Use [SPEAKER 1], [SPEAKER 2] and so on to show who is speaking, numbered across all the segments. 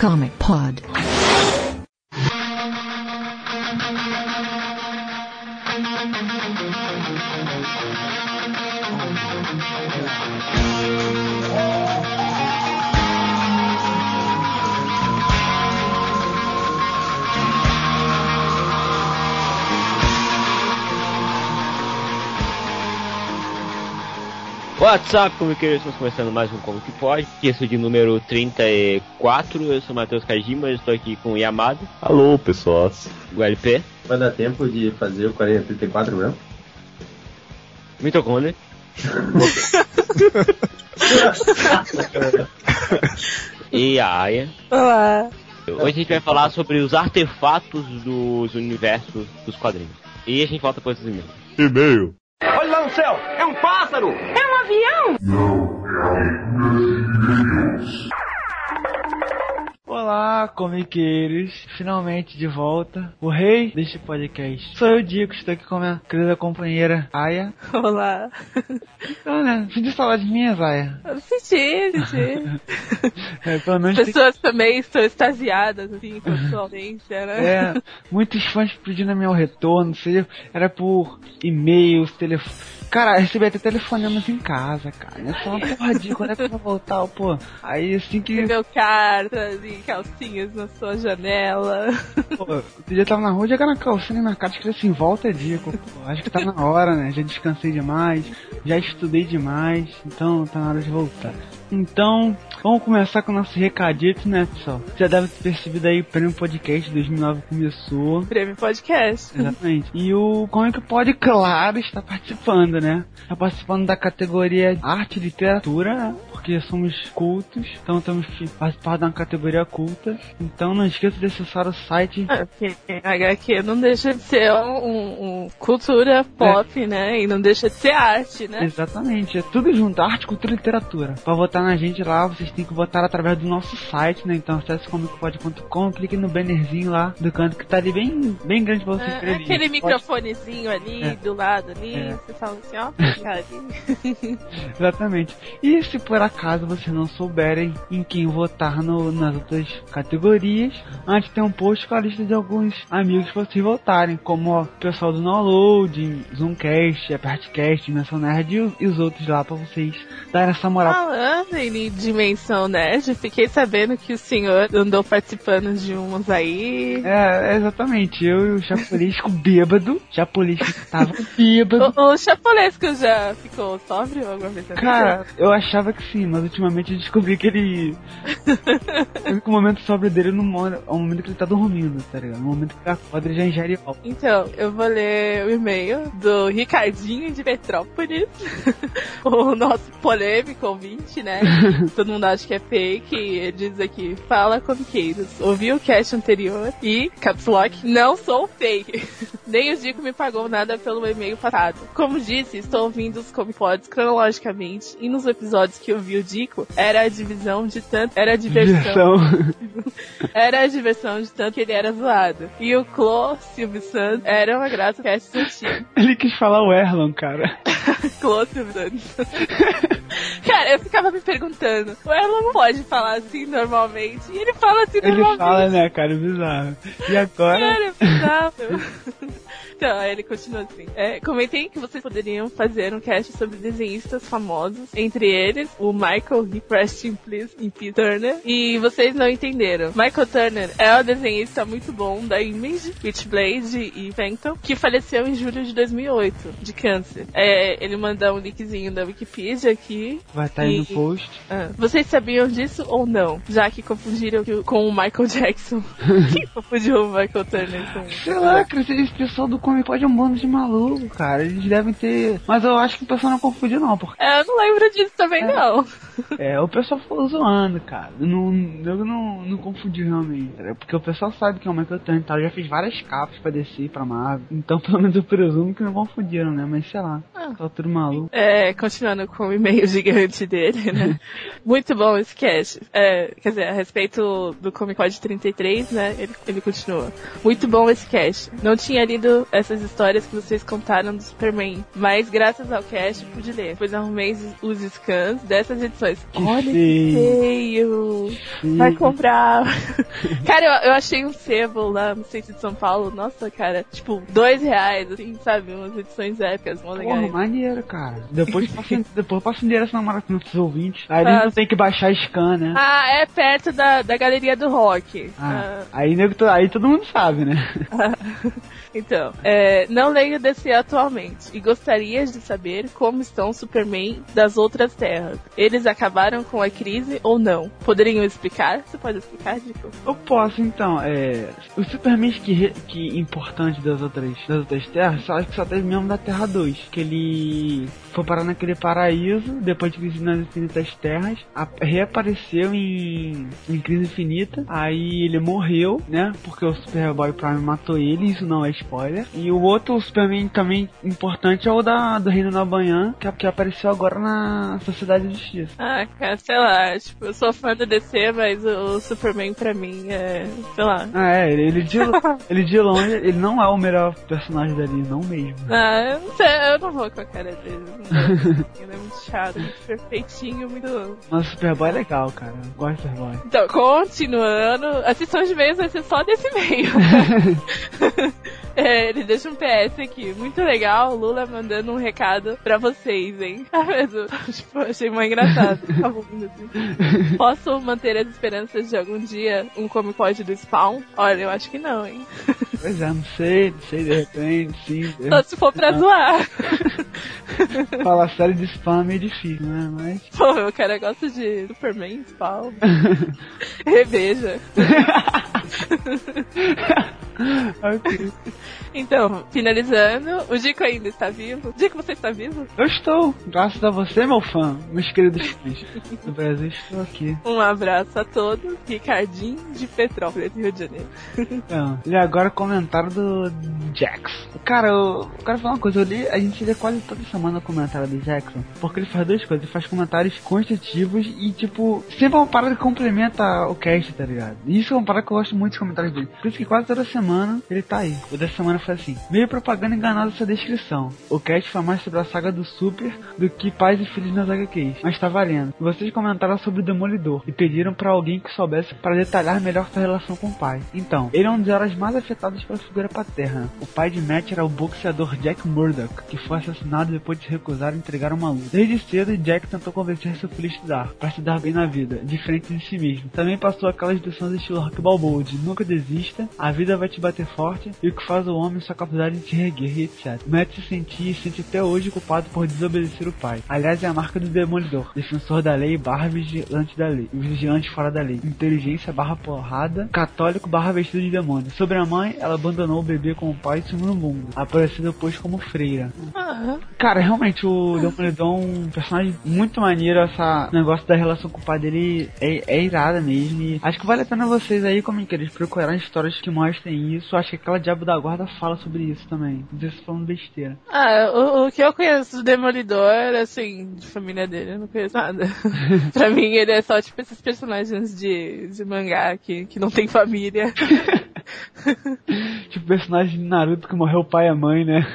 [SPEAKER 1] Comic Pod.
[SPEAKER 2] WhatsApp, como que estamos começando mais um Como Que Pode, isso de número 34, eu sou o Matheus Kajima, eu estou aqui com o Yamada,
[SPEAKER 3] Alô, pessoal.
[SPEAKER 2] o LP,
[SPEAKER 4] Vai dar tempo de fazer o 4034 mesmo?
[SPEAKER 2] Mitocone, e a Aya.
[SPEAKER 5] Olá.
[SPEAKER 2] Hoje a gente vai falar sobre os artefatos dos universos dos quadrinhos. E a gente volta com esses e-mails.
[SPEAKER 3] E-mail.
[SPEAKER 6] Olá, comiqueiros! Finalmente de volta. O rei deste podcast. Sou eu, Dico, estou aqui com a minha querida companheira Aya.
[SPEAKER 5] Olá.
[SPEAKER 6] Ah, né? Senti saudades minhas, Aya.
[SPEAKER 5] Senti, senti.
[SPEAKER 6] É, pelo menos tem...
[SPEAKER 5] Pessoas também estão extasiadas, assim, com a sua ausência, né?
[SPEAKER 6] É, muitos fãs pedindo meu retorno, seja, era por e-mails, telefone. Cara, eu recebi até telefonemas em casa, cara. Né, Eu falava, porra, Dico, quando é que eu vou voltar, pô? Aí assim que.
[SPEAKER 5] Escreveu cartas e calcinhas na sua janela.
[SPEAKER 6] Pô, outro dia eu tava na rua, já na calcinha na cara, escrevi assim, volta Dico, pô, acho que tá na hora, né? Já descansei demais, já estudei demais, então tá na hora de voltar. Então, vamos começar com o nosso recadito, né, pessoal? Já deve ter percebido aí o Prêmio Podcast 2009 começou.
[SPEAKER 5] Prêmio Podcast.
[SPEAKER 6] Exatamente. E o Comic Pod, claro, está participando, né? Está participando da categoria Arte e Literatura, né? porque somos cultos, então temos que participar da categoria culta. Então não esqueça de acessar o site
[SPEAKER 5] Ah, porque HQ não deixa de ser um, um cultura pop,
[SPEAKER 6] É.
[SPEAKER 5] né? E não deixa de ser arte, né?
[SPEAKER 6] Exatamente, é tudo junto, arte, cultura e literatura. Pra votar na gente lá, vocês têm que votar através do nosso site, né? Então acesse comicpod.com, clique no bannerzinho lá do canto que tá ali bem, bem grande pra você
[SPEAKER 5] É,
[SPEAKER 6] escrever.
[SPEAKER 5] aquele
[SPEAKER 6] Pode-
[SPEAKER 5] microfonezinho ali,
[SPEAKER 6] É.
[SPEAKER 5] do lado ali,
[SPEAKER 6] É.
[SPEAKER 5] você fala assim, ó, carinho.
[SPEAKER 6] Exatamente. E se por acaso vocês não souberem em quem votar no- nas outras categorias, antes tem um post com a lista de alguns amigos pra vocês votarem, como ó, o pessoal do Download, Zoomcast, Apertcast, Dimensão Nerd e os- e os outros lá pra vocês darem essa moral
[SPEAKER 5] Falando em Dimensão Nerd, fiquei sabendo que o senhor andou participando de uns aí.
[SPEAKER 6] É, exatamente. Eu e o Chapolisko bêbado. Chapolisko tava bêbado.
[SPEAKER 5] O, o Chapolesco já ficou sóbrio alguma assim? vez? na vida?
[SPEAKER 6] Cara, eu achava que sim, mas ultimamente eu descobri que ele. que o momento sóbrio dele não mora. É o momento que ele tá dormindo, tá ligado? O momento que ele acorda ele já ingere álcool.
[SPEAKER 5] Então, eu vou ler o e-mail do Ricardinho de Petrópolis, o nosso polêmico ouvinte, né? Todo mundo acha que é fake. Ele diz aqui: Fala comiqueiros, ouvi o cast anterior e, caps lock, não sou fake. Nem o Dico me pagou nada pelo e-mail passado. Como disse, estou ouvindo os comipods cronologicamente e nos episódios que eu vi o Dico, era a divisão de tanto. Era a diversão. Era a diversão de tanto que ele era zoado. E o Clô, Silvio Santos, era uma graça que assistir.
[SPEAKER 6] Ele quis falar o Erlon, cara.
[SPEAKER 5] Clô, Silvio Santos. Cara, eu ficava me perguntando, o Erlon não pode falar assim normalmente. E ele fala assim
[SPEAKER 6] Ele
[SPEAKER 5] normalmente.
[SPEAKER 6] fala, né, cara? É Bizarro. E agora.
[SPEAKER 5] Cara, é bizarro. Então, aí ele continua assim. É, comentei que vocês poderiam fazer um cast sobre desenhistas famosos, entre eles o Michael Repressed in Peace em P. Turner. E vocês não entenderam. Michael Turner é um desenhista muito bom da Image, Witchblade e Phantom, que faleceu em julho de 2008, de câncer. É, ele mandou um linkzinho da Wikipedia aqui.
[SPEAKER 6] Vai estar aí no
[SPEAKER 5] E-
[SPEAKER 6] post.
[SPEAKER 5] Ah, Vocês sabiam disso ou não? Já que confundiram que- com o Michael Jackson. Quem confundiu o Michael Turner com
[SPEAKER 6] Sei lá, cara, esse pessoal do Comic Pod é um bando de maluco, cara. Eles devem ter. Mas eu acho que o pessoal não confundiu, não, porque.
[SPEAKER 5] É, eu não lembro disso também, não.
[SPEAKER 6] É, o pessoal ficou zoando, cara. Não, eu não, não confundi realmente. É porque o pessoal sabe que é o Michael Turner e tal. Eu já fiz várias capas pra descer pra Marvel. Então, pelo menos eu presumo que não confundiram, né? Mas sei lá.
[SPEAKER 5] Ah.
[SPEAKER 6] Tá tudo maluco.
[SPEAKER 5] É, continuando com o e-mail gigante dele, né? Muito bom esse cast. É, quer dizer, a respeito do Comic Code 33, né? Ele, ele continua. Muito bom esse cast. Não tinha lido essas histórias que vocês contaram do Superman, mas graças ao cast pude ler, pois arrumei os- os scans dessas edições informações.
[SPEAKER 6] Que
[SPEAKER 5] Olha que
[SPEAKER 6] feio.
[SPEAKER 5] feio.
[SPEAKER 6] Sim.
[SPEAKER 5] Vai comprar. cara, eu, eu achei um sebo lá no centro de São Paulo. Nossa, cara, tipo, dois reais, assim, sabe? Umas edições épicas, mó
[SPEAKER 6] Porra,
[SPEAKER 5] legais.
[SPEAKER 6] maneiro, cara. Depois passa, depois passa um o endereço na maratona dos ouvintes. Aí
[SPEAKER 5] Ah,
[SPEAKER 6] eles não tem que baixar a scan, né?
[SPEAKER 5] Ah, é perto da, da galeria do rock.
[SPEAKER 6] Ah, aí, nego, to- aí todo mundo sabe, né?
[SPEAKER 5] Então, é, não leio DC atualmente e gostaria de saber como estão o Superman das outras terras. Eles acabaram com a crise ou não? Poderiam explicar? Você pode explicar, Dico?
[SPEAKER 6] Eu posso, então. É, os Supermans que, re- que importante das outras, das outras terras, só acho que só teve mesmo da Terra 2. Que ele foi parar naquele paraíso, depois de Crise nas Infinitas Terras, a- reapareceu em, em Crise Infinita. Aí ele morreu, né? Porque o Superboy Prime matou ele, isso não é spoiler. E o outro Superman também importante é o da, do Reino da Manhã, que, que apareceu agora na Sociedade de Justiça.
[SPEAKER 5] Ah, cara, sei lá, tipo, eu sou fã do DC, mas o Superman pra mim é, sei lá.
[SPEAKER 6] Ah, é, ele, ele de, ele de longe, ele não é o melhor personagem dali, não mesmo.
[SPEAKER 5] Ah, eu não, sei, eu não vou com a cara dele. não gosto. Ele é muito chato, muito perfeitinho, muito.
[SPEAKER 6] Mas o Superboy é legal, cara. Eu gosto do Superboy.
[SPEAKER 5] Então, continuando, a sessão de mês vai ser só desse meio. É, ele deixa um PS aqui. Muito legal, o Lula mandando um recado pra vocês, hein? Ah, mesmo. Tipo, achei mó engraçado. Tá bom, assim. Posso manter as esperanças de algum dia um Comic Pod do Spawn? Olha, eu acho que não, hein?
[SPEAKER 6] Pois é, não sei, não sei, de repente, sim.
[SPEAKER 5] Só se for pra zoar.
[SPEAKER 6] Falar série de spam é meio difícil, né? Mas.
[SPEAKER 5] Pô, o cara gosta de Superman, Spawn. Reveja.
[SPEAKER 6] Ok.
[SPEAKER 5] Então, finalizando, o Dico ainda está vivo? Dico, você está vivo?
[SPEAKER 6] Eu estou, graças a você, meu fã, meus queridos fãs do Brasil, estou aqui.
[SPEAKER 5] Um abraço a todos. Ricardinho de Petrópolis, Rio de Janeiro.
[SPEAKER 6] Então, e agora o comentário do Jackson. Cara, eu quero falar uma coisa, eu li, a gente lê quase toda semana o comentário do Jackson, porque ele faz duas coisas, ele faz comentários construtivos e tipo, sempre é uma parada que complementa o cast, tá ligado? E isso é uma parada que eu gosto muito dos comentários dele. Por isso que quase toda semana ele tá aí. O dessa semana foi assim, meio propaganda enganada essa descrição. O cast foi mais sobre a saga do Super do que pais e filhos nas HQs, mas tá valendo. E vocês comentaram sobre o Demolidor e pediram pra alguém que soubesse pra detalhar melhor sua relação com o pai. Então, ele é um dos heróis mais afetados pela figura paterna. O pai de Matt era o boxeador Jack Murdock, que foi assassinado depois de se recusar a entregar uma luta. Desde cedo, Jack tentou convencer seu filho a estudar, pra se dar bem na vida, diferente de si mesmo. Também passou aquelas lições do estilo Rock Balboa, de nunca desista, a vida vai te bater forte, e o que faz o homem é sua capacidade de se reguer, e etc. Matt se sentia e se sente até hoje culpado por desobedecer o pai. Aliás, é a marca do Demolidor, defensor da lei barra vigilante da lei, vigilante fora da lei, inteligência barra porrada, católico barra vestido de demônio. Sobre a mãe, ela abandonou o bebê com o pai e sumiu no mundo, aparecendo depois como freira.
[SPEAKER 5] Ah,
[SPEAKER 6] Cara, realmente o Demolidor é um personagem muito maneiro. Essa negócio da relação com o pai dele é, é irada mesmo. E acho que vale a pena vocês aí, como é que eles procurarem histórias que mostrem isso. Acho que aquela Diabo da Guarda fala sobre isso também. Não sei se tô falando besteira.
[SPEAKER 5] ah o, o que eu conheço do Demolidor, assim, de família dele, eu não conheço nada. pra mim, ele é só, tipo, esses personagens de, de mangá que, que não tem família.
[SPEAKER 6] Tipo, personagem de Naruto que morreu o pai e a mãe, né?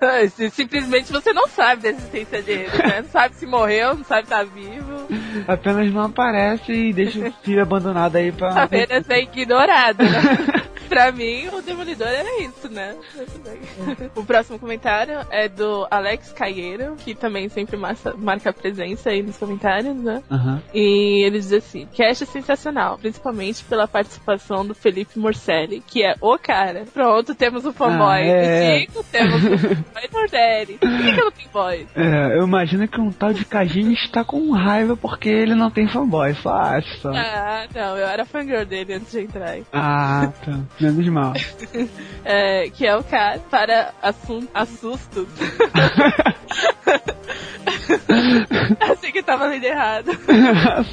[SPEAKER 5] Ah, se- Simplesmente você não sabe da existência dele, né? Não sabe se morreu, não sabe se tá vivo.
[SPEAKER 6] Apenas não aparece e deixa o filho abandonado aí pra.
[SPEAKER 5] Apenas é ignorado, né? Pra mim, o Demolidor era isso, né? Mas tudo bem. O próximo comentário é do Alex Caieiro, que também sempre massa- marca a presença aí nos comentários, né?
[SPEAKER 6] Aham.
[SPEAKER 5] E ele diz assim: Cast é sensacional, principalmente pela participação do Felipe Morcelli, que é o cara. Pronto, temos o fanboy.
[SPEAKER 6] Ah, é.
[SPEAKER 5] do Dico, temos o fanboy Nordelli. Por que, que eu não tenho voz?
[SPEAKER 6] É, eu imagino que um tal de Kajin está com raiva porque ele não tem fanboy, só acho só.
[SPEAKER 5] Ah, não, eu era fangirl dele antes de entrar. aí.
[SPEAKER 6] Ah, tá. Menos mal.
[SPEAKER 5] É, que é o cara para assun- assustos. Achei que tava lendo errado.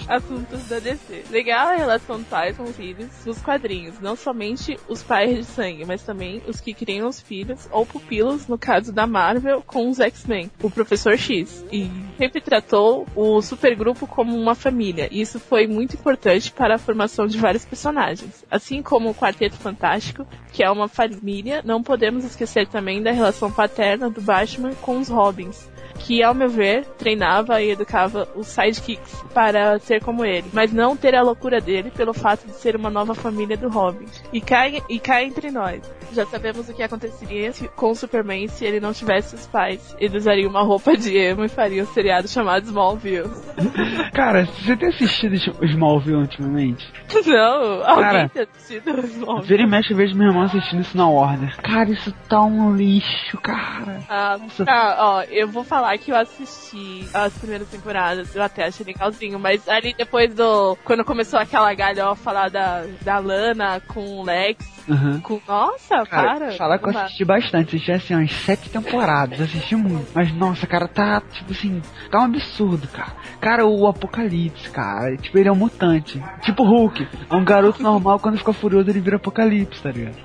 [SPEAKER 5] Assuntos da DC. Legal a relação dos pais com os filhos nos quadrinhos. Não somente os pais de sangue, mas também os que criam os filhos ou pupilos, no caso da Marvel, com os X-Men. O Professor X. E sempre tratou o supergrupo como uma família. E isso foi muito importante para a formação de vários personagens. Assim como o Quarteto Fantástico, que é uma família, não podemos esquecer também da relação paterna do Batman com os Robins. que, ao meu ver, treinava e educava os sidekicks para ser como ele, mas não ter a loucura dele pelo fato de ser uma nova família do Robin. E cai, e cai entre nós. Já sabemos o que aconteceria se- com o Superman se ele não tivesse os pais. Ele usaria uma roupa de emo e faria um seriado chamado Smallville.
[SPEAKER 6] Cara, você tem assistido Sm- Smallville ultimamente?
[SPEAKER 5] não, alguém
[SPEAKER 6] Cara,
[SPEAKER 5] tem assistido Smallville?
[SPEAKER 6] Vira e mexe, eu vejo meu irmão assistindo isso na Warner. Cara, isso tá um lixo, cara.
[SPEAKER 5] Ah,
[SPEAKER 6] Nossa.
[SPEAKER 5] ah, ó, eu vou falar que eu assisti as primeiras temporadas, eu até achei legalzinho, mas ali depois do. Quando começou aquela galhofa lá da, da Lana com o Lex,
[SPEAKER 6] Aham.
[SPEAKER 5] com. Nossa,
[SPEAKER 6] Cara,
[SPEAKER 5] para!
[SPEAKER 6] falar que eu
[SPEAKER 5] não dá.
[SPEAKER 6] assisti bastante, assisti assim umas sete temporadas, assisti muito. Mas nossa, cara, tá tipo assim, tá um absurdo, cara. Cara, o Apocalipse, cara, tipo, ele é um mutante. Tipo Hulk. É um garoto normal, quando fica furioso, ele vira Apocalipse, tá ligado?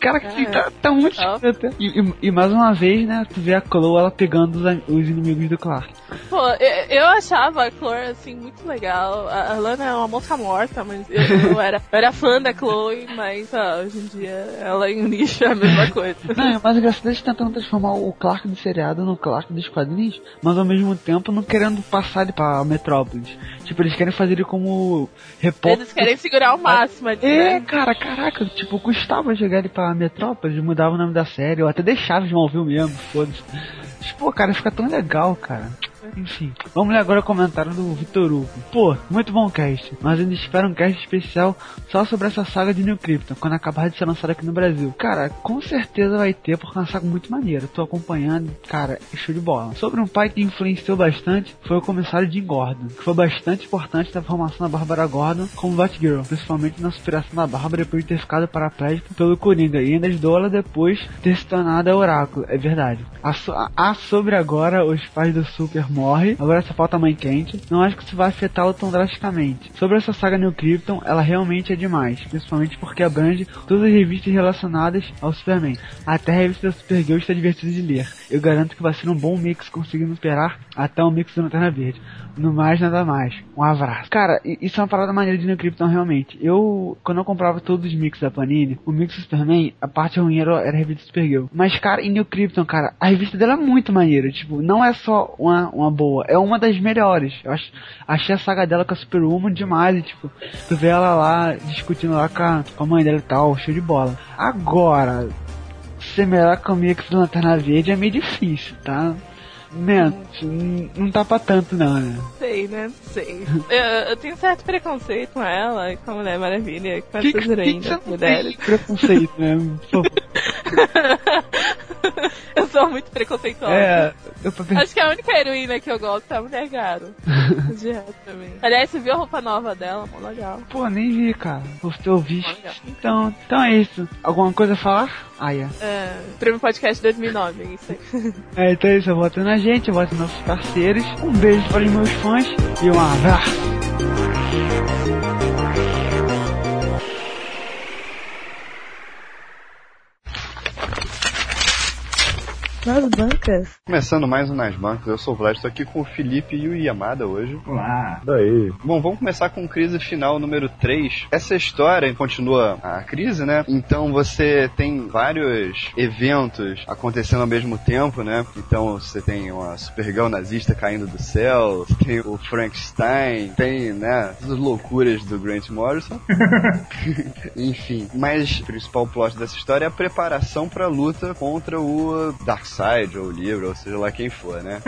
[SPEAKER 6] Cara, que assim, tá, tá muito
[SPEAKER 5] Total.
[SPEAKER 6] escroto. E, e- e mais uma vez, né, tu vê a Chloe, ela pegando os, am- os inimigos do Clark.
[SPEAKER 5] Pô, eu, eu achava a Chloe, assim, muito legal. A, a Lana é uma moça morta, mas eu, eu era, eu era fã da Chloe, mas ó, hoje em dia ela em lixo é a mesma coisa.
[SPEAKER 6] Não, é mais engraçado eles tentando transformar o Clark do seriado no Clark dos quadrinhos, mas ao mesmo tempo não querendo passar ele pra Metrópolis. Tipo, eles querem fazer ele como repórter.
[SPEAKER 5] Eles querem segurar o máximo ali,
[SPEAKER 6] É,
[SPEAKER 5] né?
[SPEAKER 6] cara, caraca, tipo, custava jogar ele pra Metrópolis, mudava o nome da série, ou até deixava de ouvir mesmo, foda-se. Mas, Pô, cara, fica tão legal, cara. Enfim, vamos ler agora o comentário do Vitor Hugo. Pô, muito bom cast, mas ainda espero um cast especial só sobre essa saga de New Krypton, quando acabar de ser lançada aqui no Brasil. Cara, com certeza vai ter, porque é uma saga muito maneira. Tô acompanhando, cara, é show de bola. Sobre um pai que influenciou bastante foi o comissário Jim Gordon, que foi bastante importante na formação da Bárbara Gordon como Batgirl, principalmente na superação da Bárbara depois de ter ficado paraplégico pelo Coringa e ainda ajudou ela depois de ter se tornado a Oráculo. É verdade. A, so- a- a sobre agora, os pais do Super morrem, agora só falta a mãe quente. Não acho que isso vai afetá-lo tão drasticamente. Sobre essa saga New Krypton, ela realmente é demais, principalmente porque abrange todas as revistas relacionadas ao Superman. Até a revista da Supergirl está divertida de ler. Eu garanto que vai ser um bom mix conseguindo superar até o mix do Lanterna Verde. No mais, nada mais. Um abraço. Cara, i- isso é uma parada maneira de New Krypton, realmente. Eu, quando eu comprava todos os mix da Panini, o mix do Superman, a parte ruim era, era a revista do Supergirl. Mas, cara, em New Krypton, cara, a revista dela é muito maneira. Tipo, não é só uma, uma boa, é uma das melhores. Eu acho, achei a saga dela com a Superwoman demais. E, tipo, tu vê ela lá discutindo lá com a, com a mãe dela e tal, show de bola. Agora, ser melhor que o mix do Lanterna Verde é meio difícil, tá? Menos, n- não tá pra tanto, não, né?
[SPEAKER 5] Sei, né? Sei. Eu, eu tenho certo preconceito com ela, e com a Mulher Maravilha, com
[SPEAKER 6] Que-
[SPEAKER 5] essas
[SPEAKER 6] que- que
[SPEAKER 5] heroínas
[SPEAKER 6] você não tem
[SPEAKER 5] mulheres.
[SPEAKER 6] Preconceito, né? Pô,
[SPEAKER 5] eu sou muito preconceituosa.
[SPEAKER 6] é, eu pra pensar,
[SPEAKER 5] Acho que a única heroína que eu gosto é a Mulher Garo. De resto também. Aliás, você viu a roupa nova dela? Mó legal.
[SPEAKER 6] pô, nem vi, cara. Você ouviu.
[SPEAKER 5] Olha.
[SPEAKER 6] Então, então é isso. Alguma coisa a falar? Ah, yeah.
[SPEAKER 5] É, Prêmio Podcast 2009, é isso aí.
[SPEAKER 6] é. Então é isso, eu voto na gente, eu voto nos nossos parceiros. Um beijo para os meus fãs e um abraço.
[SPEAKER 7] Nas bancas.
[SPEAKER 8] Começando mais um Nas Bancas, eu sou o Vlad, estou aqui com o Felipe e o Yamada hoje.
[SPEAKER 6] Olá.
[SPEAKER 9] Daí.
[SPEAKER 8] Bom, vamos começar com crise final número 3. Essa história continua a crise, né? Então você tem vários eventos acontecendo ao mesmo tempo, né? Então você tem uma Supergirl nazista caindo do céu, você tem o Frankenstein, tem, né, todas as loucuras do Grant Morrison. Enfim, mas o principal plot dessa história é a preparação pra luta contra o Darkseid, ou o Libra, ou seja lá quem for, né?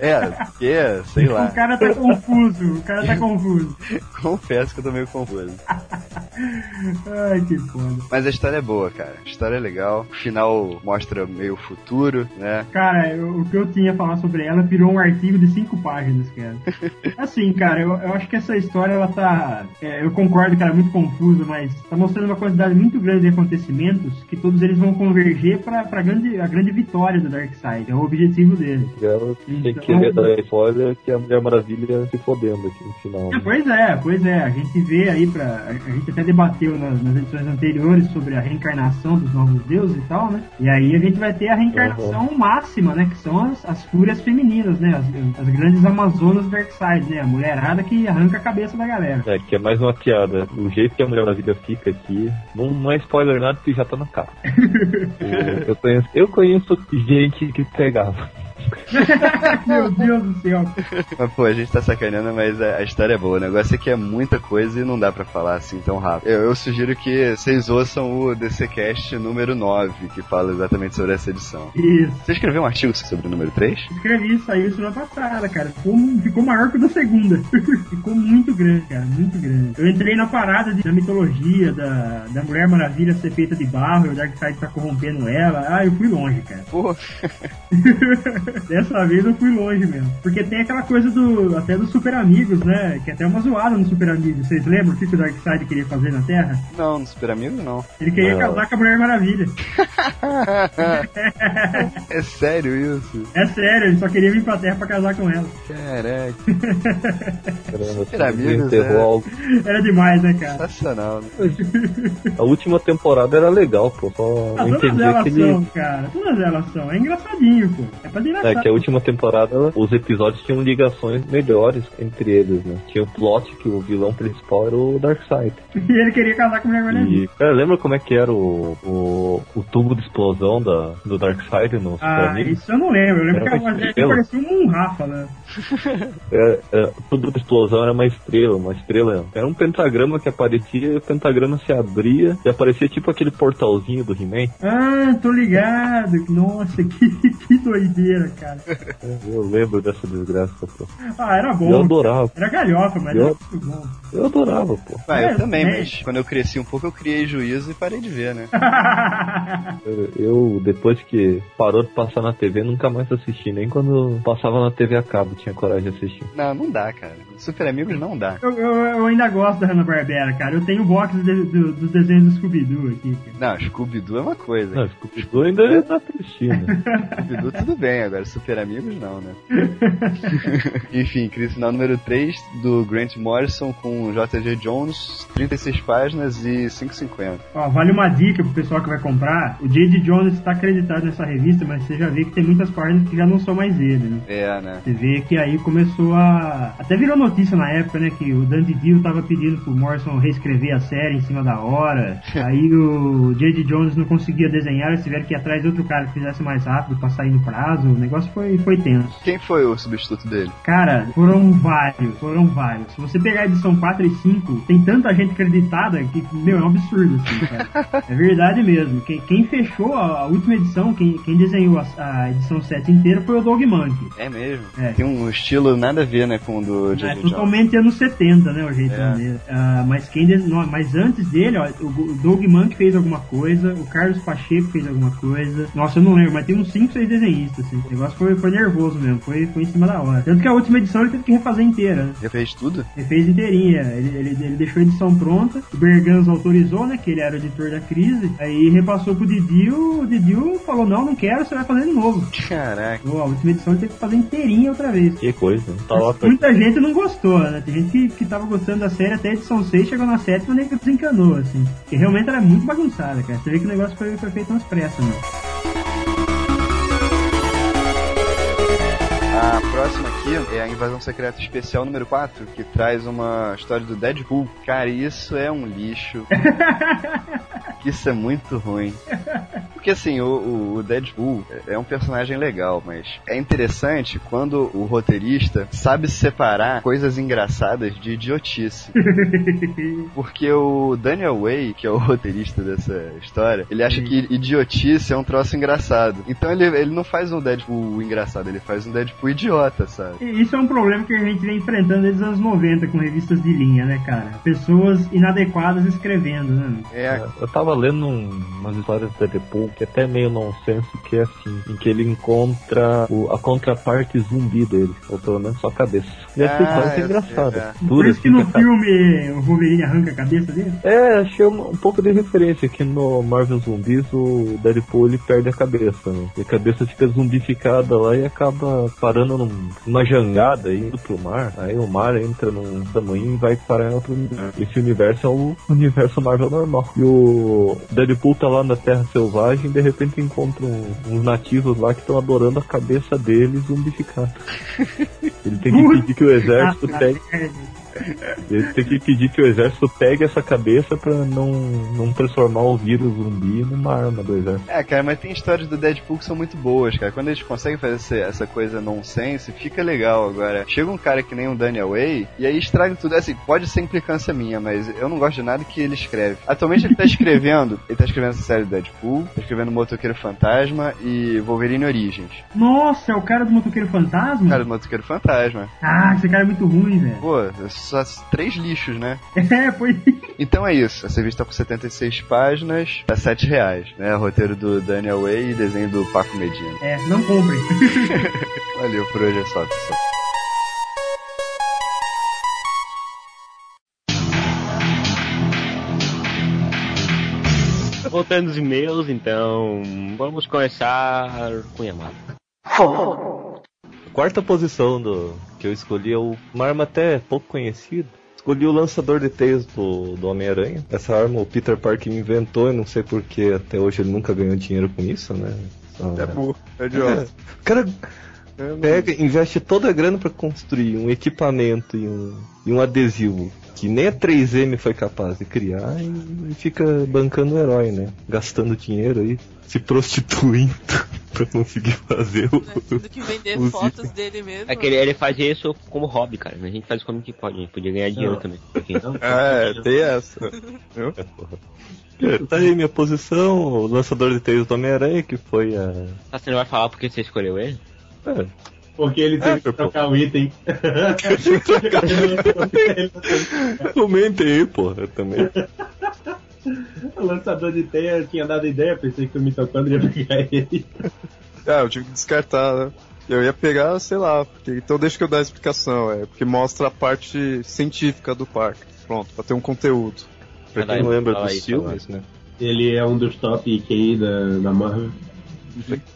[SPEAKER 8] é, porque, sei lá.
[SPEAKER 10] O cara tá confuso, o cara tá confuso.
[SPEAKER 8] Confesso que eu tô meio confuso.
[SPEAKER 10] Ai, que foda.
[SPEAKER 8] Mas a história é boa, cara. A história é legal. O final mostra meio o futuro, né?
[SPEAKER 10] Cara, eu- o que eu tinha a falar sobre ela virou um artigo de cinco páginas, cara. Assim, cara, eu, eu acho que essa história, ela tá... é, eu concordo que ela é muito confusa, mas tá mostrando uma quantidade muito grande de acontecimentos que todos eles vão converger pra, pra grande, a grande vitória do Darkseid. É o objetivo dele.
[SPEAKER 9] Ela tem que ler da spoiler que a Mulher Maravilha se fodendo aqui no final.
[SPEAKER 10] É,
[SPEAKER 9] né?
[SPEAKER 10] pois é, pois é. A gente vê aí pra. A a gente até debateu nas, nas edições anteriores sobre a reencarnação dos novos deuses e tal, né? E aí a gente vai ter a reencarnação máxima, né? Que são as, as fúrias femininas, né? As, as grandes Amazonas Darkseid, né? A mulherada que arranca a cabeça da galera.
[SPEAKER 9] É, que é mais uma piada. O jeito que a Mulher Maravilha fica aqui, não, não é spoiler nada porque já tá na capa. eu, eu conheço, eu conheço gente que pegava.
[SPEAKER 10] Meu Deus do céu.
[SPEAKER 8] Mas, pô, a gente tá sacaneando, mas a, a história é boa. O negócio é que é muita coisa e não dá pra falar assim tão rápido. Eu, eu sugiro que vocês ouçam o DCCast número 9, que fala exatamente sobre essa edição.
[SPEAKER 10] Isso.
[SPEAKER 8] Você escreveu um artigo sobre o número 3?
[SPEAKER 10] Escrevi isso aí semana passada, cara. Ficou, ficou maior que o da segunda. ficou muito grande, cara. Muito grande. Eu entrei na parada de- da mitologia, da, da Mulher Maravilha ser feita de barro, e o Darkseid tá corrompendo ela. Ah, eu fui longe, cara.
[SPEAKER 8] Pô,
[SPEAKER 10] Dessa vez eu fui longe mesmo. Porque tem aquela coisa do até dos super amigos, né? Que é até uma zoada no Super Amigos. Vocês lembram o que que o Darkseid queria fazer na Terra?
[SPEAKER 8] não, no Super Amigo não.
[SPEAKER 10] Ele queria
[SPEAKER 9] Não.
[SPEAKER 10] casar com a Mulher Maravilha.
[SPEAKER 8] é sério isso?
[SPEAKER 10] É sério, ele só queria vir pra Terra pra casar com ela.
[SPEAKER 8] Caraca,
[SPEAKER 9] Caramba,
[SPEAKER 8] Super Amigos,
[SPEAKER 9] enterrou
[SPEAKER 8] é.
[SPEAKER 9] algo.
[SPEAKER 10] Era demais, né, cara?
[SPEAKER 8] sensacional, né?
[SPEAKER 9] A última temporada era legal, pô. Só
[SPEAKER 10] é. Ah,
[SPEAKER 9] não
[SPEAKER 10] todas
[SPEAKER 9] entendi
[SPEAKER 10] elas são,
[SPEAKER 9] aquele.
[SPEAKER 10] cara. Todas elas são. É engraçadinho, pô. É pra
[SPEAKER 9] É
[SPEAKER 10] engraçar.
[SPEAKER 9] que a última temporada, os episódios tinham ligações melhores entre eles, né? Tinha o plot que o vilão principal era o Darkseid.
[SPEAKER 10] E ele queria casar com a Mulher Maravilha.
[SPEAKER 9] E, cara, lembra como é que era o, o, o tubo de explosão da, do Darkseid no Super
[SPEAKER 10] Ah,
[SPEAKER 9] Amigos?
[SPEAKER 10] isso eu não lembro. Eu lembro
[SPEAKER 9] Era
[SPEAKER 10] que a
[SPEAKER 9] uma
[SPEAKER 10] voz dele
[SPEAKER 9] estrela.
[SPEAKER 10] parecia um Rafa, né?
[SPEAKER 9] Era- era- É, o tubo de explosão era uma estrela, uma estrela. Era um pentagrama que aparecia, e o pentagrama se abria e aparecia tipo aquele portalzinho do He-Man.
[SPEAKER 10] Ah, tô ligado. Nossa, que, que doideira, cara.
[SPEAKER 9] Eu lembro dessa desgraça, pô.
[SPEAKER 10] Ah, era
[SPEAKER 9] Eu
[SPEAKER 10] bom.
[SPEAKER 9] adorava,
[SPEAKER 10] Era galhofa, mas era
[SPEAKER 9] Eu-
[SPEAKER 10] muito bom.
[SPEAKER 9] eu adorava, pô.
[SPEAKER 8] Ah,
[SPEAKER 10] É,
[SPEAKER 8] eu também,
[SPEAKER 10] né?
[SPEAKER 8] mas quando eu cresci um pouco, eu criei juízo e parei de ver, né?
[SPEAKER 9] Eu- Eu, depois que parou de passar na TV, nunca mais assisti. Nem quando passava na TV a cabo, tinha coragem de assistir.
[SPEAKER 8] Não, não dá, cara. Super Amigos não dá.
[SPEAKER 10] eu, eu, eu ainda gosto da Hanna-Barbera, cara. Eu tenho box de- do- dos desenhos do Scooby-Doo aqui, cara.
[SPEAKER 8] Não, Scooby-Doo é uma coisa.
[SPEAKER 9] Não, Scooby-Doo ainda dá Cristina.
[SPEAKER 8] Scooby-Doo tudo bem, agora Super Amigos não, né? Enfim, crise final número 3 do Grant Morrison com J.G. Jones, 36 páginas e 5,50.
[SPEAKER 10] Ó, vale uma dica pro pessoal que vai comprar. O J.D. Jones está acreditado nessa revista, mas você já vê que tem muitas páginas que já não são mais ele, né?
[SPEAKER 8] É, né?
[SPEAKER 10] Você vê que aí começou a. Até virou notícia na época, né? Que o Dan Dio tava pedindo pro Morrison reescrever a série em cima da hora. Aí o J.D. Jones não conseguia desenhar, eles tiveram que ir atrás de outro cara que fizesse mais rápido pra sair no prazo. O negócio foi, foi tenso.
[SPEAKER 8] Quem foi o substituto dele?
[SPEAKER 10] Cara, foram vários, foram vários. Se você pegar a edição 4 e 5, tem tanta gente acreditada que, meu, é um absurdo, assim, cara. é verdade mesmo. Quem, quem fechou a, a última edição, quem, quem desenhou a, a edição 7 inteira foi o Dog Monkey.
[SPEAKER 8] É mesmo?
[SPEAKER 10] É.
[SPEAKER 8] Tem um estilo nada a ver, né, com o do
[SPEAKER 10] É,
[SPEAKER 8] J.J. Jones.
[SPEAKER 10] totalmente anos 70, né, o jeito
[SPEAKER 8] É.
[SPEAKER 10] dele. Ah, mas quem des- não, mas antes dele, ó, o, Go- o Doug Monk fez alguma coisa, o Carlos Pacheco fez alguma coisa. Nossa, eu não lembro, mas tem uns 5, 6 desenhistas, assim. O negócio foi, foi nervoso mesmo, foi, foi em cima da hora. Tanto que a última edição ele teve que refazer inteira, né?
[SPEAKER 8] Já fez tudo?
[SPEAKER 10] Ele fez inteirinha, ele, ele- ele deixou a edição pronta, o Berganza autorizou, né, que ele era o editor da crise, aí repassou pro Didio, o Didio falou, não, não quero, você vai fazer de novo.
[SPEAKER 8] Caraca.
[SPEAKER 10] Ó, a última edição ele teve que fazer inteirinha outra vez.
[SPEAKER 9] que coisa. Tá lá pra...
[SPEAKER 10] Muita gente não gostou, né? Tem gente que, que tava gostando da série até a edição 6, chegou na sétima e nem desencanou, assim. Porque realmente era muito bagunçada, cara. Você vê que o negócio foi, foi feito umas pressas, né?
[SPEAKER 8] A próxima aqui é a Invasão Secreta Especial número 4, que traz uma história do Deadpool. Cara, isso é um lixo. isso é muito ruim. Porque assim, o- o, o Deadpool é um personagem legal, mas é interessante quando o roteirista sabe separar coisas engraçadas de idiotice. Porque o Daniel Way, que é o roteirista dessa história, ele acha que idiotice é um troço engraçado. Então ele, ele não faz um Deadpool engraçado, ele faz um Deadpool idiota, sabe?
[SPEAKER 10] E Isso é um problema que a gente vem enfrentando desde os anos 90 com revistas de linha, né, cara? Pessoas inadequadas escrevendo, né?
[SPEAKER 8] É,
[SPEAKER 9] Eu tava lendo um- umas histórias da Deadpool que é até meio nonsense, que é assim, em que ele encontra o- a contraparte zumbi dele, ou pelo menos só a cabeça. E essa
[SPEAKER 8] Ah,
[SPEAKER 9] história é
[SPEAKER 8] eu sei, é.
[SPEAKER 9] engraçada.
[SPEAKER 10] Por
[SPEAKER 9] Dura,
[SPEAKER 10] isso que
[SPEAKER 9] assim,
[SPEAKER 10] no
[SPEAKER 9] cara.
[SPEAKER 10] filme o Wolverine arranca a cabeça dele.
[SPEAKER 9] É, achei um, um pouco de referência que no Marvel Zumbis o Deadpool ele perde a cabeça, né? E a cabeça fica zumbificada lá e acaba parando num- numa jangada e indo pro mar. Aí o mar entra num tamanho e vai parar em outro universo. Esse universo é o universo Marvel normal. E o Deadpool tá lá na Terra Selvagem e de repente encontra um- uns nativos lá que estão adorando a cabeça dele zumbificada. Ele tem que pedir que o exército
[SPEAKER 10] Ah,
[SPEAKER 9] pegue
[SPEAKER 10] merda.
[SPEAKER 9] Eles têm que pedir que o exército pegue essa cabeça pra não, não transformar o vírus zumbi numa arma do exército.
[SPEAKER 11] É, cara, mas tem histórias do Deadpool que são muito boas, cara. Quando eles conseguem fazer esse- essa coisa nonsense, fica legal agora. Chega um cara que nem um Daniel Way e aí estraga tudo. Assim, pode ser implicância minha, mas eu não gosto de nada que ele escreve. Atualmente ele tá escrevendo, ele tá escrevendo essa série do Deadpool, tá escrevendo Motoqueiro Fantasma e Wolverine Origins.
[SPEAKER 10] Nossa, é o cara do motoqueiro fantasma?
[SPEAKER 11] Cara, do Motoqueiro Fantasma.
[SPEAKER 10] Ah, esse cara é muito ruim, velho.
[SPEAKER 11] Pô, é só três lixos, né?
[SPEAKER 10] É, foi.
[SPEAKER 11] Então é isso. Essa revista tá com 76 páginas, tá R$ 7 reais, né? Roteiro do Daniel Way e desenho do Paco Medina.
[SPEAKER 10] É, não comprem.
[SPEAKER 11] Valeu por hoje é só, pessoal.
[SPEAKER 2] Voltando aos e-mails, então vamos começar com Yamato.
[SPEAKER 9] Quarta posição do, que eu escolhi é o- uma arma até pouco conhecida. Escolhi o lançador de teias do, do Homem-Aranha. Essa arma o Peter Parker inventou e não sei porque até hoje ele nunca ganhou dinheiro com isso, né? Só-
[SPEAKER 11] burro. É
[SPEAKER 9] É, o cara pega, investe toda a grana pra construir um equipamento e um, e um adesivo que nem a 3M foi capaz de criar e, e fica bancando o herói, né? Gastando dinheiro aí, se prostituindo pra conseguir fazer o.
[SPEAKER 5] Do que vender
[SPEAKER 9] Os
[SPEAKER 5] fotos dele mesmo.
[SPEAKER 2] É que ele, ele faz isso como hobby, cara. né? A gente faz como que pode, a gente podia ganhar dinheiro
[SPEAKER 9] Ah.
[SPEAKER 2] também. Porque não,
[SPEAKER 11] É, tem essa.
[SPEAKER 9] Tá aí minha posição, o lançador de teias do Homem-Aranha, que foi a.
[SPEAKER 2] tá, você não vai falar porque você escolheu ele?
[SPEAKER 9] é,
[SPEAKER 10] Porque ele
[SPEAKER 9] teve que trocar
[SPEAKER 10] o item.
[SPEAKER 9] Comente aí, porra, também.
[SPEAKER 10] o lançador de teia tinha dado ideia, pensei que o mitocôndrio ia pegar ele.
[SPEAKER 8] Ah, eu tive que descartar, né? Eu ia pegar, sei lá, porque- então deixa que eu dar a explicação, é, porque mostra a parte científica do parque. Pronto, pra ter um conteúdo.
[SPEAKER 9] Pra
[SPEAKER 2] Fala aí,
[SPEAKER 9] quem não lembra
[SPEAKER 2] fala aí,
[SPEAKER 9] dos filmes, né?
[SPEAKER 10] Ele é um dos top IK da, da Marvel.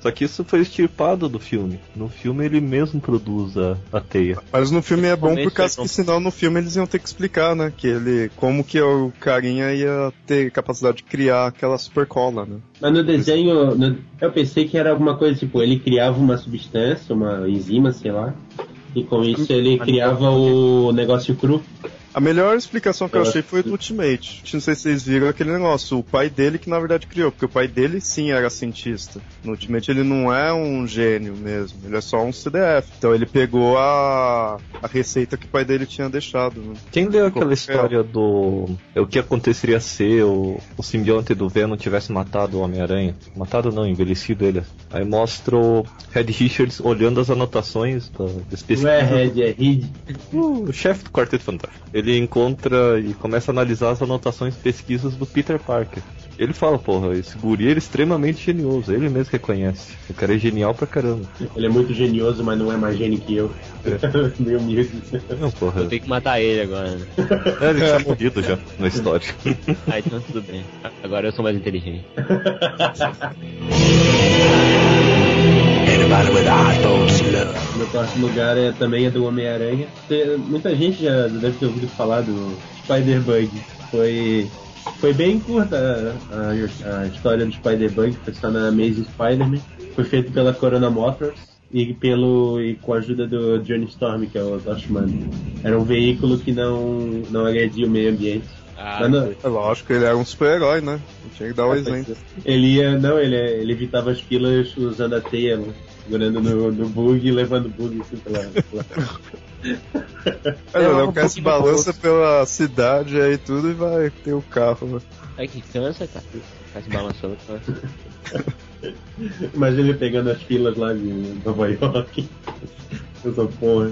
[SPEAKER 9] Só que isso foi extirpado do filme. No filme ele mesmo produz a, a teia.
[SPEAKER 8] Mas no filme é bom
[SPEAKER 2] Principalmente
[SPEAKER 8] por causa
[SPEAKER 2] é bom.
[SPEAKER 8] que senão no filme eles iam ter que explicar, né? Que ele. como que o carinha ia ter capacidade de criar aquela super cola, né?
[SPEAKER 12] Mas no desenho, no- eu pensei que era alguma coisa tipo, ele criava uma substância, uma enzima, sei lá, e com isso ele criava o negócio cru.
[SPEAKER 8] A melhor explicação
[SPEAKER 2] É,
[SPEAKER 8] que eu
[SPEAKER 12] Eu
[SPEAKER 8] achei
[SPEAKER 12] acho
[SPEAKER 8] foi
[SPEAKER 12] que-
[SPEAKER 8] do Ultimate. Não sei se vocês viram aquele negócio, o pai dele que na verdade criou, porque o pai dele sim era cientista. No Ultimate ele não é um gênio mesmo, ele é só um CDF. Então ele pegou a, a receita que o pai dele tinha deixado. Né?
[SPEAKER 9] Quem leu aquela história do. é O que aconteceria se o, o simbionte do Venom tivesse matado o Homem-Aranha? Matado não, envelhecido ele. Aí mostra o Red Richards olhando as anotações da, das
[SPEAKER 12] Não é
[SPEAKER 9] pesquisas.
[SPEAKER 12] Red, é Red.
[SPEAKER 9] O chefe do Quarteto Fantástico. Ele encontra e começa a analisar as anotações e pesquisas do Peter Parker. Ele fala, porra, esse guri ele é extremamente genioso, ele mesmo reconhece. O cara é genial pra caramba.
[SPEAKER 12] Ele é muito genioso, mas não é mais gênio que eu. Meu humilde.
[SPEAKER 9] Não, porra.
[SPEAKER 2] Eu tenho que matar ele agora. né?
[SPEAKER 9] É, ele tinha morrido já na história.
[SPEAKER 2] Ah, então tudo bem. Agora eu sou mais inteligente.
[SPEAKER 12] Meu próximo lugar é, também é do Homem-Aranha. Te- Muita gente já deve ter ouvido falar do Spider-Bug. Foi, foi bem curta a, a- a história do Spider-Bug, foi só na Amazing Spider-Man. Foi feito pela Corona Motors e, pelo, e com a ajuda do Johnny Storm, que é o Dustman. Era um veículo que não, não agredia o meio ambiente.
[SPEAKER 2] Ah,
[SPEAKER 12] Mas não-
[SPEAKER 8] É lógico, ele era um super-herói, né? Tinha que dar o exemplo.
[SPEAKER 12] ele ia, não, ele, ele evitava as filas usando a teia, né? segurando no, no bug e levando o bug assim pela, pela,
[SPEAKER 8] É,
[SPEAKER 2] É,
[SPEAKER 8] não,
[SPEAKER 2] um
[SPEAKER 8] o cara se
[SPEAKER 2] pouquinho
[SPEAKER 8] balança pela cidade aí tudo e vai ter o carro. né?
[SPEAKER 2] é que cansa, cara. Tá se balançando. cansa.
[SPEAKER 12] Mas ele pegando as filas lá de Nova York. Eu sou porra.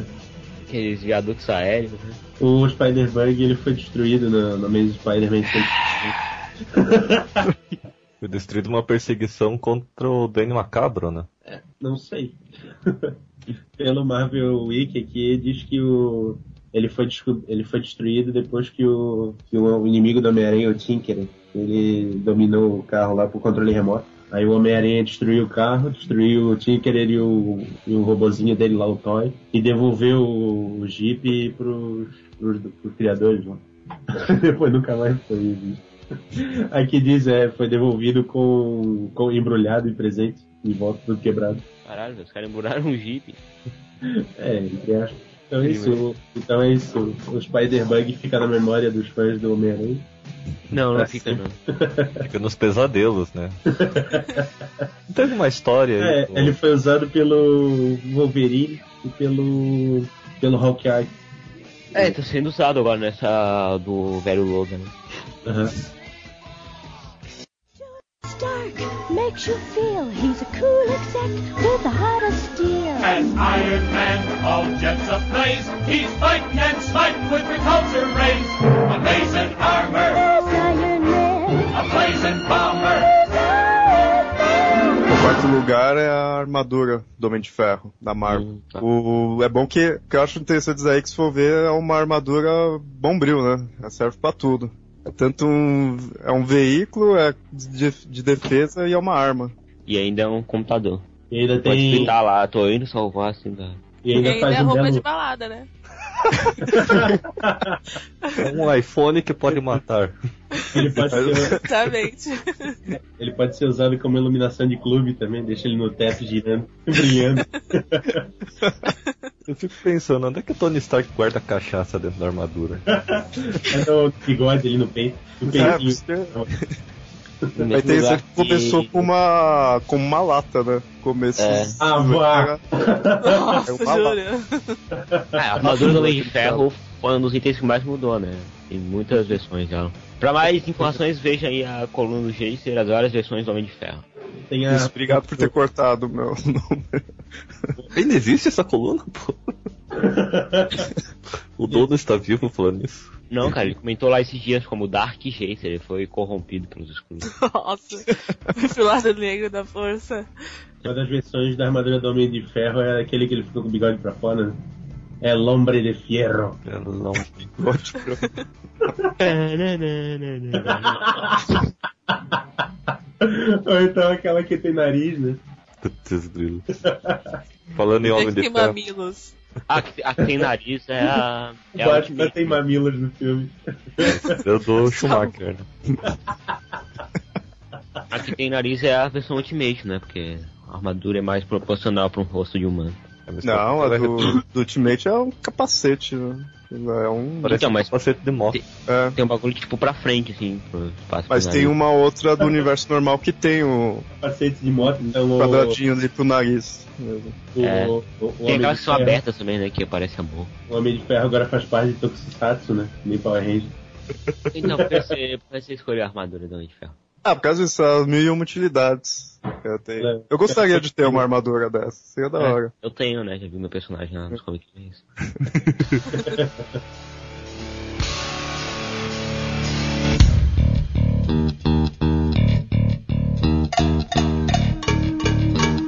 [SPEAKER 2] Aqueles viadutos aéreos, né?
[SPEAKER 12] O Spider-Bug ele foi destruído na, na mesa do Spider-Man 100.
[SPEAKER 9] Foi destruído uma perseguição contra o Danny Macabro, né?
[SPEAKER 12] Não sei. Pelo Marvel Wiki aqui diz que o. Ele foi, desco- ele foi destruído depois que o, que o inimigo do Homem-Aranha, o Tinker, ele dominou o carro lá por controle remoto. Aí o Homem-Aranha destruiu o carro, destruiu o Tinkerer e o, e o robozinho dele lá, o Toy, e devolveu o, o Jeep pros, pros, pros criadores lá. Depois nunca mais foi visto. Aqui diz, é, foi devolvido com, com embrulhado e presente, de volta tudo quebrado.
[SPEAKER 2] Caralho, os caras emburaram um jeep.
[SPEAKER 12] É, entre aspas. Então é isso. o- Então é isso. O Spider-Bug fica na memória dos fãs do Homem-Aranha.
[SPEAKER 2] Não, não
[SPEAKER 12] Tá
[SPEAKER 2] fica não.
[SPEAKER 4] Fica nos pesadelos, né? Não tem alguma história aí?
[SPEAKER 12] É,
[SPEAKER 4] pô?
[SPEAKER 12] ele foi usado pelo Wolverine e pelo. pelo Hawkeye.
[SPEAKER 2] É, tá sendo usado agora nessa do velho Logan. né?
[SPEAKER 12] Aham.
[SPEAKER 13] Stark makes you feel he's a cool exec with a heart of steel.
[SPEAKER 14] An Iron Man, all jets ablaze. He's fighting and smiting with repulsor rays. A blazing armor,
[SPEAKER 13] There's Iron Man.
[SPEAKER 14] a blazing bomber.
[SPEAKER 8] O quarto lugar é a armadura do Homem de Ferro, da Marvel.
[SPEAKER 2] Hum, tá.
[SPEAKER 8] O, é bom que, que eu acho interessante dizer aí que se for ver, é uma armadura bombril, né? Ela serve pra tudo. É tanto um, é um veículo é de, de defesa e é uma arma.
[SPEAKER 2] E ainda é um computador.
[SPEAKER 12] E ainda
[SPEAKER 2] Pode
[SPEAKER 12] tem.
[SPEAKER 2] pintar lá, tô indo salvar assim da.
[SPEAKER 12] E
[SPEAKER 5] E
[SPEAKER 12] ainda,
[SPEAKER 5] ainda
[SPEAKER 12] faz
[SPEAKER 5] é
[SPEAKER 12] um
[SPEAKER 5] roupa de
[SPEAKER 12] belo.
[SPEAKER 5] balada, né?
[SPEAKER 4] É um iPhone que pode matar.
[SPEAKER 12] Ele pode, ser,
[SPEAKER 5] Exatamente.
[SPEAKER 12] ele pode ser usado como iluminação de clube também, deixa ele no teto girando, brilhando.
[SPEAKER 4] Eu fico pensando, onde é que o Tony Stark guarda a cachaça dentro da armadura?
[SPEAKER 12] Mas é o bigode ali no peito. No
[SPEAKER 8] É,
[SPEAKER 12] peitinho.
[SPEAKER 8] porque-
[SPEAKER 2] no
[SPEAKER 8] é
[SPEAKER 2] mesmo lugar
[SPEAKER 8] interessante que começou
[SPEAKER 2] que-
[SPEAKER 8] com uma, com uma lata, né? Começo.
[SPEAKER 2] É.
[SPEAKER 12] Ah, vá.
[SPEAKER 5] Nossa,
[SPEAKER 8] É uma balada.
[SPEAKER 5] juro.
[SPEAKER 2] Ah, a armadura do Homem de Ferro foi um dos itens que mais mudou, né? Tem muitas versões dela. Pra mais informações, veja aí a coluna do Geiser, as várias versões do Homem de Ferro.
[SPEAKER 12] Tem a...
[SPEAKER 8] Isso, obrigado por ter cortado o meu nome.
[SPEAKER 4] Ainda existe essa coluna, pô? O dono está vivo falando isso.
[SPEAKER 2] Não, cara, ele comentou lá esses dias como Dark Geiser, ele foi corrompido pelos escuros.
[SPEAKER 5] Nossa. Fui pro lado negro da força.
[SPEAKER 12] Uma das versões da armadura do Homem de Ferro é aquele que ele ficou com o bigode pra fora, né? É Lombre de Fierro.
[SPEAKER 4] É, Não.
[SPEAKER 12] Ou então aquela que tem nariz, né?
[SPEAKER 4] Putz, grilo. Falando em
[SPEAKER 5] Tem
[SPEAKER 4] Homem
[SPEAKER 5] que
[SPEAKER 4] de
[SPEAKER 5] ter
[SPEAKER 4] Ferro.
[SPEAKER 5] mamilos.
[SPEAKER 2] a, que- a que tem nariz é a.
[SPEAKER 12] O
[SPEAKER 2] É a
[SPEAKER 12] Batman
[SPEAKER 2] Ultimate.
[SPEAKER 12] tem mamilos no filme.
[SPEAKER 4] Eu dou
[SPEAKER 5] Tá
[SPEAKER 4] Schumacher, né?
[SPEAKER 2] A que tem nariz é a versão Ultimate, né? Porque a armadura é mais proporcional pra um rosto de humano.
[SPEAKER 4] É, mas
[SPEAKER 8] Não,
[SPEAKER 4] ela
[SPEAKER 8] a
[SPEAKER 4] vai
[SPEAKER 8] do, do Ultimate é um capacete, né? É um.
[SPEAKER 4] Parece
[SPEAKER 2] Então,
[SPEAKER 4] um
[SPEAKER 2] mas-
[SPEAKER 4] capacete de moto.
[SPEAKER 8] É.
[SPEAKER 2] Tem um bagulho tipo pra frente, assim, pro espaço. né?
[SPEAKER 8] Mas
[SPEAKER 2] pro
[SPEAKER 8] tem um
[SPEAKER 2] nariz.
[SPEAKER 8] uma outra do universo normal que tem o
[SPEAKER 12] Capacete de moto, então o,
[SPEAKER 8] quadradinho ali pro nariz.
[SPEAKER 12] o,
[SPEAKER 2] É.
[SPEAKER 12] o, o, o
[SPEAKER 2] Tem
[SPEAKER 12] Homem
[SPEAKER 2] aquelas
[SPEAKER 12] de
[SPEAKER 2] que são
[SPEAKER 12] Ferro-
[SPEAKER 2] abertas também, né? Que aparece amor.
[SPEAKER 12] O Homem de Ferro agora faz parte de Tokusatsu, né? Nem Power Ranger.
[SPEAKER 2] Então, por que você, por que você escolheu a armadura do Homem de Ferro?
[SPEAKER 8] Ah, por causa disso, as mil e uma utilidades. Eu, tenho.
[SPEAKER 12] É.
[SPEAKER 8] eu gostaria de ter uma armadura dessa, seria da hora.
[SPEAKER 2] Eu tenho, né? Já vi meu personagem lá nos comics. é isso.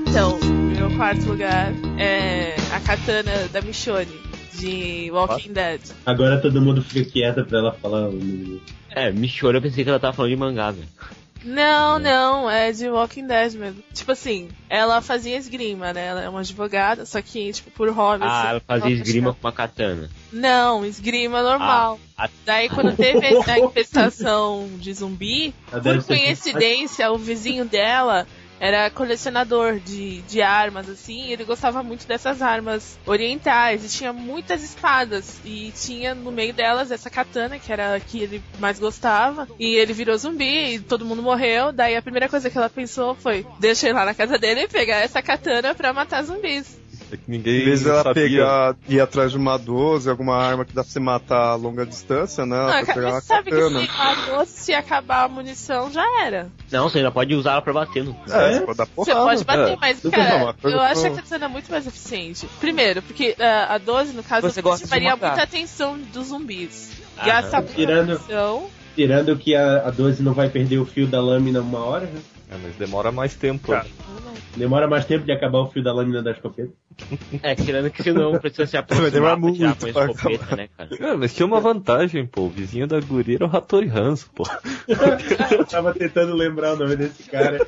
[SPEAKER 5] Então, meu quarto lugar é a katana da Michonne, de Walking Dead.
[SPEAKER 12] Agora todo mundo fica quieto pra ela falar o nome.
[SPEAKER 2] É, me chorou, eu pensei que ela tava falando de mangá, velho.
[SPEAKER 5] Não, não, é de Walking Dead mesmo. Tipo assim, ela fazia esgrima, né? Ela é uma advogada, só que, tipo, por hobby. assim,
[SPEAKER 2] Ah, ela fazia
[SPEAKER 5] ela
[SPEAKER 2] esgrima
[SPEAKER 5] praticava.
[SPEAKER 2] com uma katana.
[SPEAKER 5] Não, esgrima normal.
[SPEAKER 2] Ah,
[SPEAKER 5] Daí, quando teve a infestação de zumbi,
[SPEAKER 12] Ela deve
[SPEAKER 5] por
[SPEAKER 12] ser-
[SPEAKER 5] coincidência, o vizinho dela era colecionador de, de armas, assim, e ele gostava muito dessas armas orientais, e tinha muitas espadas, e tinha no meio delas essa katana, que era a que ele mais gostava, e ele virou zumbi, e todo mundo morreu, daí a primeira coisa que ela pensou foi, deixa eu ir lá na casa dele e pegar essa katana pra matar zumbis.
[SPEAKER 4] É que
[SPEAKER 8] Em
[SPEAKER 4] ninguém
[SPEAKER 8] vez dela
[SPEAKER 4] sabia.
[SPEAKER 8] pegar e ir atrás de uma 12, alguma arma que dá pra você matar a longa distância, né? Ela
[SPEAKER 5] Não,
[SPEAKER 8] vai pegar uma
[SPEAKER 5] Ah, mas sabe que
[SPEAKER 8] katana.
[SPEAKER 5] se matou, se acabar a munição, já era.
[SPEAKER 2] Não, você ainda pode usar ela pra bater no.
[SPEAKER 8] É, você pode dar
[SPEAKER 5] Você
[SPEAKER 8] porrada.
[SPEAKER 5] pode bater,
[SPEAKER 4] é.
[SPEAKER 5] mas,
[SPEAKER 8] Não tem
[SPEAKER 5] cara,
[SPEAKER 8] problema,
[SPEAKER 5] eu
[SPEAKER 8] eu
[SPEAKER 5] acho a
[SPEAKER 8] tô-
[SPEAKER 5] katana muito mais eficiente. Primeiro, porque ah, a 12, no caso,
[SPEAKER 2] Você gosta de
[SPEAKER 5] chamaria
[SPEAKER 2] matar.
[SPEAKER 5] muita atenção dos zumbis.
[SPEAKER 2] Ah,
[SPEAKER 5] Gasta muita
[SPEAKER 12] Tirando-
[SPEAKER 5] atenção.
[SPEAKER 12] Tirando que a, a 12 não vai perder o fio da lâmina uma hora, né?
[SPEAKER 4] É, mas demora mais tempo.
[SPEAKER 8] Cara.
[SPEAKER 12] Demora mais tempo de acabar o fio da lâmina da escopeta.
[SPEAKER 2] É, tirando que você não precisa se aproximar
[SPEAKER 8] Vai demorar
[SPEAKER 2] pra tirar
[SPEAKER 8] muito
[SPEAKER 2] com a
[SPEAKER 8] pra
[SPEAKER 2] escopeta, né, cara?
[SPEAKER 4] Cara, É, mas tinha uma vantagem, pô. O vizinho da guria era o Hattori Hanzo, pô.
[SPEAKER 12] Eu tava tentando lembrar o nome desse cara.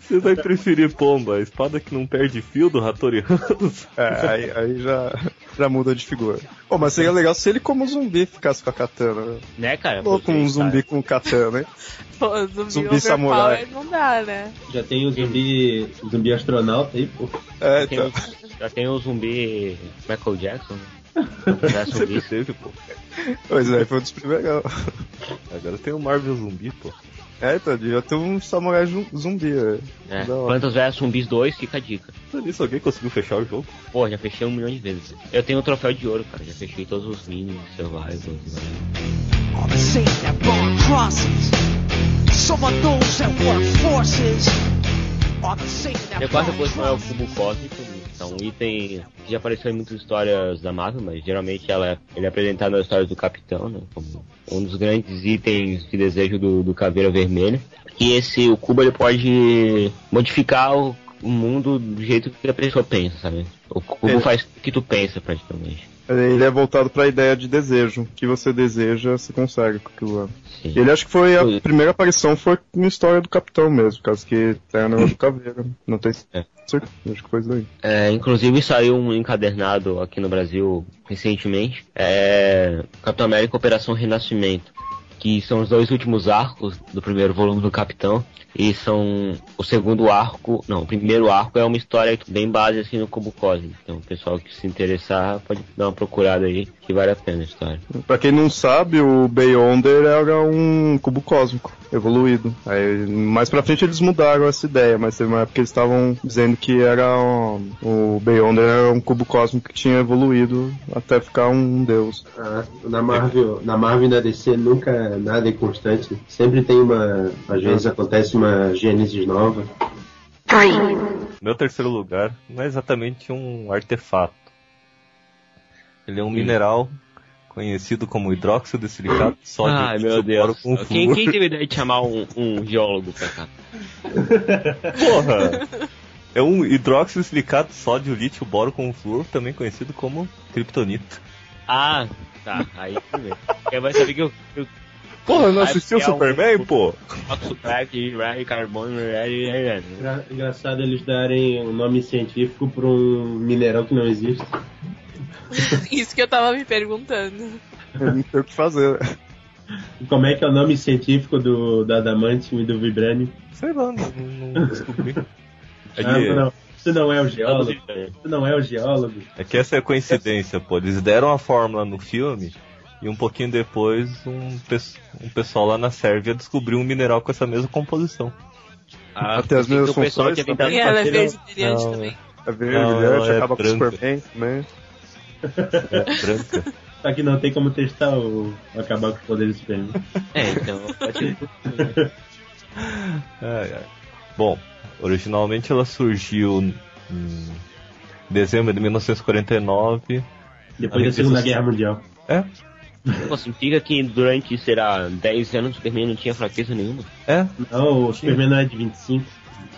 [SPEAKER 9] Você vai preferir, pomba, a espada que não perde fio do Hattori Hanzo?
[SPEAKER 8] É, aí, aí já, já muda de figura. Pô, mas seria legal se ele, como zumbi, ficasse com a katana. né?
[SPEAKER 2] Né, cara?
[SPEAKER 8] Ou com um
[SPEAKER 2] Vocês,
[SPEAKER 8] zumbi com katana, hein?
[SPEAKER 5] Pô, zumbi,
[SPEAKER 8] Zumbi
[SPEAKER 5] overpower
[SPEAKER 8] samurai.
[SPEAKER 5] não dá, né?
[SPEAKER 12] Já tem o zumbi, o zumbi astronauta aí, pô.
[SPEAKER 8] É,
[SPEAKER 2] tem
[SPEAKER 8] então.
[SPEAKER 2] o- Já tem o zumbi Michael Jackson. né? Já zumbi.
[SPEAKER 9] teve, pô.
[SPEAKER 8] Pois é, foi um dos primeiros.
[SPEAKER 9] Agora tem o Marvel zumbi, pô.
[SPEAKER 8] É, então, devia ter um samurai zum- zumbi, né? velho.
[SPEAKER 2] É.
[SPEAKER 8] Da hora.
[SPEAKER 2] Plantas vs Zumbis 2, fica a dica.
[SPEAKER 9] Por isso, alguém conseguiu fechar o jogo?
[SPEAKER 2] Pô, já fechei um milhão de vezes. Eu tenho o troféu de ouro, cara. Já fechei todos os minions, survivors. né?
[SPEAKER 13] All the saints that burn crosses. Some of those that work forces. All the saints that
[SPEAKER 2] Meu
[SPEAKER 13] burn
[SPEAKER 2] quarto posição é o Cubo Cósmico, que é um item que já apareceu em muitas histórias da Marvel, mas geralmente ela é- ele é apresentado nas histórias do Capitão, né? Como um dos grandes itens de desejo do, do Caveira Vermelha. E esse, o cubo, ele pode modificar o, o mundo do jeito que a pessoa pensa, sabe? O cubo
[SPEAKER 8] Ele-
[SPEAKER 2] faz o que tu pensa, praticamente.
[SPEAKER 8] Ele é voltado pra ideia de desejo. O que você deseja, você consegue com aquilo lá.
[SPEAKER 2] Sim.
[SPEAKER 8] Ele acho que foi a
[SPEAKER 2] Oi.
[SPEAKER 8] primeira aparição foi na história do Capitão mesmo, caso que tem a negócio do Caveira. Não tem
[SPEAKER 2] É.
[SPEAKER 8] certeza, acho que foi isso daí.
[SPEAKER 2] É, inclusive saiu um encadernado aqui no Brasil recentemente, é, Capitão América Operação Renascimento, que são os dois últimos arcos do primeiro volume do Capitão, e são o segundo arco, não, o primeiro arco é uma história bem base assim no Cubo Cósmico, então o pessoal que se interessar pode dar uma procurada aí, que vale a pena a história.
[SPEAKER 8] Pra quem não sabe, o Beyonder era um cubo cósmico evoluído. Aí, mais pra frente eles mudaram essa ideia, mas teve uma época que eles estavam dizendo que era um, o Beyonder era um cubo cósmico que tinha evoluído até ficar um deus.
[SPEAKER 12] Ah, na Marvel, na Marvel e na DC nunca nada é constante. Sempre tem uma. Às vezes acontece uma gênesis nova.
[SPEAKER 9] Meu terceiro lugar não é exatamente um artefato. Ele é um mineral conhecido como hidróxido de silicato de sódio.
[SPEAKER 2] Ai meu
[SPEAKER 9] isoporo
[SPEAKER 2] Deus,
[SPEAKER 9] com
[SPEAKER 2] quem,
[SPEAKER 9] flúor.
[SPEAKER 2] quem teve a ideia de chamar um, um geólogo pra cá?
[SPEAKER 9] Porra! É um hidróxido de silicato de sódio lítio boro com flúor, também conhecido como kryptonita.
[SPEAKER 2] Ah, tá, aí tudo bem. Quem vai saber que eu, eu
[SPEAKER 9] Porra, não
[SPEAKER 2] Vai
[SPEAKER 9] assistiu
[SPEAKER 2] criar um-
[SPEAKER 9] Superman, pô?
[SPEAKER 2] faço crack, raio, carbono, raio, raio, raio.
[SPEAKER 12] Engra- Engraçado eles darem um nome científico pra um mineral que não existe.
[SPEAKER 5] Isso que eu tava me perguntando.
[SPEAKER 8] Eu não sei o que fazer.
[SPEAKER 12] E como é que é o nome científico do, do Adamantium e do Vibranium?
[SPEAKER 9] Sei lá, não, não descobri. É
[SPEAKER 12] Ah,
[SPEAKER 9] que,
[SPEAKER 12] não. Você não é o geólogo? Você não é o geólogo?
[SPEAKER 9] é que essa é a coincidência, pô. Eles deram a fórmula no filme e um pouquinho depois um, pes- um pessoal lá na Sérvia descobriu um mineral com essa mesma composição.
[SPEAKER 2] Ah,
[SPEAKER 8] Até as
[SPEAKER 2] pensei
[SPEAKER 8] mesmas
[SPEAKER 2] que o pessoal
[SPEAKER 8] funções,
[SPEAKER 2] tinha
[SPEAKER 8] né?
[SPEAKER 2] tentado
[SPEAKER 5] e ela é
[SPEAKER 2] fazer
[SPEAKER 5] verde
[SPEAKER 2] um-
[SPEAKER 5] brilhante
[SPEAKER 9] não,
[SPEAKER 5] também.
[SPEAKER 8] É
[SPEAKER 9] Não,
[SPEAKER 8] verde, verde,
[SPEAKER 9] ela é
[SPEAKER 8] acaba com o
[SPEAKER 9] branca.
[SPEAKER 8] Superman também.
[SPEAKER 9] É, branca.
[SPEAKER 12] Só que não tem como testar o. acabar com os poderes do Superman.
[SPEAKER 2] É, então. pode ser.
[SPEAKER 9] Ai, ai. Bom, originalmente ela surgiu em dezembro de 1949.
[SPEAKER 12] Depois
[SPEAKER 9] A
[SPEAKER 12] da Segunda
[SPEAKER 9] revista-
[SPEAKER 12] Guerra Mundial.
[SPEAKER 9] É,
[SPEAKER 2] Pô, significa tipo assim, que durante, será, 10 anos o Superman não tinha fraqueza nenhuma?
[SPEAKER 9] é,
[SPEAKER 12] Não, o Superman não é de 25.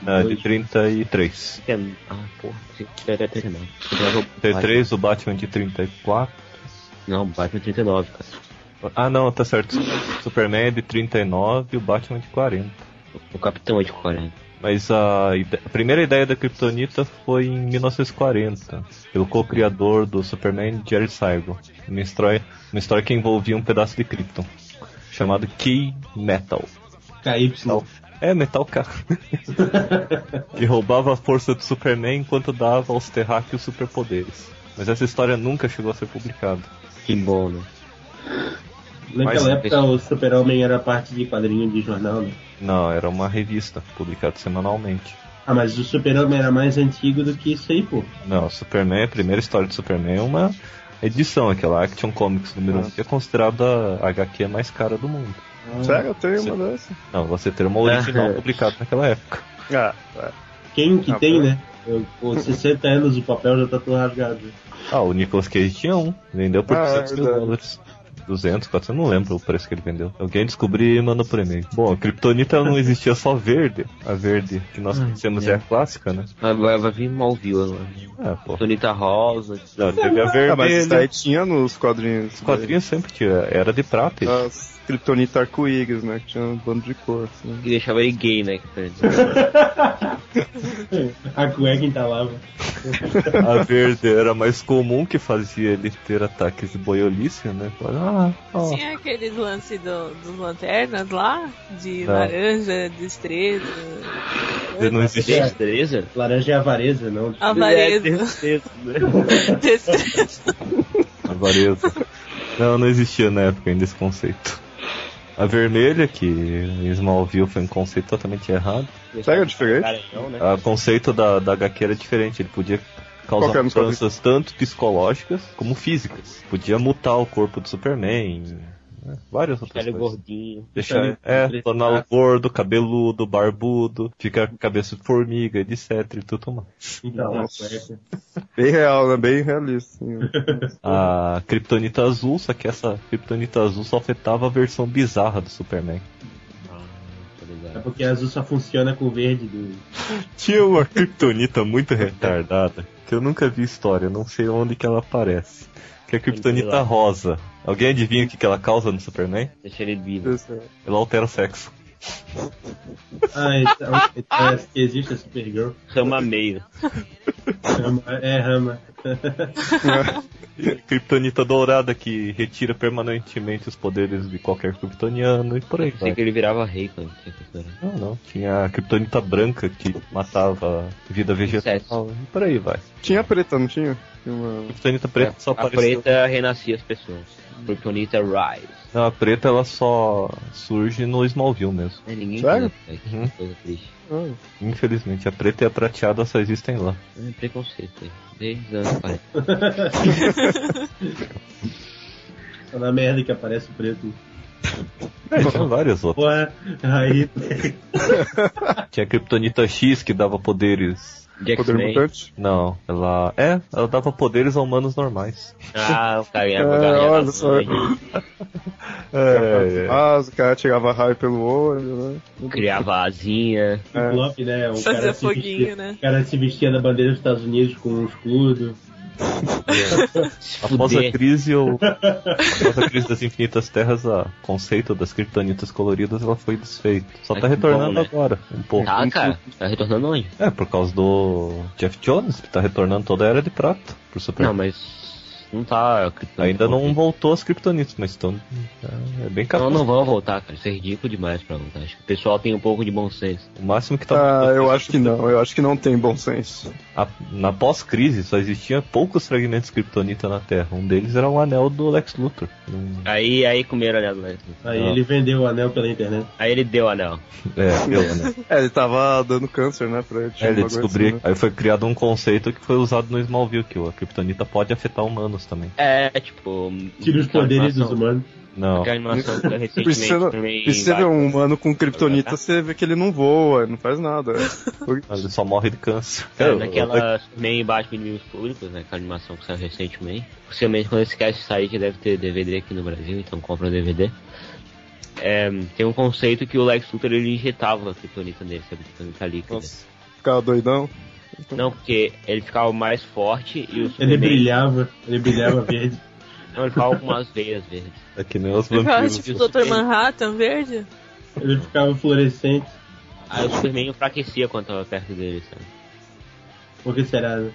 [SPEAKER 9] é de
[SPEAKER 12] 22.
[SPEAKER 9] 33.
[SPEAKER 2] Que é- Ah, porra, esse- era 39. Eu tava-
[SPEAKER 9] 33, o Batman de 34.
[SPEAKER 2] Não, Batman 39, cara.
[SPEAKER 9] Ah, não, tá certo. Superman é de 39 e o Batman é de 40.
[SPEAKER 2] O Capitão é de 40.
[SPEAKER 9] Mas a, ide- a primeira ideia da Kryptonita foi em 1940, pelo co-criador do Superman, Jerry Siegel. Uma história, uma história que envolvia um pedaço de Krypton, chamado Key Metal.
[SPEAKER 12] KY.
[SPEAKER 9] É, Metal K. que roubava a força do Superman enquanto dava aos terráqueos superpoderes. Mas essa história nunca chegou a ser publicada.
[SPEAKER 2] Que bom, né?
[SPEAKER 12] Naquela
[SPEAKER 9] Mas-
[SPEAKER 12] época o Super-Homem era parte de quadrinho de jornal, né?
[SPEAKER 9] Não, era uma revista publicada semanalmente.
[SPEAKER 12] Ah, mas o Super-Homem era mais antigo do que isso aí, pô.
[SPEAKER 9] Não, Superman, a primeira história do Superman é uma edição, aquela Action Comics número 1, que é considerada a HQ mais cara do mundo.
[SPEAKER 8] Sério, eu tenho
[SPEAKER 9] Sim.
[SPEAKER 8] uma dessa.
[SPEAKER 9] Não, você ter uma original
[SPEAKER 2] Ah, é.
[SPEAKER 9] publicada naquela época.
[SPEAKER 8] Ah,
[SPEAKER 12] Quem que
[SPEAKER 8] Ah,
[SPEAKER 12] tem,
[SPEAKER 8] pô.
[SPEAKER 12] né? Eu, com 60 anos o papel já tá todo rasgado.
[SPEAKER 9] Ah, o Nicolas Cage tinha um, vendeu por
[SPEAKER 8] Ah, é
[SPEAKER 9] 200 mil
[SPEAKER 8] verdade.
[SPEAKER 9] dólares. 200, 400, eu não lembro o preço que ele vendeu. Alguém descobriu e mandou por e-mail. Bom, a Kryptonita não existia só verde. A verde que nós
[SPEAKER 2] Ah,
[SPEAKER 9] conhecemos é
[SPEAKER 2] é.
[SPEAKER 9] a clássica, né?
[SPEAKER 2] Agora vai vir Malview agora.
[SPEAKER 9] É, pô.
[SPEAKER 2] Tonita Rosa.
[SPEAKER 9] Não, teve a
[SPEAKER 8] Ah, mas isso
[SPEAKER 9] vermelha.
[SPEAKER 8] daí tinha nos quadrinhos. Os
[SPEAKER 9] quadrinhos sempre tinha. Era de prata. isso.
[SPEAKER 8] As Kryptonita arco-íris, né? Que tinha um bando de cor. Assim.
[SPEAKER 2] Que deixava ele gay, né? que-
[SPEAKER 12] A cueca entalava.
[SPEAKER 9] A verde era mais comum que fazia ele ter ataques de boiolice, né? Ah, ó.
[SPEAKER 5] Tinha aqueles lance do, dos lanternas lá, de
[SPEAKER 9] Não.
[SPEAKER 5] laranja, destreza,
[SPEAKER 9] Ele não existia.
[SPEAKER 2] Destreza?
[SPEAKER 12] Laranja é avareza, não.
[SPEAKER 5] avareza. Destreza.
[SPEAKER 9] Avareza. Não, não existia na época ainda esse conceito. A vermelha, que em Smallville foi um conceito totalmente errado.
[SPEAKER 8] Sabe a diferença?
[SPEAKER 2] Garanhão, né?
[SPEAKER 9] O conceito da, da HQ era diferente, ele podia
[SPEAKER 8] Qual que
[SPEAKER 9] causar
[SPEAKER 8] era o seu
[SPEAKER 9] mudanças tanto psicológicas como físicas. Podia mutar o corpo do Superman, né? várias outras
[SPEAKER 2] Deixar ele
[SPEAKER 9] coisas.
[SPEAKER 2] gordinho.
[SPEAKER 9] Deixar ele, é, torná-lo gordo, cabeludo, barbudo, ficar com a cabeça de formiga, etc e tudo mais.
[SPEAKER 12] Entalava Então, a
[SPEAKER 8] Nossa.
[SPEAKER 12] cueca.
[SPEAKER 8] Bem real, né? Bem realista. assim.
[SPEAKER 9] A Kryptonita Azul, só que essa Kryptonita Azul só afetava a versão bizarra do Superman.
[SPEAKER 2] Tá
[SPEAKER 12] É
[SPEAKER 2] ligado?
[SPEAKER 12] porque azul só funciona com o verde do.
[SPEAKER 9] Tinha uma Kryptonita muito retardada, que eu nunca vi história, não sei onde que ela aparece. Que é a Kryptonita Rosa. Alguém adivinha o que, que ela causa no Superman?
[SPEAKER 2] Deixar ele vivo.
[SPEAKER 8] Isso, é.
[SPEAKER 9] Ela altera o sexo.
[SPEAKER 12] Ah, então, então é que existe a Supergirl.
[SPEAKER 2] Rama meio.
[SPEAKER 12] Rama- É rama.
[SPEAKER 9] E a Kryptonita Dourada, que retira permanentemente os poderes de qualquer kryptoniano e por aí
[SPEAKER 2] Pensei
[SPEAKER 9] vai.
[SPEAKER 2] que ele virava rei quando tinha que esperar.
[SPEAKER 9] Não, não. Tinha a Kryptonita Branca, que matava vida vegetal
[SPEAKER 2] Insetos.
[SPEAKER 9] e por aí vai.
[SPEAKER 8] Tinha preta, não tinha? Tinha uma-
[SPEAKER 9] Kryptonita Preta só
[SPEAKER 2] É, a
[SPEAKER 9] apareceu...
[SPEAKER 2] preta renascia as pessoas. Kryptonita Rise.
[SPEAKER 9] Não, a preta ela só surge no Smallville mesmo.
[SPEAKER 2] É, ninguém
[SPEAKER 8] Sério?
[SPEAKER 2] conhece, cara, que
[SPEAKER 9] Uhum.
[SPEAKER 2] coisa triste.
[SPEAKER 8] Ah,
[SPEAKER 9] Infelizmente, a preta e a prateada só existem lá.
[SPEAKER 2] É preconceito aí. Desde os anos 40.
[SPEAKER 12] Só na É merda que aparece o preto.
[SPEAKER 9] É, tinha várias outras.
[SPEAKER 12] Porra, aí.
[SPEAKER 9] Tinha a Kryptonita X que dava poderes.
[SPEAKER 2] De
[SPEAKER 8] Poder
[SPEAKER 2] X-Men.
[SPEAKER 8] mutante?
[SPEAKER 9] Não, ela. É, ela dava poderes a humanos normais.
[SPEAKER 2] Ah, o cara ia
[SPEAKER 8] É,
[SPEAKER 2] jogar
[SPEAKER 8] olha
[SPEAKER 2] relação,
[SPEAKER 8] só.
[SPEAKER 2] né?
[SPEAKER 9] É,
[SPEAKER 8] Ah, o cara tirava raio pelo olho, né?
[SPEAKER 2] Criava asinha.
[SPEAKER 8] É.
[SPEAKER 12] O Flop, né? O
[SPEAKER 5] Fazer
[SPEAKER 12] cara, se
[SPEAKER 5] foguinho,
[SPEAKER 12] vestia,
[SPEAKER 5] né?
[SPEAKER 12] o cara se vestia da bandeira dos Estados Unidos com um escudo.
[SPEAKER 2] Se
[SPEAKER 9] Após a
[SPEAKER 2] fuder.
[SPEAKER 9] crise, o... após a crise das infinitas terras, o conceito das Kryptonitas coloridas ela foi desfeito. Só
[SPEAKER 2] Ai,
[SPEAKER 9] tá
[SPEAKER 2] que
[SPEAKER 9] retornando
[SPEAKER 2] bom, né?
[SPEAKER 9] agora, um pouco.
[SPEAKER 2] Tá, cara. Tá retornando onde?
[SPEAKER 9] É, por causa do Jeff Jones, que tá retornando toda a era de prata pro Super
[SPEAKER 2] Não, mas. Não tá. a Kryptonita
[SPEAKER 9] Ainda não
[SPEAKER 2] voltando.
[SPEAKER 9] voltou as Kryptonitas, mas estão. É bem capaz.
[SPEAKER 2] Não, não vão voltar, cara. Isso é ridículo demais pra voltar. Acho que o pessoal tem um pouco de bom senso.
[SPEAKER 9] O máximo que tá.
[SPEAKER 8] Ah, eu acho que não. Eu acho que não tem bom senso.
[SPEAKER 9] A- na pós-crise só existiam poucos fragmentos de Kryptonita na Terra. Um deles era o anel do Lex Luthor. Hum,
[SPEAKER 2] Aí, aí comeram o anel do Lex.
[SPEAKER 12] Aí
[SPEAKER 9] Não.
[SPEAKER 12] ele vendeu o anel pela internet.
[SPEAKER 2] Aí ele deu o anel.
[SPEAKER 9] É, deu o anel.
[SPEAKER 8] É, ele tava dando câncer, né? Pra ele,
[SPEAKER 9] É, ele
[SPEAKER 8] um bagulho
[SPEAKER 9] descobriu.
[SPEAKER 8] assim, né?
[SPEAKER 9] Aí foi criado um conceito que foi usado no Smallville, que a Kryptonita pode afetar humanos também.
[SPEAKER 2] É, tipo.
[SPEAKER 12] Tira os
[SPEAKER 2] aquela
[SPEAKER 12] poderes dos
[SPEAKER 2] animação-
[SPEAKER 12] humanos.
[SPEAKER 9] Não.
[SPEAKER 2] Aquela animação que eu recentemente
[SPEAKER 8] Precisa,
[SPEAKER 2] também
[SPEAKER 8] precisa ver
[SPEAKER 2] vai-
[SPEAKER 8] um humano com kryptonita, você vê que ele não voa, não faz nada.
[SPEAKER 9] mas Ele só morre de câncer.
[SPEAKER 2] É,
[SPEAKER 9] Cara, eu-
[SPEAKER 2] naquela meio embaixo de inimigos públicos, né? Aquela animação que saiu recentemente. Possivelmente quando esse cast sair, já deve ter DVD aqui no Brasil, então compra o DVD. É, tem um conceito que o Lex Luthor ele injetava a criptonita nele, sabe? A criptonita líquida.
[SPEAKER 8] Nossa,
[SPEAKER 2] né?
[SPEAKER 8] ficava doidão.
[SPEAKER 2] Não, porque ele ficava mais forte e o
[SPEAKER 12] Ele
[SPEAKER 2] Superman...
[SPEAKER 12] brilhava, ele brilhava verde.
[SPEAKER 2] Não, ele ficava com umas veias verdes.
[SPEAKER 9] É que nem os
[SPEAKER 5] Ficava
[SPEAKER 9] vampiros.
[SPEAKER 5] tipo o Dr. Manhattan verde.
[SPEAKER 12] Ele ficava fluorescente.
[SPEAKER 2] Aí o Superman enfraquecia quando tava perto dele, sabe?
[SPEAKER 12] Por que será? né?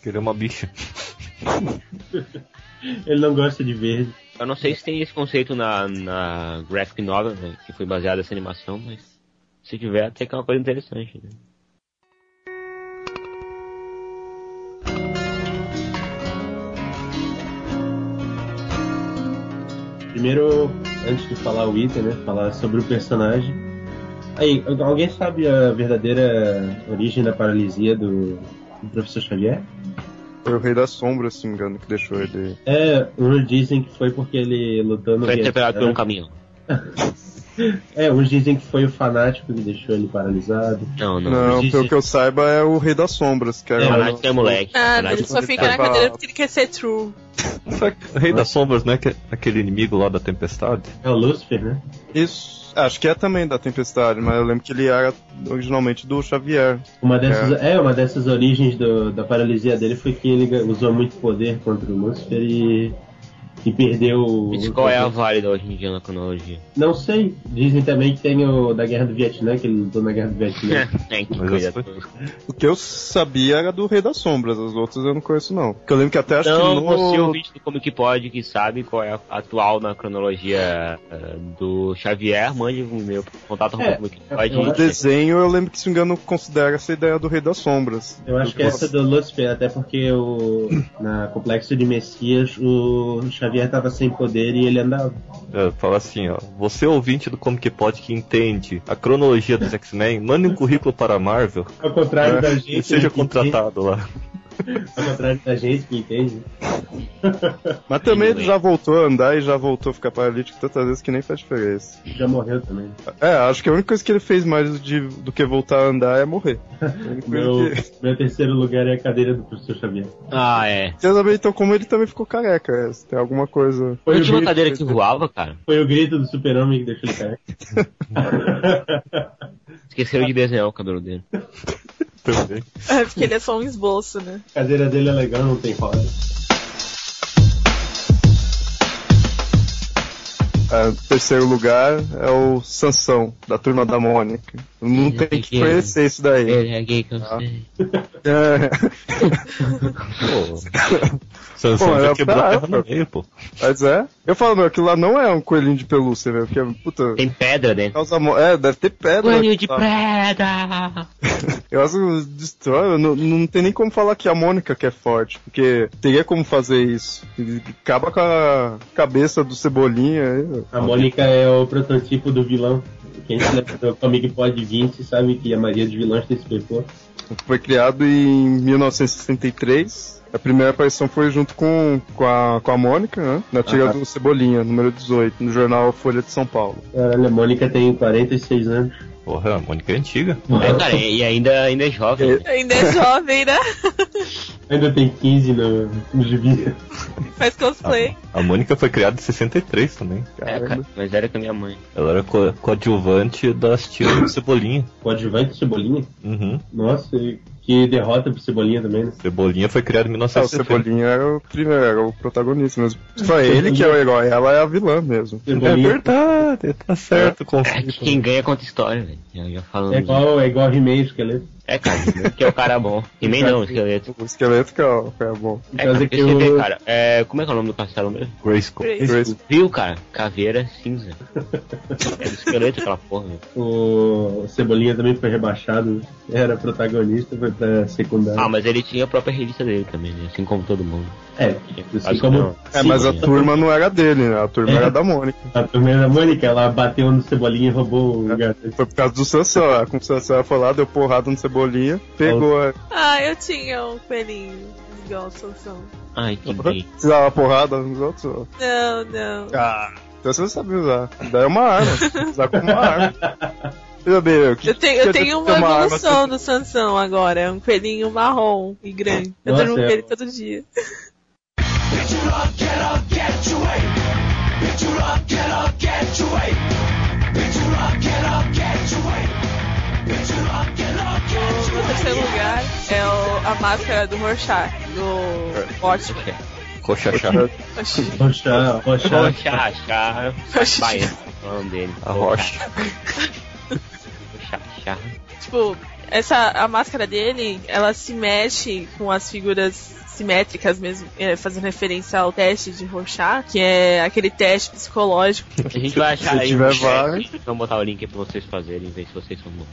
[SPEAKER 9] Queria uma bicha.
[SPEAKER 12] Ele não gosta de verde.
[SPEAKER 2] Eu não sei se tem esse conceito na, na graphic novel, né, que foi baseada essa animação, mas se tiver, até que é uma coisa interessante. Né?
[SPEAKER 12] Primeiro, antes de falar o item, né? Falar sobre o personagem. Aí, alguém sabe a verdadeira origem da paralisia do, do professor Xavier?
[SPEAKER 8] Foi o Rei da Sombra, se não me engano, que deixou ele.
[SPEAKER 12] É, uns dizem que foi porque ele lutou no
[SPEAKER 2] Foi um
[SPEAKER 12] Vietnã. né?
[SPEAKER 2] interpretado por um caminhão.
[SPEAKER 12] É, uns dizem que foi o fanático que deixou ele paralisado.
[SPEAKER 2] Não,
[SPEAKER 8] Não, pelo que eu saiba é o Rei das Sombras, que é,
[SPEAKER 2] Fanático é moleque.
[SPEAKER 5] Ah, ele só
[SPEAKER 2] Tá
[SPEAKER 5] fica na cadeira porque ele quer ser true.
[SPEAKER 4] Rei das Sombras, né? Que é aquele inimigo lá da tempestade.
[SPEAKER 12] É o Lúcifer, né?
[SPEAKER 8] Isso. Acho que é também da Tempestade, mas eu lembro que ele era originalmente do Xavier.
[SPEAKER 12] Uma dessas, é. uma dessas origens do- da paralisia dele foi que ele ga- usou muito poder contra o Lúcifer e, e perdeu. o-
[SPEAKER 2] Mas qual é a válida hoje em dia na cronologia?
[SPEAKER 12] Não sei. Dizem também que tem o da Guerra do Vietnã, que ele lutou na Guerra do Vietnã.
[SPEAKER 2] É, que
[SPEAKER 8] Mas
[SPEAKER 2] coisa
[SPEAKER 8] essa
[SPEAKER 2] toda.
[SPEAKER 8] O que eu sabia era do Rei das Sombras, as outras eu não conheço não. Porque eu lembro que até acho
[SPEAKER 2] Então,
[SPEAKER 8] que no...
[SPEAKER 2] você ouvinte do Comic Pod que sabe qual é a atual na cronologia eh, do Xavier, mande um e-mail pro contato arroba
[SPEAKER 12] É,
[SPEAKER 2] Comic
[SPEAKER 8] No
[SPEAKER 2] Pod.
[SPEAKER 8] desenho, eu lembro que, se não me engano, considera essa ideia do Rei das Sombras.
[SPEAKER 12] Eu acho que essa é do Lucifer, até porque o, na Complexo de Messias o Xavier estava sem poder e ele andava.
[SPEAKER 4] É, fala assim, ó. Você ouvinte do Comic Pod que entende a cronologia dos X-Men, mande um currículo para a Marvel.
[SPEAKER 12] Ao contrário
[SPEAKER 4] né,
[SPEAKER 12] da gente.
[SPEAKER 4] E seja
[SPEAKER 12] que
[SPEAKER 4] contratado lá.
[SPEAKER 12] entende- Ao contrário da gente que entende.
[SPEAKER 8] Mas também ele já voltou a andar e já voltou a ficar paralítico tantas vezes que nem faz diferença.
[SPEAKER 12] Já morreu também.
[SPEAKER 8] É, acho que a única coisa que ele fez mais de- do que voltar a andar é morrer.
[SPEAKER 12] Meu, meu terceiro lugar é a cadeira do professor Xavier.
[SPEAKER 2] Ah, é.
[SPEAKER 8] Você sabe, então, como ele também ficou careca, é, se tem alguma coisa...
[SPEAKER 12] Foi
[SPEAKER 2] Eu
[SPEAKER 12] o,
[SPEAKER 2] tinha uma
[SPEAKER 12] grito,
[SPEAKER 2] cadeira que voava, cara.
[SPEAKER 12] foi o grito do super-homem que deixou ele cair.
[SPEAKER 2] Esqueceram de desenhar o cabelo dele.
[SPEAKER 4] Também.
[SPEAKER 5] É, porque ele é só um esboço, né?
[SPEAKER 12] A cadeira dele é legal, não tem roda.
[SPEAKER 8] É, o terceiro lugar é o Sansão, da Turma da Mônica. Não tem que conhecer isso daí.
[SPEAKER 2] Ele é gay que eu sei.
[SPEAKER 8] É.
[SPEAKER 4] Pô. Sansão
[SPEAKER 8] Pô,
[SPEAKER 4] já
[SPEAKER 8] é
[SPEAKER 4] quebrou a
[SPEAKER 8] pra-
[SPEAKER 4] terra no meio, pô.
[SPEAKER 8] Mas é. Eu falo, meu, aquilo lá não é um coelhinho de pelúcia, velho. Porque, puta,
[SPEAKER 12] É.
[SPEAKER 2] Tem pedra dentro.
[SPEAKER 8] causa mo- É, deve ter pedra.
[SPEAKER 2] Coelho de
[SPEAKER 8] naquilo lá.
[SPEAKER 2] pedra!
[SPEAKER 8] Eu acho que destrói, não, não tem nem como falar que a Mônica que é forte, porque teria como fazer isso. Ele acaba com a cabeça do Cebolinha. aí,
[SPEAKER 12] A Mônica é o prototipo do vilão. Quem se lembra do Comic Pod 20 sabe que a maioria dos vilões tem superpoder.
[SPEAKER 8] Foi criado em 1963. A primeira aparição foi junto com, com, a, com a Mônica, né? Na tira
[SPEAKER 12] Aham.
[SPEAKER 8] do Cebolinha, número 18, no jornal Folha de São Paulo.
[SPEAKER 12] Caralho, a Mônica tem 46 anos.
[SPEAKER 4] Porra, a Mônica é antiga.
[SPEAKER 2] É, cara, e ainda, ainda é jovem. né?
[SPEAKER 5] Ainda é jovem, né?
[SPEAKER 12] Ainda tem 15 no, no gibi.
[SPEAKER 5] Faz cosplay.
[SPEAKER 4] A Mônica foi criada em 63 também.
[SPEAKER 2] É, cara, mas era com a minha mãe.
[SPEAKER 4] Ela era co coadjuvante das tiras do Cebolinha.
[SPEAKER 12] Coadjuvante Cebolinha?
[SPEAKER 4] Uhum.
[SPEAKER 12] Nossa, e que derrota pro Cebolinha também, né?
[SPEAKER 4] Cebolinha foi criada em
[SPEAKER 12] Tá
[SPEAKER 8] Ah, o
[SPEAKER 4] 1960.
[SPEAKER 8] Cebolinha era o primeiro, era o protagonista mesmo. Foi ele que é o herói, ela é a vilã mesmo.
[SPEAKER 4] É
[SPEAKER 12] Cebolinha
[SPEAKER 4] verdade, tá certo.
[SPEAKER 2] É
[SPEAKER 4] confio.
[SPEAKER 2] que quem ganha conta história, velho. Já, já falando.
[SPEAKER 12] é igual, é igual He-Man Esqueleto.
[SPEAKER 2] É, cara, que é o cara bom. E nem não, esqueleto.
[SPEAKER 8] O esqueleto que é, o- que é bom.
[SPEAKER 12] Por
[SPEAKER 2] É,
[SPEAKER 12] causa
[SPEAKER 2] cara,
[SPEAKER 12] que
[SPEAKER 2] deixa eu ver,
[SPEAKER 12] o,
[SPEAKER 2] cara. É, como é que é o nome do castelo mesmo?
[SPEAKER 4] Grayskull.
[SPEAKER 8] Grace.
[SPEAKER 2] Viu, cara? Caveira cinza. É do esqueleto aquela porra, né? velho.
[SPEAKER 12] o Cebolinha também foi rebaixado. Era protagonista, foi pra secundária.
[SPEAKER 2] Ah, mas ele tinha a própria revista dele também, né? Assim como todo mundo.
[SPEAKER 12] é,
[SPEAKER 2] acho
[SPEAKER 12] assim
[SPEAKER 2] que
[SPEAKER 12] como
[SPEAKER 2] não.
[SPEAKER 8] É,
[SPEAKER 12] Sim,
[SPEAKER 8] mas a
[SPEAKER 2] sim.
[SPEAKER 8] turma não era dele, né? A turma
[SPEAKER 12] É.
[SPEAKER 8] era da Mônica.
[SPEAKER 12] a primeira Mônica, ela bateu no Cebolinha e roubou
[SPEAKER 8] É.
[SPEAKER 12] o gato.
[SPEAKER 8] Foi por causa do Sansão, é. Como o Sansão foi lá, deu porrada no Cebolinha, pegou, é.
[SPEAKER 5] Ah, eu tinha um coelhinho. Igual o Sansão.
[SPEAKER 2] Ai, que gay.
[SPEAKER 8] precisava porrada nos outros. ó.
[SPEAKER 5] Não, não.
[SPEAKER 8] Ah, então você sabe usar. Daí é uma arma, usar como uma arma. Veja bem, o que
[SPEAKER 5] Eu tenho, eu
[SPEAKER 8] que
[SPEAKER 5] tenho
[SPEAKER 8] ter
[SPEAKER 5] uma evolução
[SPEAKER 8] arma?
[SPEAKER 5] do Sansão agora. É um coelhinho marrom e grande. Eu
[SPEAKER 12] Nossa,
[SPEAKER 5] durmo com
[SPEAKER 12] é-
[SPEAKER 5] ele todo dia. O meu terceiro lugar é o- a máscara do Rorschach, do Watchmen.
[SPEAKER 4] Coxa chá.
[SPEAKER 5] Oxi,
[SPEAKER 12] Rocha, Rocha.
[SPEAKER 2] Rocha, achar.
[SPEAKER 5] Rocha.
[SPEAKER 2] Vai, o nome dele.
[SPEAKER 4] A rocha.
[SPEAKER 2] Rocha, achar.
[SPEAKER 5] tipo, essa, a máscara dele, ela se mexe com as figuras simétricas mesmo, é, fazendo referência ao teste de Rorschach, que é aquele teste psicológico
[SPEAKER 2] A gente vai achar
[SPEAKER 8] Se
[SPEAKER 2] aí.
[SPEAKER 8] tiver
[SPEAKER 2] um chat,
[SPEAKER 8] vaga.
[SPEAKER 2] Vamos botar o link aí pra vocês fazerem, ver se vocês são bons.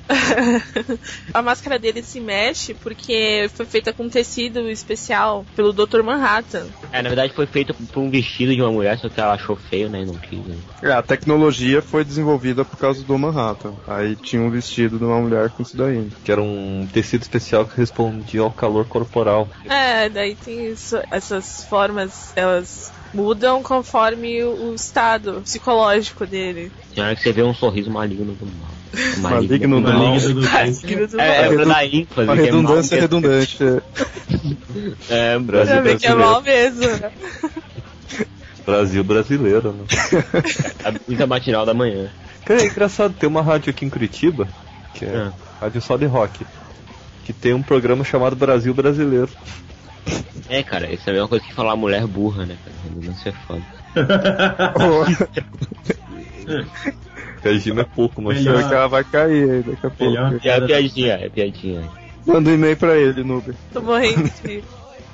[SPEAKER 5] a máscara dele se mexe porque foi feita com tecido especial pelo Dr. Manhattan.
[SPEAKER 2] É, na verdade foi feito por um vestido de uma mulher, só que ela achou feio, né? E não quis. Né?
[SPEAKER 8] É, a tecnologia foi desenvolvida por causa do Manhattan. Aí tinha um vestido de uma mulher com isso daí.
[SPEAKER 4] Que era um tecido especial que respondia ao calor corporal.
[SPEAKER 5] É, daí tem isso, essas formas, elas mudam conforme o estado psicológico dele.
[SPEAKER 2] Tem hora que você vê um sorriso maligno do mal.
[SPEAKER 8] Maligno do mal.
[SPEAKER 5] Maligno do
[SPEAKER 2] É, é
[SPEAKER 5] mal.
[SPEAKER 2] pra dar
[SPEAKER 8] A
[SPEAKER 2] ênfase. que é mal,
[SPEAKER 8] redundância é
[SPEAKER 2] que
[SPEAKER 8] redundante.
[SPEAKER 2] É,
[SPEAKER 5] Pra
[SPEAKER 9] Brasil
[SPEAKER 5] ver que é mal
[SPEAKER 9] brasileiro.
[SPEAKER 5] mesmo.
[SPEAKER 9] Brasil brasileiro, né?
[SPEAKER 2] A brisa matinal da manhã.
[SPEAKER 9] Cara, é engraçado, tem uma rádio aqui em Curitiba, que é,
[SPEAKER 4] Ah.
[SPEAKER 9] rádio só de rock, que tem um programa chamado Brasil Brasileiro.
[SPEAKER 2] É, cara, isso é a mesma coisa que falar mulher burra, né, cara? Redundância é foda.
[SPEAKER 9] Imagina é pouco, mas
[SPEAKER 8] Melhor. Vai que ela vai cair aí daqui a pouco.
[SPEAKER 2] É piadinha, é piadinha.
[SPEAKER 8] Manda um e-mail pra ele, Nube.
[SPEAKER 5] Tô morrendo de.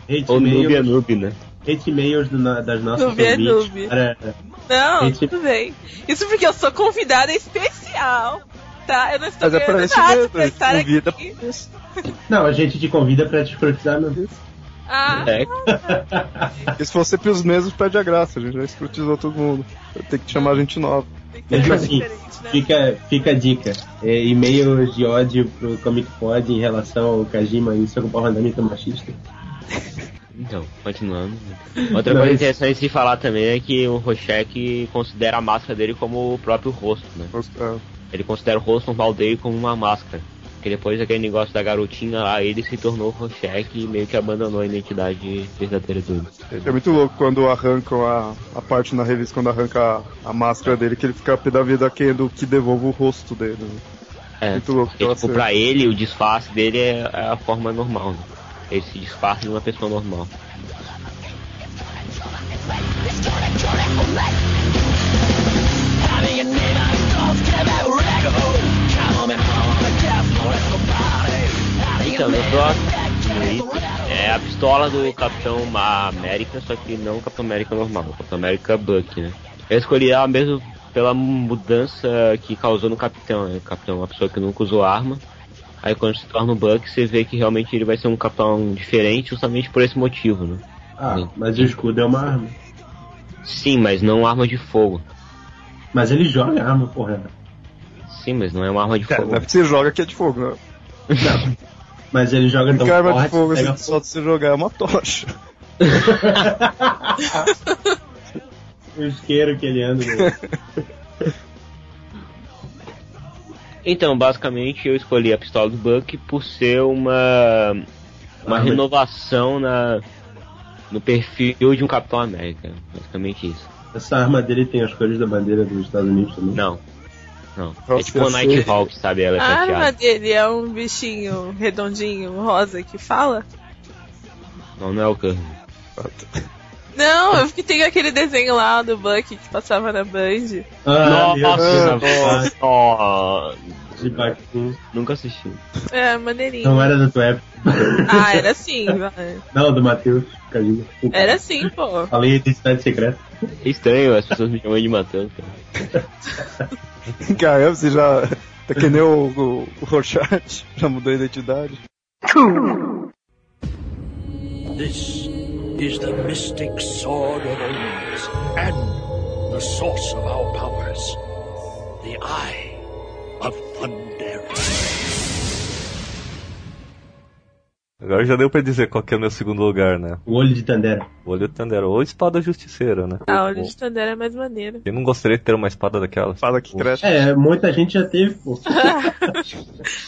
[SPEAKER 12] Hate
[SPEAKER 2] Ou noob é
[SPEAKER 12] mails,
[SPEAKER 2] noob, né?
[SPEAKER 12] hate mails do na- das nossas
[SPEAKER 5] Noob é
[SPEAKER 12] ouvintes
[SPEAKER 5] noob.
[SPEAKER 12] para-
[SPEAKER 5] Não,
[SPEAKER 12] Gente-
[SPEAKER 5] tudo bem. Isso porque eu sou convidada especial, tá? Eu não estou
[SPEAKER 12] Mas é pra
[SPEAKER 5] ganhando
[SPEAKER 12] isso
[SPEAKER 5] nada
[SPEAKER 12] mesmo,
[SPEAKER 5] pra estar aqui.
[SPEAKER 12] convida Não, a gente te convida pra te escrotizar mesmo.
[SPEAKER 5] Ah,
[SPEAKER 12] É,
[SPEAKER 2] É.
[SPEAKER 8] E se for sempre os mesmos, perde a graça. A gente já escrutizou todo mundo. Tem que chamar gente nova.
[SPEAKER 5] então É
[SPEAKER 12] Mesmo assim,
[SPEAKER 5] né?
[SPEAKER 12] fica, fica a dica. É, e-mails de ódio pro Comic Pod em relação ao Kajima e seu comportamento machista.
[SPEAKER 2] Então, continuando. Outra
[SPEAKER 12] Não,
[SPEAKER 2] coisa
[SPEAKER 12] isso-
[SPEAKER 2] interessante de se falar também é que o Rochek considera a máscara dele como o próprio rosto, né?
[SPEAKER 8] é,
[SPEAKER 2] Ele considera o rosto normal dele como uma máscara. Porque depois daquele negócio da garotinha lá, ele se tornou o Rochek e meio que abandonou a identidade verdadeira dele.
[SPEAKER 8] É muito louco quando arrancam a, a parte na revista, quando arranca a, a máscara dele, que ele fica a pé da vida querendo que devolva o rosto dele. né?
[SPEAKER 2] É,
[SPEAKER 8] Muito louco
[SPEAKER 2] porque,
[SPEAKER 8] aquela
[SPEAKER 2] tipo,
[SPEAKER 8] cena.
[SPEAKER 2] pra ele, o disfarce dele é é a forma normal, né? Ele se disfarça de uma pessoa normal. Então, meu próximo é a pistola do Capitão América, só que não o Capitão América normal, o Capitão América Buck, né? Eu escolhi ela mesmo pela mudança que causou no Capitão, né? O Capitão é uma pessoa que nunca usou arma. Aí quando se torna o Buck, você vê que realmente ele vai ser um capitão diferente justamente por esse motivo, né?
[SPEAKER 12] Ah, mas o escudo é uma arma.
[SPEAKER 2] Sim, mas não arma de fogo.
[SPEAKER 12] Mas ele joga arma, porra.
[SPEAKER 2] Sim, mas não é uma arma de
[SPEAKER 8] Cara,
[SPEAKER 2] fogo.
[SPEAKER 8] não é porque você joga que é de fogo, né?
[SPEAKER 12] Mas ele joga tão
[SPEAKER 8] Que arma de
[SPEAKER 12] forte,
[SPEAKER 8] fogo,
[SPEAKER 12] pega
[SPEAKER 8] assim, só de você jogar é uma tocha.
[SPEAKER 12] o isqueiro que ele anda. né?
[SPEAKER 2] Então, basicamente, eu escolhi a pistola do Buck por ser uma uma
[SPEAKER 12] Ah, mas-
[SPEAKER 2] renovação na no perfil de um Capitão América, basicamente isso.
[SPEAKER 12] Essa arma dele tem as cores da bandeira dos Estados Unidos também.
[SPEAKER 2] Não. Não.
[SPEAKER 12] Nossa,
[SPEAKER 2] é tipo
[SPEAKER 12] eu
[SPEAKER 2] a
[SPEAKER 12] sei.
[SPEAKER 2] Nighthawk, sabe? Ela é
[SPEAKER 5] a arma
[SPEAKER 2] prateada.
[SPEAKER 5] dele é um bichinho redondinho, rosa, que fala?
[SPEAKER 2] Não, não é o Kirby.
[SPEAKER 5] Não, eu que tem aquele desenho lá do Buck que passava na Band.
[SPEAKER 2] Nossa,
[SPEAKER 12] Ah, meu
[SPEAKER 2] nossa,
[SPEAKER 12] Deus.
[SPEAKER 2] nossa.
[SPEAKER 12] Bacon.
[SPEAKER 2] Nunca assisti.
[SPEAKER 5] É, maneirinho.
[SPEAKER 12] Não era da tua época.
[SPEAKER 5] Ah, era sim, vai.
[SPEAKER 12] Não, do Matheus. Kajima.
[SPEAKER 5] Era sim, pô.
[SPEAKER 12] Falei identidade secreta.
[SPEAKER 2] É estranho, as pessoas me chamam de Matheus, cara.
[SPEAKER 8] Caramba, você já. Tá que nem o, o, o Rorschach, já mudou a identidade.
[SPEAKER 15] This is the mystic sword of omens and the source of our powers. The Eye of Thunder.
[SPEAKER 9] Agora já deu pra dizer qual que é o meu segundo lugar, né?
[SPEAKER 12] O olho de Tandera.
[SPEAKER 9] O olho de Tandera, ou espada justiceira, né?
[SPEAKER 5] A olho de Tandera é mais maneiro.
[SPEAKER 9] Eu não gostaria de ter uma espada daquela. Espada que cresce.
[SPEAKER 12] É, muita gente já teve, pô.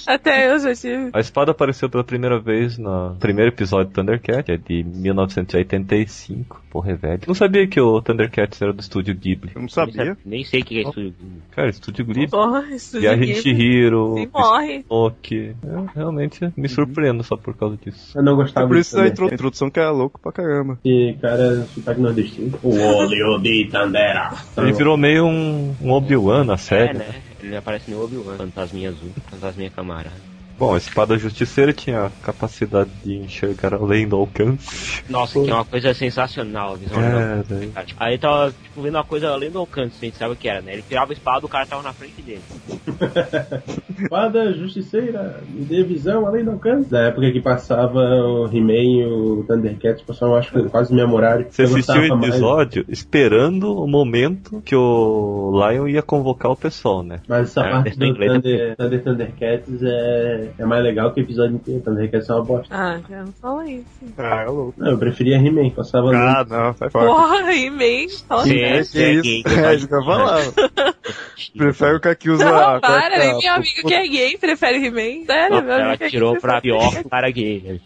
[SPEAKER 5] Até eu já tive.
[SPEAKER 9] A espada apareceu pela primeira vez no primeiro episódio do Thundercat, que é de 1985. Porra, é velho. Não sabia que o Thundercats era do estúdio Ghibli.
[SPEAKER 8] Eu não
[SPEAKER 2] Nem, sei o que é estúdio Ghibli.
[SPEAKER 9] Cara, estúdio Ghibli.
[SPEAKER 5] Porra, isso
[SPEAKER 9] Viagem de Chihiro,
[SPEAKER 5] Se morre.
[SPEAKER 9] Ok. Eu realmente
[SPEAKER 12] Uhum.
[SPEAKER 9] me surpreendo só por causa disso.
[SPEAKER 12] Eu não gostava
[SPEAKER 8] É por isso a
[SPEAKER 12] disso
[SPEAKER 8] intro- introdução que é louco pra caramba.
[SPEAKER 12] E, cara, sotaque nordestino. Então, O óleo de Tandera.
[SPEAKER 9] Ele virou meio um, um Obi-Wan na série.
[SPEAKER 2] É, né? Ele aparece no Obi-Wan. Fantasminha azul, fantasminha camarada.
[SPEAKER 9] Bom, a espada justiceira tinha a capacidade de enxergar além do alcance.
[SPEAKER 2] Nossa, que é uma coisa sensacional.
[SPEAKER 12] É, né?
[SPEAKER 9] Cara,
[SPEAKER 2] visualmente. Cara, tipo, aí tava tipo, vendo uma coisa além do alcance, a gente sabe o que era, né? Ele tirava a espada, o cara tava na frente dele.
[SPEAKER 12] Espada Justiceira, me dê visão além do alcance. Da época que passava o He-Man e o Thundercats, passavam acho que quase no mesmo horário.
[SPEAKER 9] Você
[SPEAKER 12] Eu
[SPEAKER 9] assistiu
[SPEAKER 12] gostava
[SPEAKER 9] o
[SPEAKER 12] mais.
[SPEAKER 9] episódio esperando o momento que o Lion ia convocar o pessoal, né?
[SPEAKER 12] Mas essa
[SPEAKER 9] É, tem
[SPEAKER 12] parte do
[SPEAKER 9] inglês,
[SPEAKER 12] Thunder, Thunder Thundercats é é, é mais legal que o episódio inteiro. Thundercats é uma bosta.
[SPEAKER 5] Ah, já não fala isso.
[SPEAKER 12] Ah, é louco. Não, eu preferia He-Man, passava
[SPEAKER 8] Ah, não, sai fora.
[SPEAKER 5] Porra, e-mail. Nossa,
[SPEAKER 8] Sim, é,
[SPEAKER 5] cara.
[SPEAKER 8] que isso. É, isso que eu ia falar. Prefere o cara que usa.
[SPEAKER 5] Não,
[SPEAKER 8] qual é
[SPEAKER 5] para,
[SPEAKER 8] que é?
[SPEAKER 5] meu amigo que é gay prefere He-Man. Sério, meu
[SPEAKER 2] Ela
[SPEAKER 5] amigo. que é
[SPEAKER 2] tirou
[SPEAKER 5] gay
[SPEAKER 2] pra
[SPEAKER 5] prefere
[SPEAKER 2] pior para gay.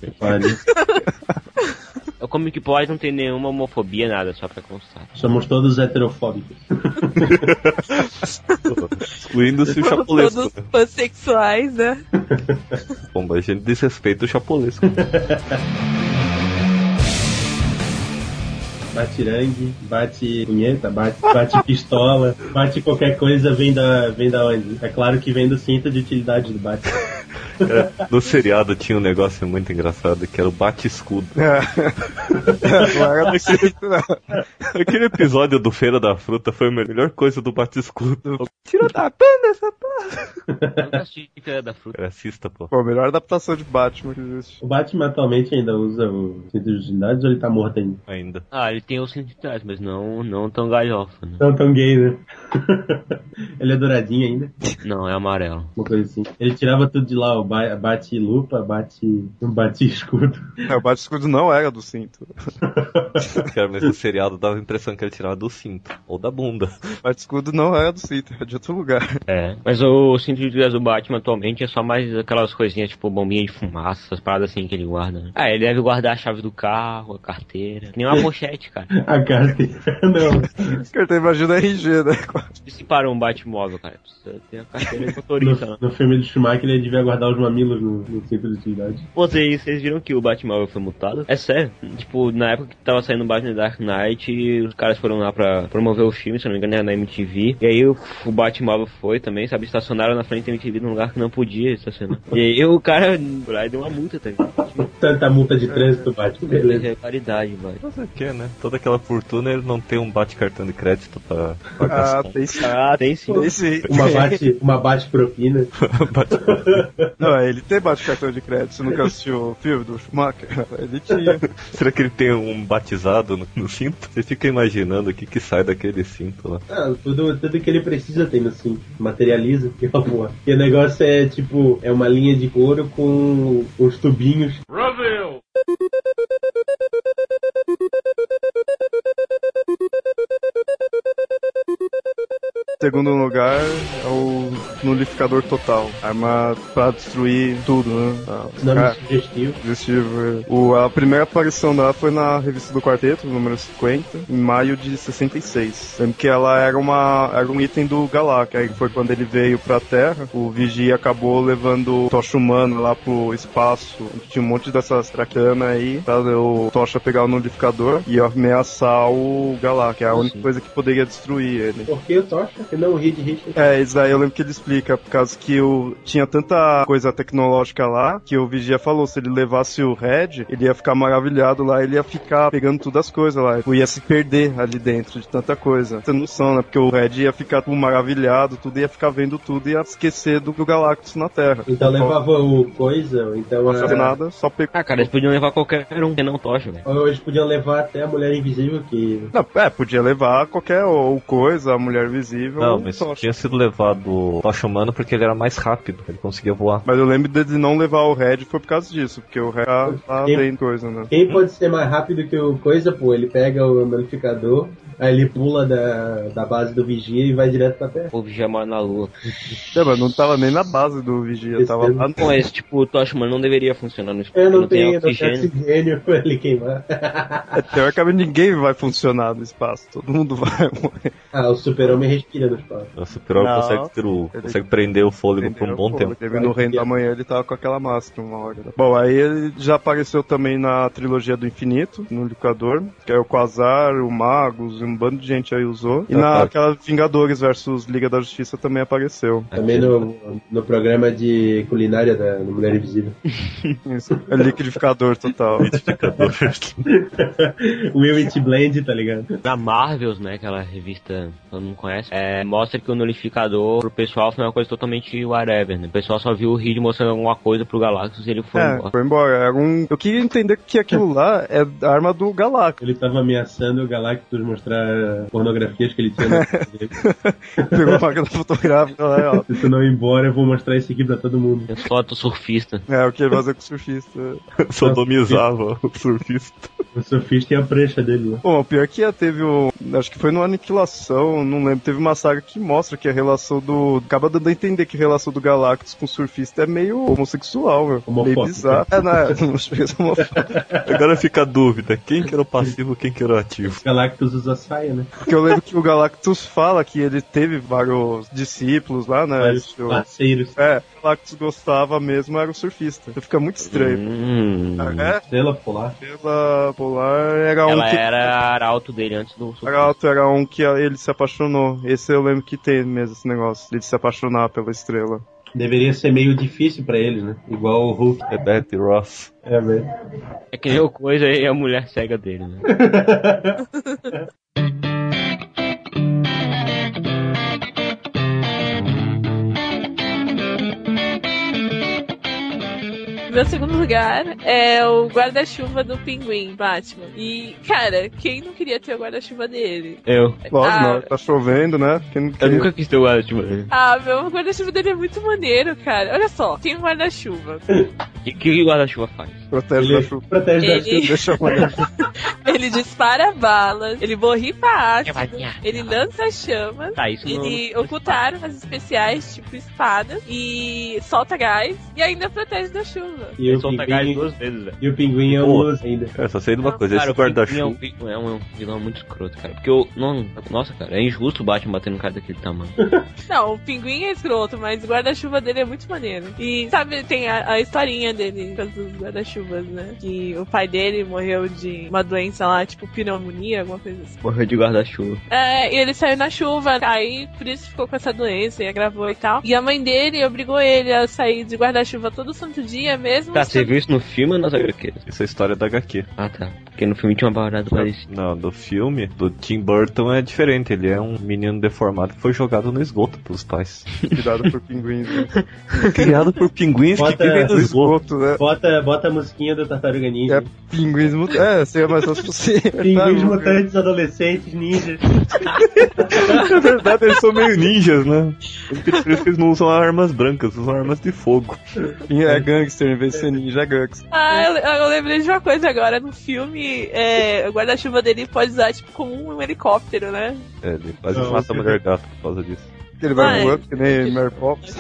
[SPEAKER 2] O Comic Pod não tem nenhuma homofobia, nada, só pra constar.
[SPEAKER 12] Somos todos heterofóbicos.
[SPEAKER 9] Excluindo-se o chapulesco. né?
[SPEAKER 5] Todos pansexuais, né?
[SPEAKER 9] Bom, mas a gente desrespeita o chapulesco.
[SPEAKER 12] Bate rangue, bate punheta, bate, bate pistola, bate qualquer coisa, vem da, vem da onde? É claro que vem do cinto de utilidade do bate.
[SPEAKER 9] É, no seriado tinha um negócio muito engraçado que era o bate-escudo.
[SPEAKER 8] Agora É. não acredito, não.
[SPEAKER 9] Aquele episódio do Feira da Fruta foi a melhor coisa do bate-escudo.
[SPEAKER 8] Tira da banda essa porra.
[SPEAKER 2] da fruta.
[SPEAKER 9] Cara, assista, pô.
[SPEAKER 8] Pô, a melhor adaptação de Batman que existe.
[SPEAKER 12] O Batman atualmente ainda usa o cinto de utilidade ou ele tá morto ainda?
[SPEAKER 9] Ainda.
[SPEAKER 2] Ah, ele tem os sindicatos, mas não, não tão galhofa, né?
[SPEAKER 12] Não tão gay, né? ele é douradinho ainda,
[SPEAKER 2] Não, é amarelo.
[SPEAKER 12] uma coisa assim. Ele tirava tudo de lá, ó, ba- bate lupa, bate, bate escudo.
[SPEAKER 8] É, o Bate-Escudo não era do cinto.
[SPEAKER 9] Cara, mas no seriado dava a impressão que ele tirava do cinto. Ou da bunda.
[SPEAKER 8] O Bate-Escudo não era do cinto, era de outro lugar.
[SPEAKER 2] É. Mas o cinto de utilidade do Batman atualmente é só mais aquelas coisinhas tipo bombinha de fumaça, essas paradas assim que ele guarda. né? Ah, ele deve guardar a chave do carro, a carteira. Nem uma pochete, cara.
[SPEAKER 12] A carteira, não.
[SPEAKER 8] Cara, tu imagina a RG, né?
[SPEAKER 2] E se para um Batmóvel, cara? Precisa ter a carteira de motorista, né?
[SPEAKER 12] No filme do Schumacher ele devia guardar os mamilos no, no cinto de utilidade.
[SPEAKER 2] Vocês, vocês viram que o Batmóvel foi mutado? É sério. Tipo, na época que tava saindo o Batman Dark Knight, os caras foram lá pra promover o filme, se não me engano, era na MTV. E aí o, o Batmóvel foi também, sabe? Estacionaram na frente da MTV num lugar que não podia estacionar. E aí o cara foi lá e deu uma multa, tá ligado?
[SPEAKER 12] Tanta multa de trânsito, Batman, beleza.
[SPEAKER 2] É caridade, vai.
[SPEAKER 9] Mas é que, né? Toda aquela fortuna ele não tem um bate-cartão de crédito pra, pra
[SPEAKER 8] Ah,
[SPEAKER 9] gastar.
[SPEAKER 8] tem sim.
[SPEAKER 2] Ah, tem sim.
[SPEAKER 8] Tem sim.
[SPEAKER 12] Uma bate, uma bate propina.
[SPEAKER 8] Não, é, ele tem bate-cartão de crédito. Você nunca assistiu o filme do Schumacher? Ele tinha.
[SPEAKER 9] Será que ele tem um batizado no, no cinto? Você fica imaginando o que que sai daquele cinto lá.
[SPEAKER 12] Ah, tudo, tudo que ele precisa tem no cinto. Materializa, que é uma boa. E o negócio é tipo, é uma linha de couro com os tubinhos.
[SPEAKER 14] Brasil!
[SPEAKER 8] Segundo lugar é o nulificador total. Arma pra destruir tudo, né? Ah,
[SPEAKER 12] Nome
[SPEAKER 8] cara,
[SPEAKER 12] sugestivo.
[SPEAKER 8] sugestivo, é. O, a primeira aparição dela foi na revista do quarteto, número 50, em maio de 66. Lembro que ela era, uma, era um item do Galak, aí foi quando ele veio pra Terra, o Vigia acabou levando o Tocha Humana lá pro espaço, onde tinha um monte dessas tracanas aí, pra o Tocha pegar o nulificador e ameaçar o Galak, é a única coisa que poderia destruir ele.
[SPEAKER 12] Por que o Tocha? Que não o Reed Richards.
[SPEAKER 8] É, isso daí eu lembro que ele explica, por causa que eu tinha tanta coisa tecnológica lá, que o Vigia falou, se ele levasse o Red, ele ia ficar maravilhado lá, ele ia ficar pegando todas as coisas lá, tipo, ia se perder ali dentro de tanta coisa. Tem noção, né? Porque o Red ia ficar tipo, maravilhado, tudo ia ficar vendo tudo e ia esquecer do, do Galactus na Terra.
[SPEAKER 12] Então levava o coisa, ou então
[SPEAKER 8] Não
[SPEAKER 9] É.
[SPEAKER 8] fazia
[SPEAKER 12] a...
[SPEAKER 8] nada, só pegou.
[SPEAKER 2] Ah, cara, eles podiam levar qualquer um que não tocha, velho.
[SPEAKER 12] ou eles podiam levar até a mulher invisível que.
[SPEAKER 8] Não, é, podia levar qualquer ou coisa, a mulher visível. um
[SPEAKER 9] Não,
[SPEAKER 8] ou
[SPEAKER 9] mas
[SPEAKER 8] só.
[SPEAKER 9] tinha sido levado o Tocha Humano porque ele era mais rápido. Ele conseguia voar.
[SPEAKER 8] Mas eu lembro de não levar o Red foi por causa disso, porque o Red lá
[SPEAKER 12] Quem-
[SPEAKER 8] tem coisa, né?
[SPEAKER 12] Quem pode ser mais rápido que o coisa, pô, ele pega o notificador, aí ele pula da, da base do vigia e vai direto pra terra.
[SPEAKER 2] O Vigia mora na lua.
[SPEAKER 8] É, mas não tava nem na base do vigia,
[SPEAKER 12] Esse
[SPEAKER 8] tava
[SPEAKER 9] é
[SPEAKER 8] lá no...
[SPEAKER 2] Bom, esse tipo, o Tocha, mano, não deveria funcionar no espaço.
[SPEAKER 12] Eu não,
[SPEAKER 2] não
[SPEAKER 12] tenho,
[SPEAKER 2] tem
[SPEAKER 12] não tenho
[SPEAKER 2] oxigênio.
[SPEAKER 12] oxigênio pra ele queimar.
[SPEAKER 8] É, teoricamente ninguém vai funcionar no espaço, todo mundo vai morrer.
[SPEAKER 12] Ah, o super-homem respira no espaço.
[SPEAKER 9] O super
[SPEAKER 8] Não.
[SPEAKER 9] consegue, ter o-
[SPEAKER 8] Ele-
[SPEAKER 9] consegue prender o fôlego por um
[SPEAKER 8] Entendeu?
[SPEAKER 9] bom
[SPEAKER 8] Pô,
[SPEAKER 9] tempo.
[SPEAKER 8] Teve no reino da manhã, ele tava com aquela máscara uma hora. Bom, aí ele já apareceu também na trilogia do infinito, no Liquidador, que é o Quasar, o Magus, um bando de gente aí usou. E
[SPEAKER 9] Ah, tá.
[SPEAKER 8] naquela Vingadores versus Liga da Justiça também apareceu.
[SPEAKER 12] Também no, no programa de culinária da da Mulher Invisível.
[SPEAKER 8] Isso, é liquidificador total.
[SPEAKER 12] Will It Blend, tá ligado?
[SPEAKER 2] Na Marvels, né, aquela revista que eu não conheço, é, é, mostra que o nulificador pro pessoal foi uma coisa totalmente whatever, né? O pessoal só viu o Reed mostrando alguma coisa pro Galactus e ele foi
[SPEAKER 8] É,
[SPEAKER 2] embora.
[SPEAKER 8] foi embora. Era um... Eu queria entender que aquilo lá é a arma do Galactus.
[SPEAKER 12] Ele tava ameaçando o Galactus mostrar pornografias que ele tinha na casa dele.
[SPEAKER 8] Pegou a máquina fotográfica lá, ó.
[SPEAKER 12] Se tu não ir embora, eu vou mostrar isso aqui pra todo mundo.
[SPEAKER 2] É foto surfista.
[SPEAKER 8] É, o que ele fazia com o surfista.
[SPEAKER 9] Sodomizava o surfista.
[SPEAKER 12] O surfista e a prancha dele lá.
[SPEAKER 8] Bom, o pior que é, teve o. Acho que foi no Aniquilação, não lembro. Teve uma saga que mostra que a relação do. Acaba dando a entender que a relação do Galactus com o surfista é meio homossexual, meu.
[SPEAKER 9] Homofóbico.
[SPEAKER 8] Meio bizarro. É, né? Não chega a ser homofóbico.
[SPEAKER 9] Agora fica a dúvida: quem que era o passivo, quem que era o ativo?
[SPEAKER 12] Galactus usa saia, né?
[SPEAKER 8] Porque eu lembro que o Galactus fala que ele teve vários discípulos lá,
[SPEAKER 2] Ah,
[SPEAKER 8] né?
[SPEAKER 12] Vários
[SPEAKER 8] Seu-
[SPEAKER 12] parceiros.
[SPEAKER 8] É, o Galactus gostava mesmo, era o surfista. Então fica muito estranho.
[SPEAKER 2] Hum.
[SPEAKER 8] É?
[SPEAKER 12] Estrela polar.
[SPEAKER 8] Estrela polar era um
[SPEAKER 2] Ela
[SPEAKER 8] que.
[SPEAKER 2] era arauto dele antes do
[SPEAKER 8] Arauto era um que ele se apaixonou. Esse eu lembro que tem mesmo esse negócio, de se apaixonar pela estrela.
[SPEAKER 12] Deveria ser meio difícil pra ele, né? Igual o Hulk.
[SPEAKER 9] É Betty Ross.
[SPEAKER 12] É, velho.
[SPEAKER 2] É que nem o coisa e a mulher cega dele, né?
[SPEAKER 5] Meu segundo lugar é o guarda-chuva do pinguim, Batman. E, cara, quem não queria ter o guarda-chuva dele?
[SPEAKER 2] Eu.
[SPEAKER 8] Lógico,
[SPEAKER 5] Ah.
[SPEAKER 8] não, tá chovendo, né? Quem não
[SPEAKER 2] Eu
[SPEAKER 8] quer?
[SPEAKER 2] nunca quis ter o Batman.
[SPEAKER 5] Ah, meu, o guarda-chuva dele é muito maneiro, cara. Olha só, tem um guarda-chuva.
[SPEAKER 2] O que, que o guarda-chuva faz?
[SPEAKER 8] Protege da chuva.
[SPEAKER 12] Protege
[SPEAKER 5] da Ele- chuva.
[SPEAKER 8] Deixa eu mandar.
[SPEAKER 5] Ele dispara balas, ele borrifa ácido,
[SPEAKER 2] Cavalinha.
[SPEAKER 5] ele lança chamas,
[SPEAKER 2] Tá, isso não-
[SPEAKER 5] ele oculta armas especiais, tipo espada, e solta gás, e ainda protege da chuva.
[SPEAKER 12] E o
[SPEAKER 2] Solta
[SPEAKER 12] pinguim,
[SPEAKER 2] gás duas vezes, velho.
[SPEAKER 12] e o pinguim é um
[SPEAKER 9] Pô.
[SPEAKER 12] luz ainda.
[SPEAKER 9] Eu só sei de uma coisa:
[SPEAKER 2] Cara,
[SPEAKER 9] esse
[SPEAKER 2] o Pinguim é um,
[SPEAKER 9] guarda-chuva.
[SPEAKER 2] vilão- é um vilão muito escroto, cara. Porque eu. Não, nossa, cara, é injusto o Batman bater no cara daquele tamanho.
[SPEAKER 5] Não, o pinguim é escroto, mas o guarda-chuva dele é muito maneiro. E sabe, tem a, a historinha dele com os guarda-chuvas, né? Que o pai dele morreu de uma doença lá, tipo pneumonia, alguma coisa assim.
[SPEAKER 2] Morreu de guarda-chuva.
[SPEAKER 5] É, e ele saiu na chuva, aí por isso ficou com essa doença e agravou e tal. E a mãe dele obrigou ele a sair de guarda-chuva todo santo dia mesmo.
[SPEAKER 2] Tá, você viu isso no filme ou nas HQs?
[SPEAKER 9] Isso é história da HQ.
[SPEAKER 2] Ah, tá. Porque no filme tinha uma parada parecida.
[SPEAKER 9] Não, do filme, do Tim Burton é diferente. Ele é um menino deformado que foi jogado no esgoto pelos pais.
[SPEAKER 8] Cuidado por pinguins. né?
[SPEAKER 9] Criado por pinguins que
[SPEAKER 12] Bota-
[SPEAKER 9] vivem no
[SPEAKER 8] Do
[SPEAKER 9] esgoto.
[SPEAKER 8] esgoto, né?
[SPEAKER 12] Bota, bota a musiquinha do Tartaruga Ninja.
[SPEAKER 8] É pinguins mutantes. É, seria mais fácil você.
[SPEAKER 12] Pinguins mutantes, adolescentes, ninjas.
[SPEAKER 9] Na verdade, eles são meio ninjas, né? Por isso que eles não usam armas brancas, usam armas de fogo.
[SPEAKER 8] É gangster, em vez de ser ninja, é gangster.
[SPEAKER 5] Ah, eu, eu lembrei de uma coisa agora. No filme, é, o guarda-chuva dele pode usar tipo como um helicóptero, né?
[SPEAKER 9] É, ele quase
[SPEAKER 12] Não,
[SPEAKER 9] mata a
[SPEAKER 12] eu-
[SPEAKER 9] mulher gato por causa disso.
[SPEAKER 5] Ah, é.
[SPEAKER 8] Ele vai voando que nem Mary Poppins.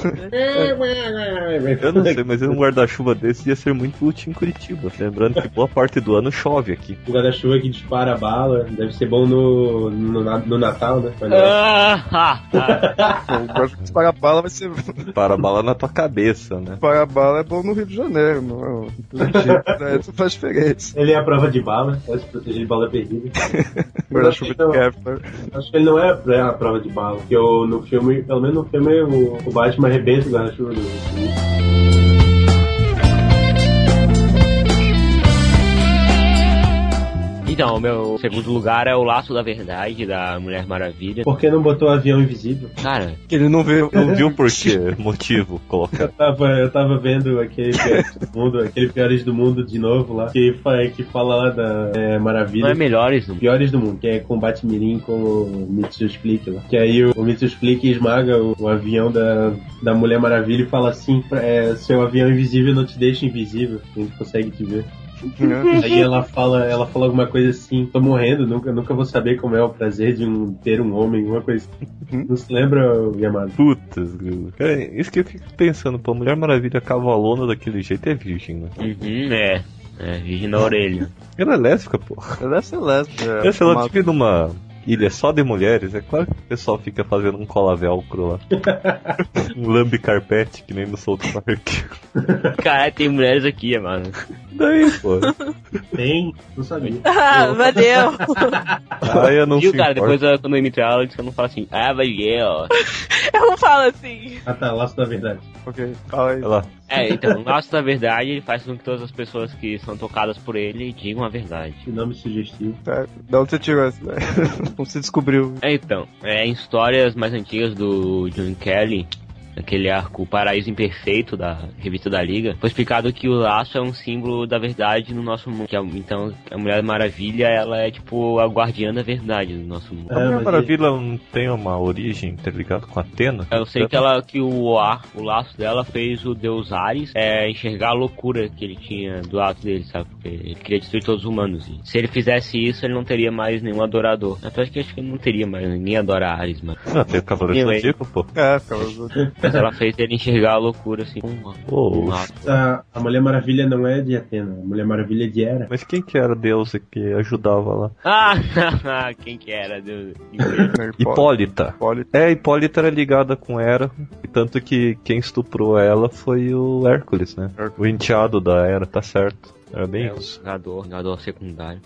[SPEAKER 9] Eu não sei, mas um guarda-chuva desse ia ser muito útil em Curitiba. Lembrando que boa parte do ano chove aqui.
[SPEAKER 12] O guarda-chuva que dispara a bala. Deve ser bom no, no, na- no Natal, né? Olha lá.
[SPEAKER 2] Ah, ah, ah.
[SPEAKER 8] Agora se parar bala vai ser.
[SPEAKER 9] Para a bala na tua cabeça, né?
[SPEAKER 8] Parar bala é bom no Rio de Janeiro, não é? Não tem jeito, né? Isso faz diferença.
[SPEAKER 12] Ele é a prova de bala, pode se proteger de bala perdida.
[SPEAKER 8] Guarda-chuva de Kevlar.
[SPEAKER 12] Acho que ele não é é a prova de bala, porque o- no filme, pelo menos no filme, o, o Batman arrebenta o guarda-chuva do.
[SPEAKER 2] Então, o meu segundo lugar é o Laço da Verdade, da Mulher Maravilha.
[SPEAKER 12] Por que não botou o avião invisível?
[SPEAKER 2] Cara,
[SPEAKER 8] Que ele não vê.
[SPEAKER 9] Não viu por quê? Motivo, coloca.
[SPEAKER 12] Eu tava, eu tava vendo aquele Piores do Mundo, aquele Piores do Mundo de novo lá, que, fa- que fala lá da é, Maravilha.
[SPEAKER 2] não é melhores não.
[SPEAKER 12] Piores do mundo, que é combate mirim com o Mitsus Flick lá. Que aí o, o Mitsus Flick esmaga o, o avião da, da Mulher Maravilha e fala assim: pra- é, seu avião invisível não te deixa invisível, a gente consegue te ver.
[SPEAKER 2] Uhum.
[SPEAKER 12] Aí ela fala, ela fala alguma coisa assim, tô morrendo, nunca, nunca vou saber como é o prazer de um, ter um homem, uma coisa
[SPEAKER 2] Uhum.
[SPEAKER 12] assim. Não se lembra, Yamada?
[SPEAKER 9] Putz, grilo. Cara, isso que eu fico pensando, pô, a Mulher Maravilha cavalona daquele jeito é virgem, né?
[SPEAKER 2] Uhum, é. É, virgem na orelha.
[SPEAKER 9] Ela é lésbica, pô.
[SPEAKER 8] Deve ser
[SPEAKER 2] É,
[SPEAKER 8] é, lésbica.
[SPEAKER 9] Pensa, ela
[SPEAKER 8] Uma-
[SPEAKER 9] vive numa ilha só de mulheres, é claro que o pessoal fica fazendo um cola velcro lá. um lambe carpete, que nem no South Park.
[SPEAKER 2] Caralho, tem mulheres aqui, é, mano.
[SPEAKER 9] Daí, pô.
[SPEAKER 12] Tem? Não sabia.
[SPEAKER 5] Ah, valeu!
[SPEAKER 9] Aí eu não
[SPEAKER 2] Viu,
[SPEAKER 9] se
[SPEAKER 2] cara?
[SPEAKER 12] um
[SPEAKER 9] importa.
[SPEAKER 2] Depois eu- quando eu imito ela, eu não falo assim, ah, vai ver, ó.
[SPEAKER 5] Eu falo assim.
[SPEAKER 12] Ah tá, laço da verdade.
[SPEAKER 8] Ok, fala aí.
[SPEAKER 9] Lá.
[SPEAKER 2] É, então, o laço da verdade ele faz com que todas as pessoas que são tocadas por ele digam a verdade.
[SPEAKER 12] Que nome sugestivo.
[SPEAKER 8] Tá, da onde você tirou essa? Como você descobriu?
[SPEAKER 2] É, então, é, em histórias mais antigas do John Kelly, aquele arco Paraíso Imperfeito da revista da Liga, foi explicado que o laço é um símbolo da verdade no nosso mundo. Que a- então, a Mulher Maravilha, ela é tipo a guardiã da verdade no nosso mundo.
[SPEAKER 9] A Mulher Maravilha não tem uma origem interligada com a Atena?
[SPEAKER 2] Eu sei que é ela que o ar, o laço dela fez o deus Ares é, enxergar a loucura que ele tinha do ato dele, sabe? Porque ele queria destruir todos os humanos. E se ele fizesse isso, ele não teria mais nenhum adorador. Apesar que acho que ele não teria mais ninguém adora Ares, mano.
[SPEAKER 9] Não, Ah, tem o Cavaleiro
[SPEAKER 2] Anyway.
[SPEAKER 9] Zodíaco, pô.
[SPEAKER 8] É, cara.
[SPEAKER 2] Mas ela fez ele enxergar a loucura assim. com uma-
[SPEAKER 9] Ô,
[SPEAKER 2] um ato.
[SPEAKER 12] A, Tá, a Mulher Maravilha não é de Atena, a Mulher Maravilha é de Hera.
[SPEAKER 9] Mas quem que era a deusa que ajudava lá?
[SPEAKER 2] Ah, quem que era? Deus.
[SPEAKER 9] Hipólita. É, Hipólita era ligada com Hera, e tanto que quem estuprou ela foi o Hércules, né? O enteado da Hera, tá certo. Era bem
[SPEAKER 2] É, o
[SPEAKER 9] isso.
[SPEAKER 2] Vingador, Vingador secundário.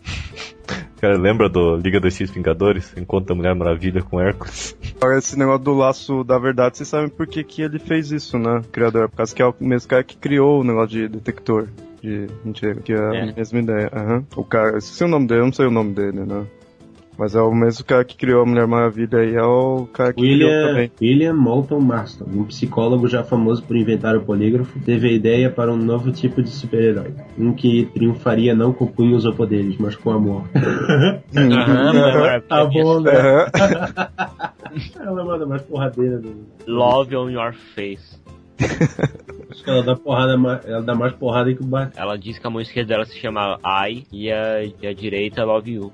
[SPEAKER 9] Cara, lembra do Liga dos Seis Vingadores? Encontra a Mulher Maravilha com Hércules.
[SPEAKER 8] Agora, esse negócio do laço da verdade, vocês sabem por que, que ele fez isso, né? O criador. Por causa que é o mesmo cara que criou o negócio de detector de mentira, que é a
[SPEAKER 2] É.
[SPEAKER 8] mesma ideia. Aham. O cara, eu esqueci o nome dele, eu não sei o nome dele, né? Mas é o mesmo cara que criou a Mulher Maravilha e é o cara que criou
[SPEAKER 12] William,
[SPEAKER 8] também.
[SPEAKER 12] William Moulton Marston, um psicólogo já famoso por inventar o polígrafo, teve a ideia para um novo tipo de super-herói, um que triunfaria não com punhos ou poderes, mas com amor.
[SPEAKER 2] Aham, Mulher Maravilha.
[SPEAKER 12] Tá bom, né?
[SPEAKER 8] Aham.
[SPEAKER 12] Ela manda mais porradeira. né? do-
[SPEAKER 2] Love on your face.
[SPEAKER 12] Acho que ela dá porrada, ma- ela dá mais porrada que o Batman.
[SPEAKER 2] Ela disse que a mão esquerda dela se chama I e a, e a direita Love You.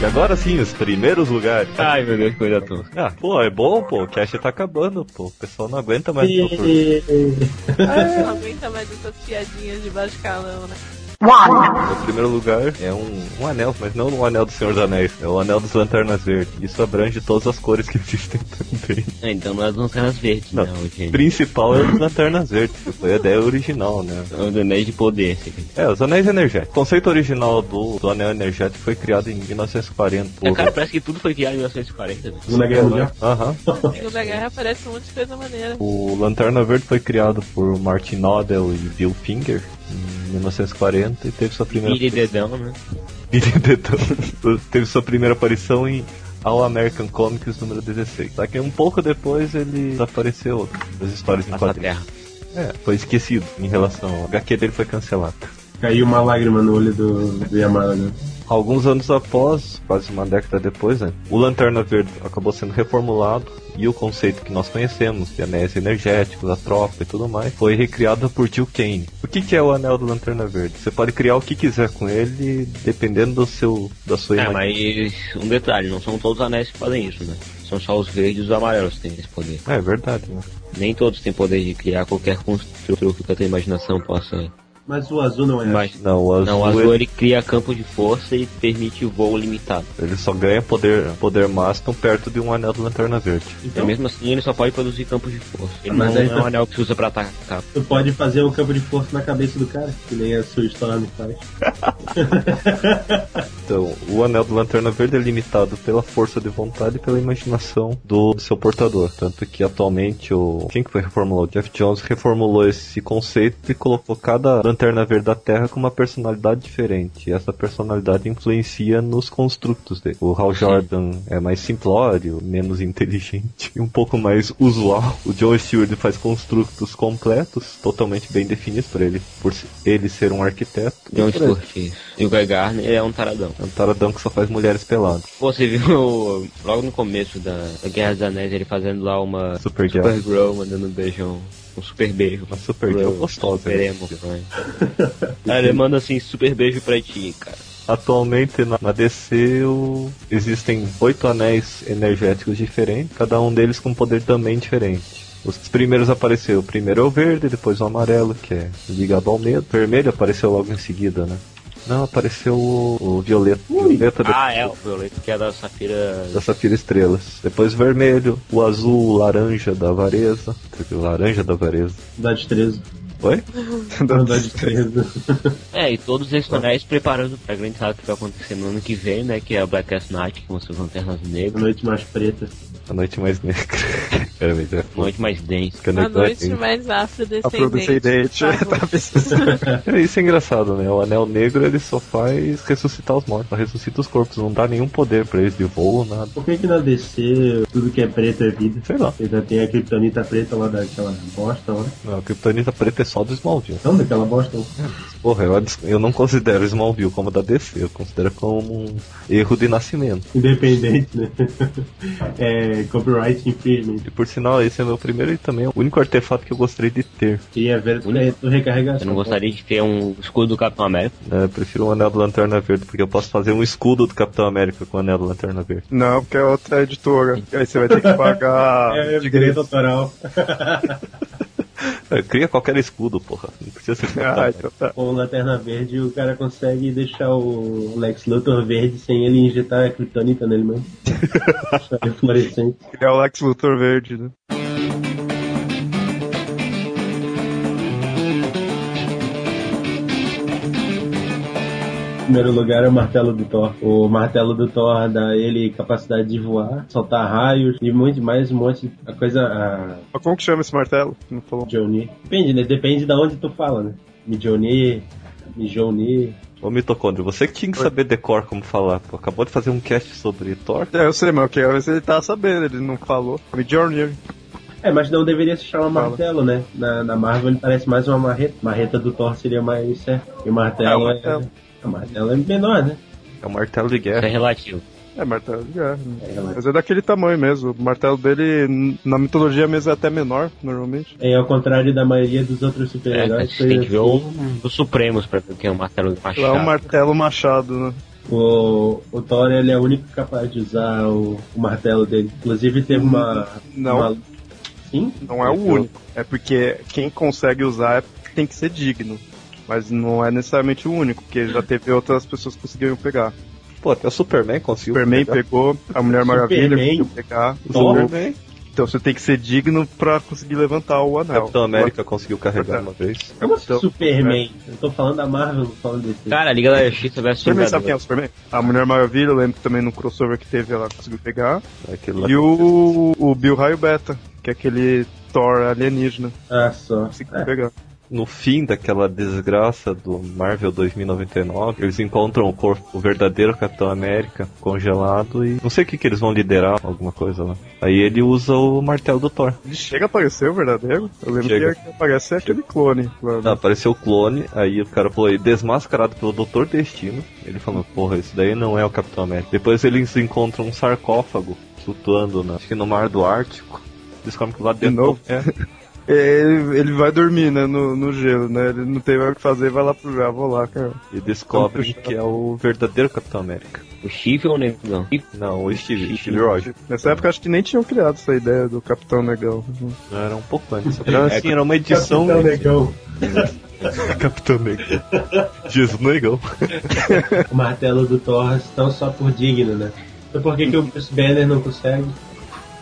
[SPEAKER 9] E agora sim, os primeiros lugares.
[SPEAKER 2] Ai meu Deus, que coisa tosca.
[SPEAKER 9] Ah, pô, é bom, pô. O cast tá acabando, pô. O pessoal não aguenta mais. pô, por-
[SPEAKER 5] Não aguenta mais essas piadinhas de baixo calão, né?
[SPEAKER 9] O primeiro lugar é um, um anel, mas não o anel do Senhor dos Anéis, é o anel dos Lanternas Verdes. Isso abrange todas as cores que existem também.
[SPEAKER 2] Ah, Então não é as lanternas verdes, não,
[SPEAKER 9] Não. O
[SPEAKER 2] gente.
[SPEAKER 9] principal é os Lanternas Verdes, que foi a ideia original, né?
[SPEAKER 2] Os anéis É um de poder, assim. esse aqui.
[SPEAKER 9] É, os anéis energéticos. O conceito original do, do anel energético foi criado em 1940
[SPEAKER 2] É,
[SPEAKER 9] por...
[SPEAKER 2] cara, parece que tudo foi criado em 1940. velho.
[SPEAKER 12] Segunda Guerra Mundial.
[SPEAKER 9] Aham.
[SPEAKER 5] Segunda Guerra aparece um monte de coisa maneira.
[SPEAKER 9] O Lanterna Verde foi criado por Martin Odell e Bill Finger em 1940 e teve sua primeira...
[SPEAKER 2] Filho e dedão, né?
[SPEAKER 9] Billy the Don- teve sua primeira aparição em All American Comics número 16. Só que um pouco depois ele desapareceu das histórias em
[SPEAKER 2] Passa a
[SPEAKER 9] quadrinhos.
[SPEAKER 2] terra.
[SPEAKER 9] É, foi esquecido em relação ao HQ dele foi cancelado.
[SPEAKER 12] Caiu uma lágrima no olho do, do Yamada, né?
[SPEAKER 9] Alguns anos após, quase uma década depois, né, o Lanterna Verde acabou sendo reformulado e o conceito que nós conhecemos, de anéis energéticos, a tropa e tudo mais, foi recriado por Jill Kane. O que, que é o anel do Lanterna Verde? Você pode criar o que quiser com ele, dependendo do seu, da sua
[SPEAKER 2] É,
[SPEAKER 9] imaginação.
[SPEAKER 2] mas um detalhe, não são todos os anéis que fazem isso, né? São só os verdes e os amarelos que têm esse poder.
[SPEAKER 9] É verdade, né?
[SPEAKER 2] Nem todos têm poder de criar qualquer construtor que a tua imaginação possa
[SPEAKER 12] Mas o azul não é.
[SPEAKER 2] imaginar.
[SPEAKER 9] Não, o azul,
[SPEAKER 2] Não, o azul
[SPEAKER 9] ele,
[SPEAKER 2] ele cria campo de força e permite voo limitado.
[SPEAKER 9] ele só ganha poder, poder máximo perto de um anel do Lanterna Verde.
[SPEAKER 2] E
[SPEAKER 12] Então,
[SPEAKER 2] mesmo assim ele só pode produzir campos de força. Ele
[SPEAKER 12] Mas
[SPEAKER 2] não
[SPEAKER 12] aí
[SPEAKER 2] é
[SPEAKER 12] tá-
[SPEAKER 2] um anel que se usa pra atacar.
[SPEAKER 12] tu pode fazer um campo de força na cabeça do cara, que nem a sua história faz.
[SPEAKER 9] Então, o anel do Lanterna Verde é limitado pela força de vontade e pela imaginação do seu portador. Tanto que atualmente o. Quem que foi reformular? O Jeff Jones reformulou esse conceito e colocou cada Lanterna Verde da Terra com uma personalidade diferente. E essa personalidade influencia nos construtos dele. O Hal Jordan é mais simplório, menos inteligente e um pouco mais usual. O Joe Stewart faz construtos completos, totalmente bem definidos por ele, por ele ser um arquiteto.
[SPEAKER 2] John
[SPEAKER 9] E por ele-
[SPEAKER 2] Stewart. isso. E o Guy Gardner é um taradão.
[SPEAKER 9] é um taradão que só faz mulheres peladas.
[SPEAKER 2] Pô, Você viu logo no começo da, da Guerra dos Anéis ele fazendo lá uma
[SPEAKER 9] Super Girl.
[SPEAKER 2] Supergirl mandando um beijão. Um super beijo.
[SPEAKER 9] Uma super girl gostosa.
[SPEAKER 2] Super
[SPEAKER 9] né?
[SPEAKER 2] emo, vai. Aí ele manda assim, super beijo pra ti, cara.
[SPEAKER 9] Atualmente na na DC o- existem oito anéis energéticos diferentes, cada um deles com poder também diferente. Os primeiros apareceu, o primeiro é o verde, depois o amarelo, que é ligado ao medo. O vermelho apareceu logo em seguida, né? Não, apareceu o, o Violeta. Violeta de-
[SPEAKER 2] Ah, é, o Violeta, que é da Safira.
[SPEAKER 9] da Safira Estrelas. Depois vermelho, o azul, o laranja da Vareza. Laranja da Vareza.
[SPEAKER 12] Idade 13.
[SPEAKER 9] Oi?
[SPEAKER 12] Idade 13.
[SPEAKER 2] É, e todos esses canais preparando pra grande saga que vai acontecer no ano que vem, né? Que é a Blackest Night, que mostra as lanternas negras.
[SPEAKER 12] Noite mais preta.
[SPEAKER 9] A noite mais negra. Cara, mas é foda.
[SPEAKER 2] Noite mais densa.
[SPEAKER 9] Que a
[SPEAKER 5] A
[SPEAKER 9] noite mais
[SPEAKER 5] noite
[SPEAKER 9] densa.
[SPEAKER 5] mais
[SPEAKER 9] Afrodescendente.
[SPEAKER 5] afrodescendente. por favor.
[SPEAKER 9] É, Isso é engraçado, né? O anel negro ele só faz ressuscitar os mortos, só ressuscita os corpos, não dá nenhum poder pra eles de voo, nada.
[SPEAKER 12] Por que que na DC tudo que é preto é vida?
[SPEAKER 9] Sei lá.
[SPEAKER 12] Ainda tem a criptonita preta lá daquela bosta lá.
[SPEAKER 9] Não, a Kryptonita preta é só do Smallville.
[SPEAKER 12] Não, daquela bosta lá.
[SPEAKER 9] Porra, eu, des- eu não considero Smallville como da DC, eu considero como um erro de nascimento.
[SPEAKER 12] Independente, né? é, copyright infringement.
[SPEAKER 9] E por sinal, esse é meu primeiro e também o único artefato que eu gostaria de ter.
[SPEAKER 12] Queria ver é, tu recarregação.
[SPEAKER 2] Eu não gostaria de ter um escudo do Capitão América.
[SPEAKER 9] É, eu prefiro o anel da Lanterna Verde, porque eu posso fazer um escudo do Capitão América com o anel da Lanterna Verde.
[SPEAKER 8] Não, porque é outra editora. Aí você vai ter que pagar.
[SPEAKER 12] É, é direito autoral.
[SPEAKER 9] É, cria qualquer escudo, porra. Não precisa ser Capitão
[SPEAKER 8] Ah,
[SPEAKER 9] América.
[SPEAKER 8] então tá.
[SPEAKER 12] Com lanterna verde, o cara consegue deixar o Lex Luthor verde sem ele injetar a criptonita nele mesmo. Deixar ele fluorescente.
[SPEAKER 8] É o Lex Luthor Verde, né?
[SPEAKER 12] Em primeiro lugar é o martelo do Thor. O martelo do Thor dá ele capacidade de voar, soltar raios e muito mais um monte de a coisa. A
[SPEAKER 8] Mas como que chama esse martelo? Não falou.
[SPEAKER 12] Johnny. Depende, né? Depende de onde tu fala, né? Mijoni, Mijoni.
[SPEAKER 9] Ô mitocôndrio, você que tinha que saber decor como falar, pô. Acabou de fazer um cast sobre Thor.
[SPEAKER 8] É, eu sei, mas eu quero ver se ele tá sabendo, ele não falou. Midjourney.
[SPEAKER 12] É, mas não deveria se chamar martelo, né? Na, na Marvel ele parece mais uma marreta. Marreta do Thor seria mais certo. E
[SPEAKER 8] É,
[SPEAKER 12] o
[SPEAKER 8] o
[SPEAKER 12] martelo é.
[SPEAKER 8] martelo.
[SPEAKER 12] o martelo é menor, né?
[SPEAKER 9] É um martelo de
[SPEAKER 2] Isso é
[SPEAKER 9] guerra.
[SPEAKER 2] relativo.
[SPEAKER 8] É, martelo de guerra. né?
[SPEAKER 12] É, mas-
[SPEAKER 8] Mas é daquele tamanho mesmo. O martelo dele, n- na mitologia mesmo, é até menor, normalmente.
[SPEAKER 12] É ao contrário da maioria dos outros
[SPEAKER 2] É, a
[SPEAKER 12] super-heróis.
[SPEAKER 2] gente
[SPEAKER 12] coisa
[SPEAKER 2] tem que ver o,
[SPEAKER 12] assim.
[SPEAKER 2] os Supremos pra ver o que é o martelo do
[SPEAKER 8] Lá é
[SPEAKER 2] Machado.
[SPEAKER 8] o martelo machado, né?
[SPEAKER 12] O, o Thor ele é o único capaz de usar o, o martelo dele. Inclusive teve uma.
[SPEAKER 8] Não.
[SPEAKER 12] uma- Sim?
[SPEAKER 8] Não é o único. É porque quem consegue usar é- tem que ser digno. Mas não é necessariamente o único, porque já teve outras pessoas que conseguiram pegar.
[SPEAKER 9] Pô, até o Superman conseguiu.
[SPEAKER 8] É. Superman
[SPEAKER 9] pegar.
[SPEAKER 8] pegou, a Mulher Maravilha
[SPEAKER 12] Superman.
[SPEAKER 8] conseguiu pegar.
[SPEAKER 12] Thor.
[SPEAKER 9] Superman.
[SPEAKER 8] Então você tem que ser digno pra conseguir levantar É, o anel.
[SPEAKER 9] Capitão América conseguiu carregar
[SPEAKER 8] Portanto.
[SPEAKER 9] uma vez.
[SPEAKER 12] Como assim
[SPEAKER 8] Então,
[SPEAKER 12] Superman? Eu tô falando da Marvel, não tô falando desse.
[SPEAKER 2] Cara, a Liga da Justiça versus
[SPEAKER 8] Superman sabe quem é o
[SPEAKER 2] Vingadores.
[SPEAKER 8] Superman? A Mulher Maravilha, eu lembro que também no crossover que teve ela conseguiu pegar.
[SPEAKER 9] Aquele lá.
[SPEAKER 8] E o, o Bill Raio Beta, que é aquele Thor alienígena, Assim
[SPEAKER 12] Ah, só.
[SPEAKER 8] conseguiu
[SPEAKER 12] É,
[SPEAKER 8] pegar.
[SPEAKER 9] No fim daquela desgraça do Marvel 2099, eles encontram o corpo o verdadeiro Capitão América congelado e não sei o que que eles vão liderar, alguma coisa lá. Aí ele usa o martelo do Thor.
[SPEAKER 8] Ele chega a aparecer o verdadeiro? Eu lembro
[SPEAKER 9] Chega.
[SPEAKER 8] que aparece é aquele clone. lá,
[SPEAKER 9] Ah,
[SPEAKER 8] né?
[SPEAKER 9] apareceu o clone, aí o cara falou aí, desmascarado pelo Doutor Destino. Ele falou, porra, esse daí não é o Capitão América. Depois eles encontram um sarcófago flutuando na, acho que no mar do Ártico. Descobre que lá dentro.
[SPEAKER 8] novo?
[SPEAKER 9] É,
[SPEAKER 8] É, Ele, ele vai dormir, né, no, no gelo, né? Ele não tem mais o que fazer, vai lá pro ah, vou lá, cara.
[SPEAKER 9] e descobre que é o verdadeiro Capitão América.
[SPEAKER 2] O Chifre ou o Negão?
[SPEAKER 9] Não, o Steve, Steve Rogers.
[SPEAKER 8] Nessa época acho que nem tinham criado essa ideia do Capitão Negão.
[SPEAKER 9] Não, Era um pouco antes. Era, assim, era uma edição.
[SPEAKER 12] Capitão Negão.
[SPEAKER 9] Capitão Negão. Jesus é Negão.
[SPEAKER 12] O martelo do Thor não só por digno, né? Então por que, que o Bruce Banner não consegue?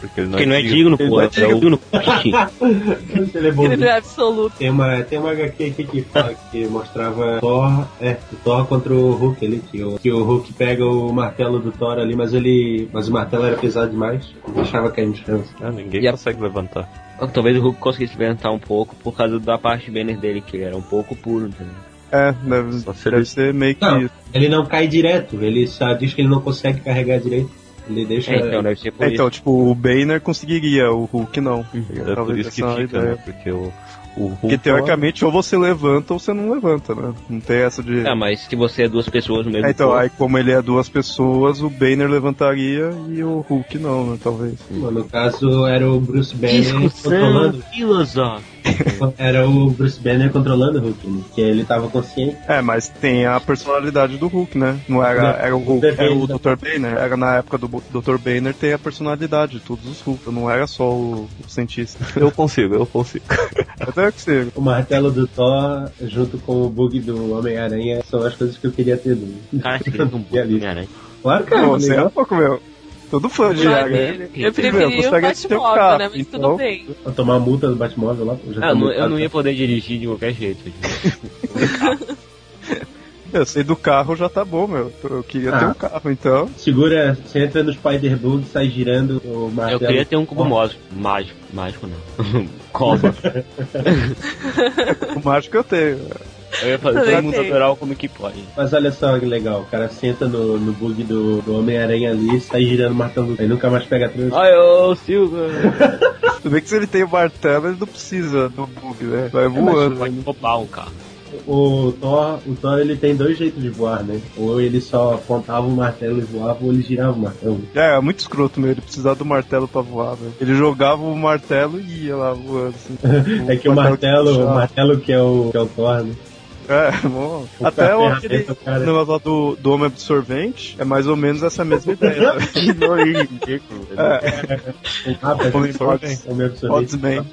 [SPEAKER 9] Porque ele não
[SPEAKER 2] Porque não é
[SPEAKER 9] digno.
[SPEAKER 2] digno, pô. É
[SPEAKER 9] Ele não é
[SPEAKER 2] digno, poste.
[SPEAKER 12] Ele é
[SPEAKER 5] Ele
[SPEAKER 12] bonzinho.
[SPEAKER 5] não é absoluto.
[SPEAKER 12] Tem uma, tem uma HQ aqui que fala que mostrava Thor, é, o Thor contra o Hulk ali, que o, que o Hulk pega o martelo do Thor ali, mas ele. Mas o martelo era pesado demais, deixava cair no chão.
[SPEAKER 9] Ah, ninguém
[SPEAKER 2] E a-
[SPEAKER 9] consegue levantar.
[SPEAKER 2] Então, Talvez o Hulk conseguisse levantar um pouco por causa da parte banner dele, que ele era um pouco puro, entendeu?
[SPEAKER 8] É, deve,
[SPEAKER 9] Só se
[SPEAKER 8] deve
[SPEAKER 9] ele- é
[SPEAKER 8] ser meio É que
[SPEAKER 12] Não.
[SPEAKER 8] isso.
[SPEAKER 12] Ele não cai direto, ele só diz que ele não consegue carregar direito. Ele deixa.
[SPEAKER 2] É, então deve ser por
[SPEAKER 8] É,
[SPEAKER 2] isso.
[SPEAKER 8] então, tipo, o Banner conseguiria, o Hulk não.
[SPEAKER 9] É por isso que
[SPEAKER 8] essa
[SPEAKER 9] fica, né? Porque o, o Hulk. é
[SPEAKER 8] Porque teoricamente ou você levanta ou você não levanta, né? Não tem essa de.
[SPEAKER 2] Ah, mas se você é duas pessoas no mesmo
[SPEAKER 8] É, então,
[SPEAKER 2] corpo,
[SPEAKER 8] aí como ele é duas pessoas, o Banner levantaria e o Hulk não, né? Talvez.
[SPEAKER 12] No caso era o Bruce Banner
[SPEAKER 2] Discussão
[SPEAKER 12] controlando.
[SPEAKER 2] filosófica.
[SPEAKER 12] Era o Bruce Banner controlando o Hulk, né? que ele tava consciente.
[SPEAKER 8] É, mas tem a personalidade do Hulk, né? Não era,
[SPEAKER 12] Não,
[SPEAKER 8] era o Hulk,
[SPEAKER 12] Dr.
[SPEAKER 8] era o
[SPEAKER 12] Banner.
[SPEAKER 8] Dr. Banner. Era na época do Dr. Banner ter a personalidade de todos os Hulk. Não era só o, o cientista.
[SPEAKER 9] Eu consigo, eu consigo.
[SPEAKER 8] Até que sim.
[SPEAKER 12] O martelo do Thor junto com o bug do Homem-Aranha são as coisas que eu queria ter. Né?
[SPEAKER 2] Cara, que lindo um bug, cara.
[SPEAKER 12] Claro, cara.
[SPEAKER 8] Não, você
[SPEAKER 12] legal.
[SPEAKER 8] é louco, meu. Todo fã de
[SPEAKER 12] Olha,
[SPEAKER 2] né?
[SPEAKER 8] Jaga.
[SPEAKER 5] Eu preferia o Batmóvel, né? Mas tudo bem.
[SPEAKER 12] Pra tomar a multa do Batmóvel lá. já
[SPEAKER 2] Ah, eu, não,
[SPEAKER 12] tá
[SPEAKER 2] eu
[SPEAKER 12] multado.
[SPEAKER 2] não ia poder dirigir de qualquer jeito.
[SPEAKER 8] Eu sei do carro, já tá bom, meu. Eu queria
[SPEAKER 12] Ah.
[SPEAKER 8] ter um carro, então.
[SPEAKER 12] Segura, você entra no Spider-Bug, sai girando o
[SPEAKER 2] Eu
[SPEAKER 12] martelo.
[SPEAKER 2] queria ter um cubo mágico. Mágico, mágico não. Cobra.
[SPEAKER 8] o mágico eu tenho.
[SPEAKER 2] Eu ia fazer todo mundo adorar como que pode.
[SPEAKER 12] Mas olha só que legal, o cara senta no, no bug do, do Homem-Aranha ali, sai girando o martelo, aí nunca mais pega trânsito.
[SPEAKER 2] Ai, ô Ah, é Silva!
[SPEAKER 8] Tudo bem que se ele tem o martelo, ele não precisa do bug, né? Vai voando.
[SPEAKER 2] Pode roubar um carro.
[SPEAKER 12] O Thor, o Thor ele tem dois jeitos de voar, né? Ou ele só apontava o martelo e voava, ou ele girava o martelo.
[SPEAKER 8] É, é muito escroto, meu. Ele precisava do martelo pra voar, velho. Ele jogava o martelo e ia lá voando, assim.
[SPEAKER 12] É que o martelo, o martelo que é o, que é o Thor, né?
[SPEAKER 8] É, bom.
[SPEAKER 12] O
[SPEAKER 8] Até o
[SPEAKER 12] ferramenta,
[SPEAKER 8] aquele
[SPEAKER 12] cara.
[SPEAKER 8] negócio lá do, do homem absorvente é mais ou menos essa mesma ideia. sabe? É.
[SPEAKER 12] Rapaz,
[SPEAKER 8] Homem
[SPEAKER 12] Fox,
[SPEAKER 8] Fox.
[SPEAKER 12] homem absorvente.
[SPEAKER 8] Foxman.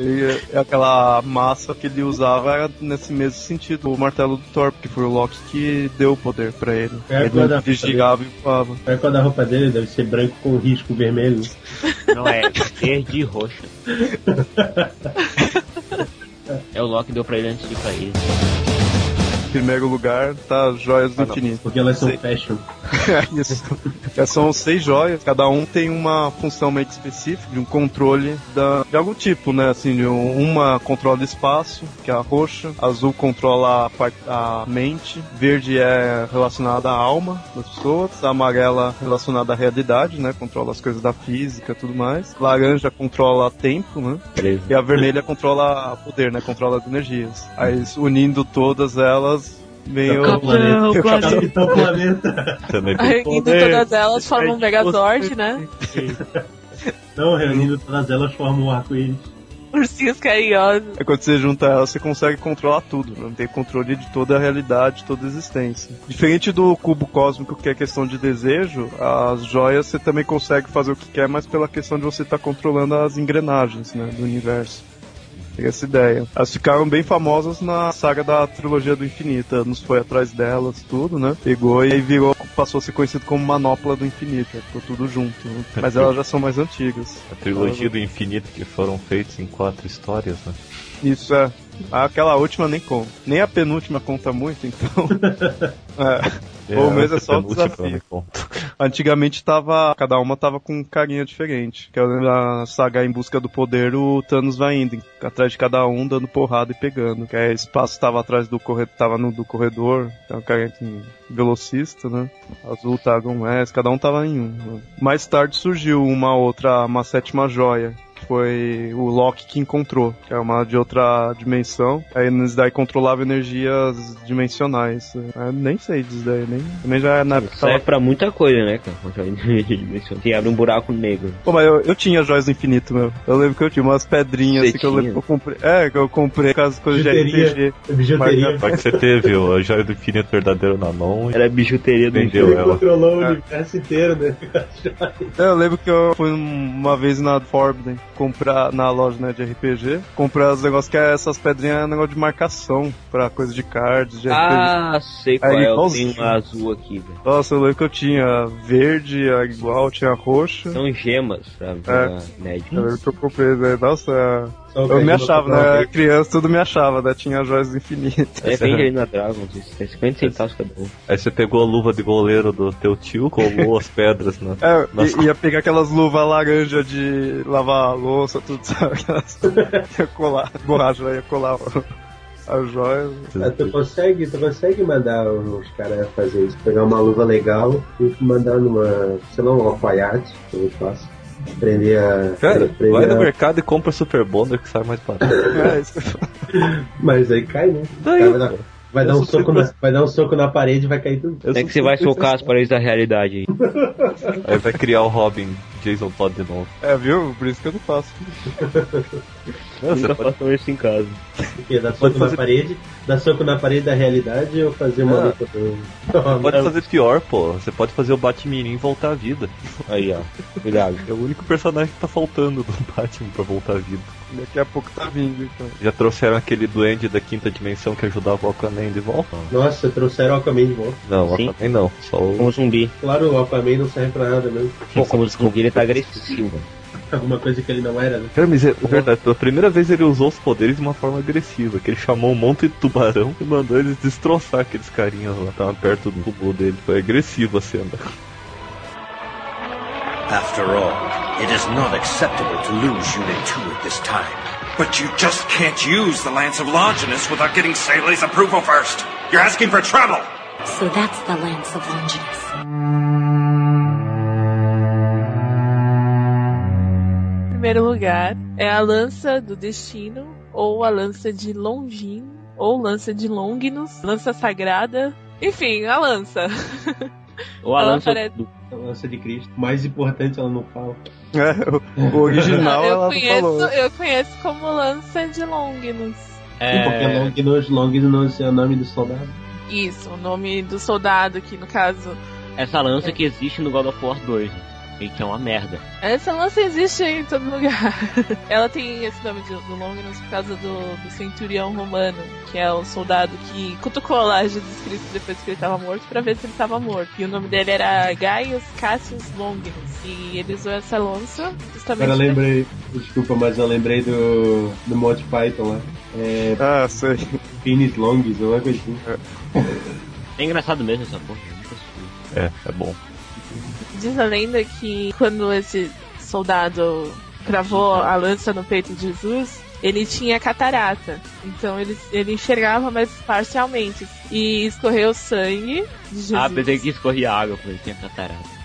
[SPEAKER 8] Ele- é aquela massa que ele usava era nesse mesmo sentido, o martelo do Thor, que foi o Loki que deu o poder pra ele.
[SPEAKER 12] É, quando a-
[SPEAKER 8] ele desligava e voava.
[SPEAKER 12] Olha qual da roupa dele, deve ser branco com risco vermelho.
[SPEAKER 2] Não é, verde e roxo. É o Loki que deu pra ele antes de cair.
[SPEAKER 8] Em primeiro lugar, tá as joias do infinito.
[SPEAKER 12] Porque elas são
[SPEAKER 8] Sei-
[SPEAKER 12] fashion.
[SPEAKER 8] É Isso. Já são seis joias, cada um tem uma função meio que específica, de um controle da- de algum tipo, né? Assim, de um- uma controla o espaço, que é a roxa, azul controla a, par- a mente, verde é relacionada à alma das pessoas, a amarela relacionada à realidade, né? Controla as coisas da física e tudo mais, laranja controla tempo, né?
[SPEAKER 2] Beleza.
[SPEAKER 8] E a vermelha controla poder, né? Controla as energias. Aí unindo todas elas, meio.
[SPEAKER 12] Capitão Tá Planeta.
[SPEAKER 8] Eu-
[SPEAKER 6] um
[SPEAKER 12] Capitão Planeta.
[SPEAKER 9] Também
[SPEAKER 5] Reunindo todas elas, formam um Megazord, né?
[SPEAKER 12] Não, reunindo todas elas formam um arco-íris.
[SPEAKER 5] Ursinhos carinhosos.
[SPEAKER 8] É quando você junta ela, você consegue controlar tudo. Não tem controle de toda a realidade, toda a existência. Diferente do cubo cósmico, que é questão de desejo, as joias você também consegue fazer o que quer, mas pela questão de você estar controlando as engrenagens né, do universo. Tem essa ideia. Elas ficaram bem famosas na saga da trilogia do infinito. Nos foi atrás delas, tudo, né? Pegou e aí virou, passou a ser conhecido como manopla do infinito. né? Ficou tudo junto. né? Mas elas já são mais antigas.
[SPEAKER 9] A trilogia do infinito que foram feitas em quatro histórias, né?
[SPEAKER 8] Isso é. Aquela última nem conta. Nem a penúltima conta muito, então. é. Ou mesmo é só o
[SPEAKER 9] penúltima,
[SPEAKER 8] desafio.
[SPEAKER 9] né, ponto.
[SPEAKER 8] Antigamente tava. Cada uma tava com um carinha diferente. Que eu lembro na saga Em Busca do Poder, o Thanos vai indo, em- atrás de cada um, dando porrada e pegando. Que aí espaço tava atrás do corredor, tava no do corredor, tava um carinha com velocista, né? Azul, Tagon, é, cada um tava em um. né? Mais tarde surgiu uma outra, uma sétima joia, que foi o Loki que encontrou, que é uma de outra dimensão. Aí nesse daí controlava energias dimensionais. né? Eu nem sei disso daí, nem. Também já é na época tava
[SPEAKER 2] Serve pra muita coisa, né, cara? Contra a dimensão. Que abre um buraco negro.
[SPEAKER 8] Pô, mas eu, eu tinha joias do infinito, meu. Eu lembro que eu tinha umas pedrinhas
[SPEAKER 2] Você
[SPEAKER 8] assim, que eu
[SPEAKER 2] tinha?
[SPEAKER 8] lembro que eu comprei. É, que eu comprei com as coisas de
[SPEAKER 12] Bijuteria.
[SPEAKER 8] RPG.
[SPEAKER 12] Bijuteria.
[SPEAKER 9] Só é, que você teve o a joia do infinito verdadeiro na mão e
[SPEAKER 2] Era a bijuteria do
[SPEAKER 9] vendeu ela.
[SPEAKER 12] Controlou
[SPEAKER 2] Ah.
[SPEAKER 12] o universo inteiro, né?
[SPEAKER 8] É, Eu lembro que eu fui uma vez na Forbidden comprar na loja né, de RPG. Comprar os negócios que é essas
[SPEAKER 6] um
[SPEAKER 8] pedrinhas é negócio de marcação pra coisa de cards, de RPG.
[SPEAKER 2] Ah, sei qual
[SPEAKER 8] Aí,
[SPEAKER 2] é. Eu
[SPEAKER 8] igualzinho.
[SPEAKER 2] tenho uma azul aqui, velho.
[SPEAKER 8] Nossa, eu lembro que eu tinha verde, a igual, tinha roxa.
[SPEAKER 2] São gemas pra, pra nerd.
[SPEAKER 8] Eu lembro que eu comprei, né? Nossa,
[SPEAKER 12] Só o
[SPEAKER 8] eu
[SPEAKER 12] Kaido
[SPEAKER 8] me achava,
[SPEAKER 12] comprou
[SPEAKER 8] né?
[SPEAKER 12] uma-
[SPEAKER 8] Criança, tudo me achava, né? Tinha joias do infinito.
[SPEAKER 2] É, vende ali na Dragon, é 50 centavos cada um.
[SPEAKER 9] Aí você pegou a luva de goleiro do teu tio, colou as pedras né? na.
[SPEAKER 8] É,
[SPEAKER 9] Nossa.
[SPEAKER 8] i- ia pegar aquelas luvas laranja de lavar a louça, tudo, sabe? Aquelas... ia colar, borracha, né? ia colar o- as joias.
[SPEAKER 12] Ah, tu consegue, tu consegue mandar os caras fazer isso, pegar uma luva legal e mandar numa, sei lá, um alfaiate, que eu faço, prender a.
[SPEAKER 9] Cara,
[SPEAKER 12] prender
[SPEAKER 9] vai
[SPEAKER 12] a-
[SPEAKER 9] no mercado e compra Super Bonder que sai mais barato.
[SPEAKER 8] É, isso.
[SPEAKER 12] Mas aí cai, né? Cara, vai, dar, vai dar um soco na, vai dar um soco na parede e vai cair tudo.
[SPEAKER 8] Eu
[SPEAKER 2] É
[SPEAKER 8] sou
[SPEAKER 2] que você vai
[SPEAKER 8] super
[SPEAKER 2] socar as paredes da realidade.
[SPEAKER 9] Aí vai criar o Robin Jason Todd de novo.
[SPEAKER 8] É, viu? Por isso que eu não faço.
[SPEAKER 2] Nunca façam isso em casa.
[SPEAKER 12] O quê? Dar soco na parede? Dar soco na parede da realidade ou fazer uma
[SPEAKER 9] Ah.
[SPEAKER 12] luta do.
[SPEAKER 9] Você pode fazer pior, pô. Você pode fazer o Batmirim voltar à vida.
[SPEAKER 2] Aí, ó. Cuidado.
[SPEAKER 9] É o único personagem que tá faltando do Batman pra voltar à vida.
[SPEAKER 8] Daqui a pouco tá vindo, então.
[SPEAKER 9] Já trouxeram aquele duende da quinta dimensão que ajudava o Aquaman de volta?
[SPEAKER 12] Nossa, trouxeram o Aquaman de volta.
[SPEAKER 9] Não, o
[SPEAKER 2] Sim.
[SPEAKER 9] Aquaman não. Só o...
[SPEAKER 2] Como zumbi.
[SPEAKER 12] Claro, o Aquaman não serve pra nada mesmo.
[SPEAKER 2] Pô, como zumbi ele tá agressivo.
[SPEAKER 12] Alguma coisa que ele não era, né?
[SPEAKER 9] Cara, mas é verdade, pela primeira vez ele usou os poderes de uma forma agressiva, que ele chamou um monte de tubarão e mandou eles destroçar aqueles carinhas lá, que estavam perto do robô dele. Foi agressiva a cena.
[SPEAKER 15] After all, Oh, it is not acceptable to lose Unit 2 at this time. But you just can't use the Lance of Longinus without getting Sale's approval first. You're asking for trouble.
[SPEAKER 13] So that's the Lance of Longinus.
[SPEAKER 5] primeiro lugar é a lança do destino, ou a lança de Longin, ou lança de Longinus, lança sagrada. Enfim, a lança.
[SPEAKER 2] Ou a
[SPEAKER 5] Ela
[SPEAKER 2] lança
[SPEAKER 5] parece-
[SPEAKER 2] do-
[SPEAKER 12] A lança É de Cristo. Mais importante ela não fala.
[SPEAKER 8] É, o, o original
[SPEAKER 5] eu,
[SPEAKER 8] ela não
[SPEAKER 5] conheço,
[SPEAKER 8] falou. né?
[SPEAKER 5] eu conheço como lança de Longinus.
[SPEAKER 2] É,
[SPEAKER 12] Sim, porque
[SPEAKER 9] É.
[SPEAKER 12] Longinus, Longinus é o nome do soldado.
[SPEAKER 5] Isso, o nome do soldado que no caso.
[SPEAKER 2] Essa lança que existe no God of War 2. né? E que é uma merda.
[SPEAKER 5] Essa lança existe em todo lugar. Ela tem esse nome de, do Longinus por causa do, do centurião romano, que é o soldado que cutucou lá Jesus Cristo depois que ele estava morto pra ver se ele estava morto. E o nome dele era Gaius Cassius Longinus. E ele usou essa lança justamente.
[SPEAKER 12] Agora eu lembrei, desculpa, mas eu lembrei do, do Monty Python lá. É,
[SPEAKER 8] Ah, sei.
[SPEAKER 12] Penis Longis, ou alguma coisa assim.
[SPEAKER 2] É engraçado mesmo essa porra. eu nunca assisti.
[SPEAKER 9] É, é bom.
[SPEAKER 5] Diz a lenda que quando esse soldado cravou a lança no peito de Jesus, ele tinha catarata. Então ele, ele enxergava, mas parcialmente. E escorreu sangue de Jesus.
[SPEAKER 2] Ah, pensei que escorria água, porque tinha catarata.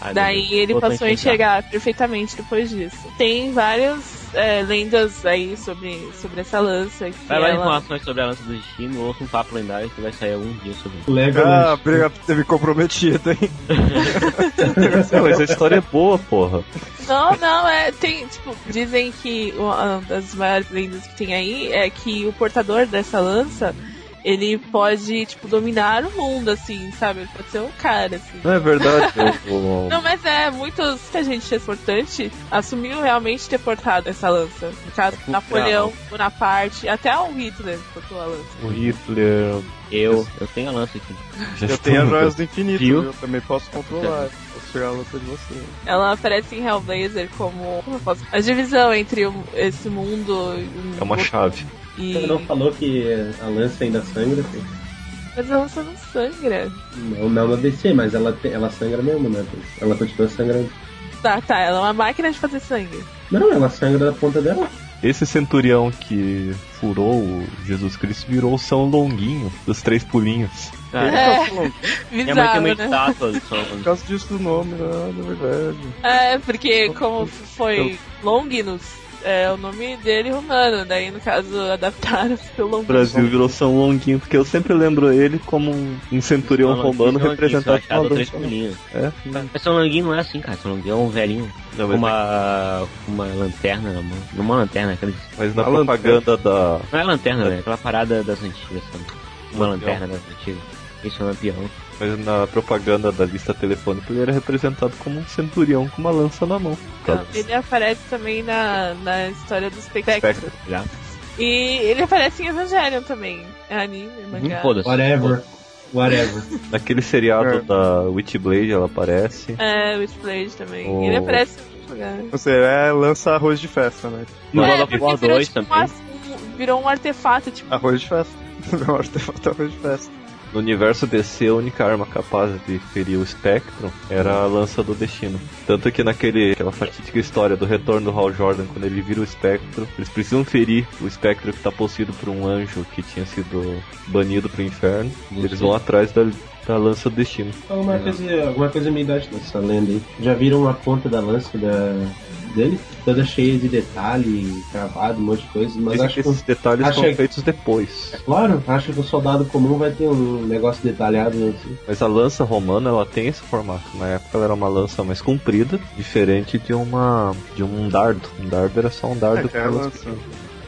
[SPEAKER 2] Ah, meu
[SPEAKER 5] Daí
[SPEAKER 2] Deus.
[SPEAKER 5] ele
[SPEAKER 2] Voltou
[SPEAKER 5] passou a enxergar perfeitamente depois disso. Tem várias é, lendas aí sobre, sobre essa lança. Que
[SPEAKER 2] Vai lá
[SPEAKER 5] ela-
[SPEAKER 2] informações sobre a lança do destino, ouça um papo lendário que vai sair algum dia sobre isso.
[SPEAKER 12] O
[SPEAKER 8] Ah,
[SPEAKER 12] Legolas.
[SPEAKER 8] briga, você me comprometido, hein?
[SPEAKER 9] Não, mas a história é boa, porra.
[SPEAKER 5] Não, não, é. Tem, tipo, dizem que uma das maiores lendas que tem aí é que o portador dessa lança, ele pode, tipo, dominar o mundo, assim, sabe? Ele pode ser um cara, assim.
[SPEAKER 9] Não é verdade, o- o-
[SPEAKER 5] Não, mas é, muitos, muita gente exportante assumiu realmente ter portado essa lança. No caso,
[SPEAKER 2] Tipo,
[SPEAKER 5] Napoleão,
[SPEAKER 2] ah,
[SPEAKER 5] Bonaparte, até o Hitler portou a lança.
[SPEAKER 9] o Hitler...
[SPEAKER 2] Eu, eu tenho a lança aqui.
[SPEAKER 9] Já
[SPEAKER 8] Eu tenho as
[SPEAKER 9] estou-
[SPEAKER 8] joias do infinito,
[SPEAKER 2] Viu?
[SPEAKER 8] viu? Eu também posso
[SPEAKER 9] É.
[SPEAKER 8] controlar. Posso pegar a luta de você.
[SPEAKER 5] Ela aparece em Hellblazer como, como eu posso, a divisão entre o- esse mundo e
[SPEAKER 9] É uma chave.
[SPEAKER 12] Você
[SPEAKER 5] e
[SPEAKER 12] não falou que a lança ainda sangra? assim?
[SPEAKER 5] Mas a lança não sangra.
[SPEAKER 12] Não, não na DC, mas ela, te- ela sangra mesmo, né? Ela continua sangrando.
[SPEAKER 5] Tá, tá, ela é uma máquina de fazer sangue.
[SPEAKER 12] Não, ela sangra da ponta dela.
[SPEAKER 9] Esse centurião que furou o Jesus Cristo virou o São Longuinho, dos três pulinhos.
[SPEAKER 2] Cara,
[SPEAKER 5] É,
[SPEAKER 2] minha mãe tem uma
[SPEAKER 5] bizarro, né?
[SPEAKER 2] estátua do
[SPEAKER 8] Por
[SPEAKER 2] São
[SPEAKER 8] causa disso do nome, né? Na verdade.
[SPEAKER 5] É, porque como foi Longinus, é o nome dele romano, daí no caso adaptaram pro
[SPEAKER 9] O
[SPEAKER 5] Longinus.
[SPEAKER 9] Brasil virou São Longuinho, porque eu sempre lembro ele como um, um centurião romano
[SPEAKER 2] é
[SPEAKER 9] representado por uma
[SPEAKER 2] três
[SPEAKER 9] lança.
[SPEAKER 2] pulinhos.
[SPEAKER 9] É.
[SPEAKER 2] Mas São Longuinho não é assim, cara. São Longuinho é um velhinho
[SPEAKER 9] Não,
[SPEAKER 2] com
[SPEAKER 9] mas, é
[SPEAKER 2] uma, com uma lanterna na mão. Não uma lanterna, aquele...
[SPEAKER 9] mas na
[SPEAKER 8] A lança-
[SPEAKER 9] propaganda da.
[SPEAKER 2] não é lanterna, né? Aquela parada das antigas, sabe? Uma lanterna das antigas. Isso é um lampião.
[SPEAKER 9] Mas na propaganda da lista telefônica ele era representado como um centurião com uma lança na mão. Tá.
[SPEAKER 5] Ele aparece também na, na história dos Spectre.
[SPEAKER 2] Já.
[SPEAKER 5] E ele aparece em Evangelion também. É anime, mangá.
[SPEAKER 2] Hum, Foda-se.
[SPEAKER 12] Whatever. Whatever.
[SPEAKER 9] Naquele seriado
[SPEAKER 8] É.
[SPEAKER 9] da Witchblade ela aparece.
[SPEAKER 5] É, Witchblade também.
[SPEAKER 9] O-
[SPEAKER 5] Ele aparece em muito lugar.
[SPEAKER 8] Ou seja, é lança arroz de festa, né?
[SPEAKER 2] No
[SPEAKER 5] é,
[SPEAKER 2] God
[SPEAKER 5] porque
[SPEAKER 2] of War
[SPEAKER 5] virou,
[SPEAKER 2] 2
[SPEAKER 5] tipo, um
[SPEAKER 2] também.
[SPEAKER 5] as- um- virou um artefato, tipo,
[SPEAKER 8] Arroz de festa. Meu artefato é arroz de festa.
[SPEAKER 9] No universo DC, a única arma capaz de ferir o Spectrum era a lança do destino. Tanto que naquele aquela fatídica história do retorno do Hal Jordan, quando ele vira o Spectrum, eles precisam ferir o Spectrum que está possuído por um anjo que tinha sido banido pro inferno. E eles vão atrás da, da lança do
[SPEAKER 12] Então,
[SPEAKER 9] destino.
[SPEAKER 12] né? Alguma coisa, alguma coisa meio idade nessa lenda aí. Já viram a ponta da lança da, dele, toda cheia de detalhe, cravado, um monte de coisa, mas
[SPEAKER 9] Dizem
[SPEAKER 12] acho
[SPEAKER 9] que esses detalhes
[SPEAKER 12] acho
[SPEAKER 9] são
[SPEAKER 12] que-
[SPEAKER 9] feitos depois.
[SPEAKER 12] É claro, acho que o soldado comum vai ter um negócio detalhado assim.
[SPEAKER 9] Mas a lança romana, ela tem esse formato. Na época ela era uma lança mais comprida, diferente de uma de um dardo. Um dardo era só um dardo.
[SPEAKER 8] É, que é
[SPEAKER 9] com-
[SPEAKER 8] lança.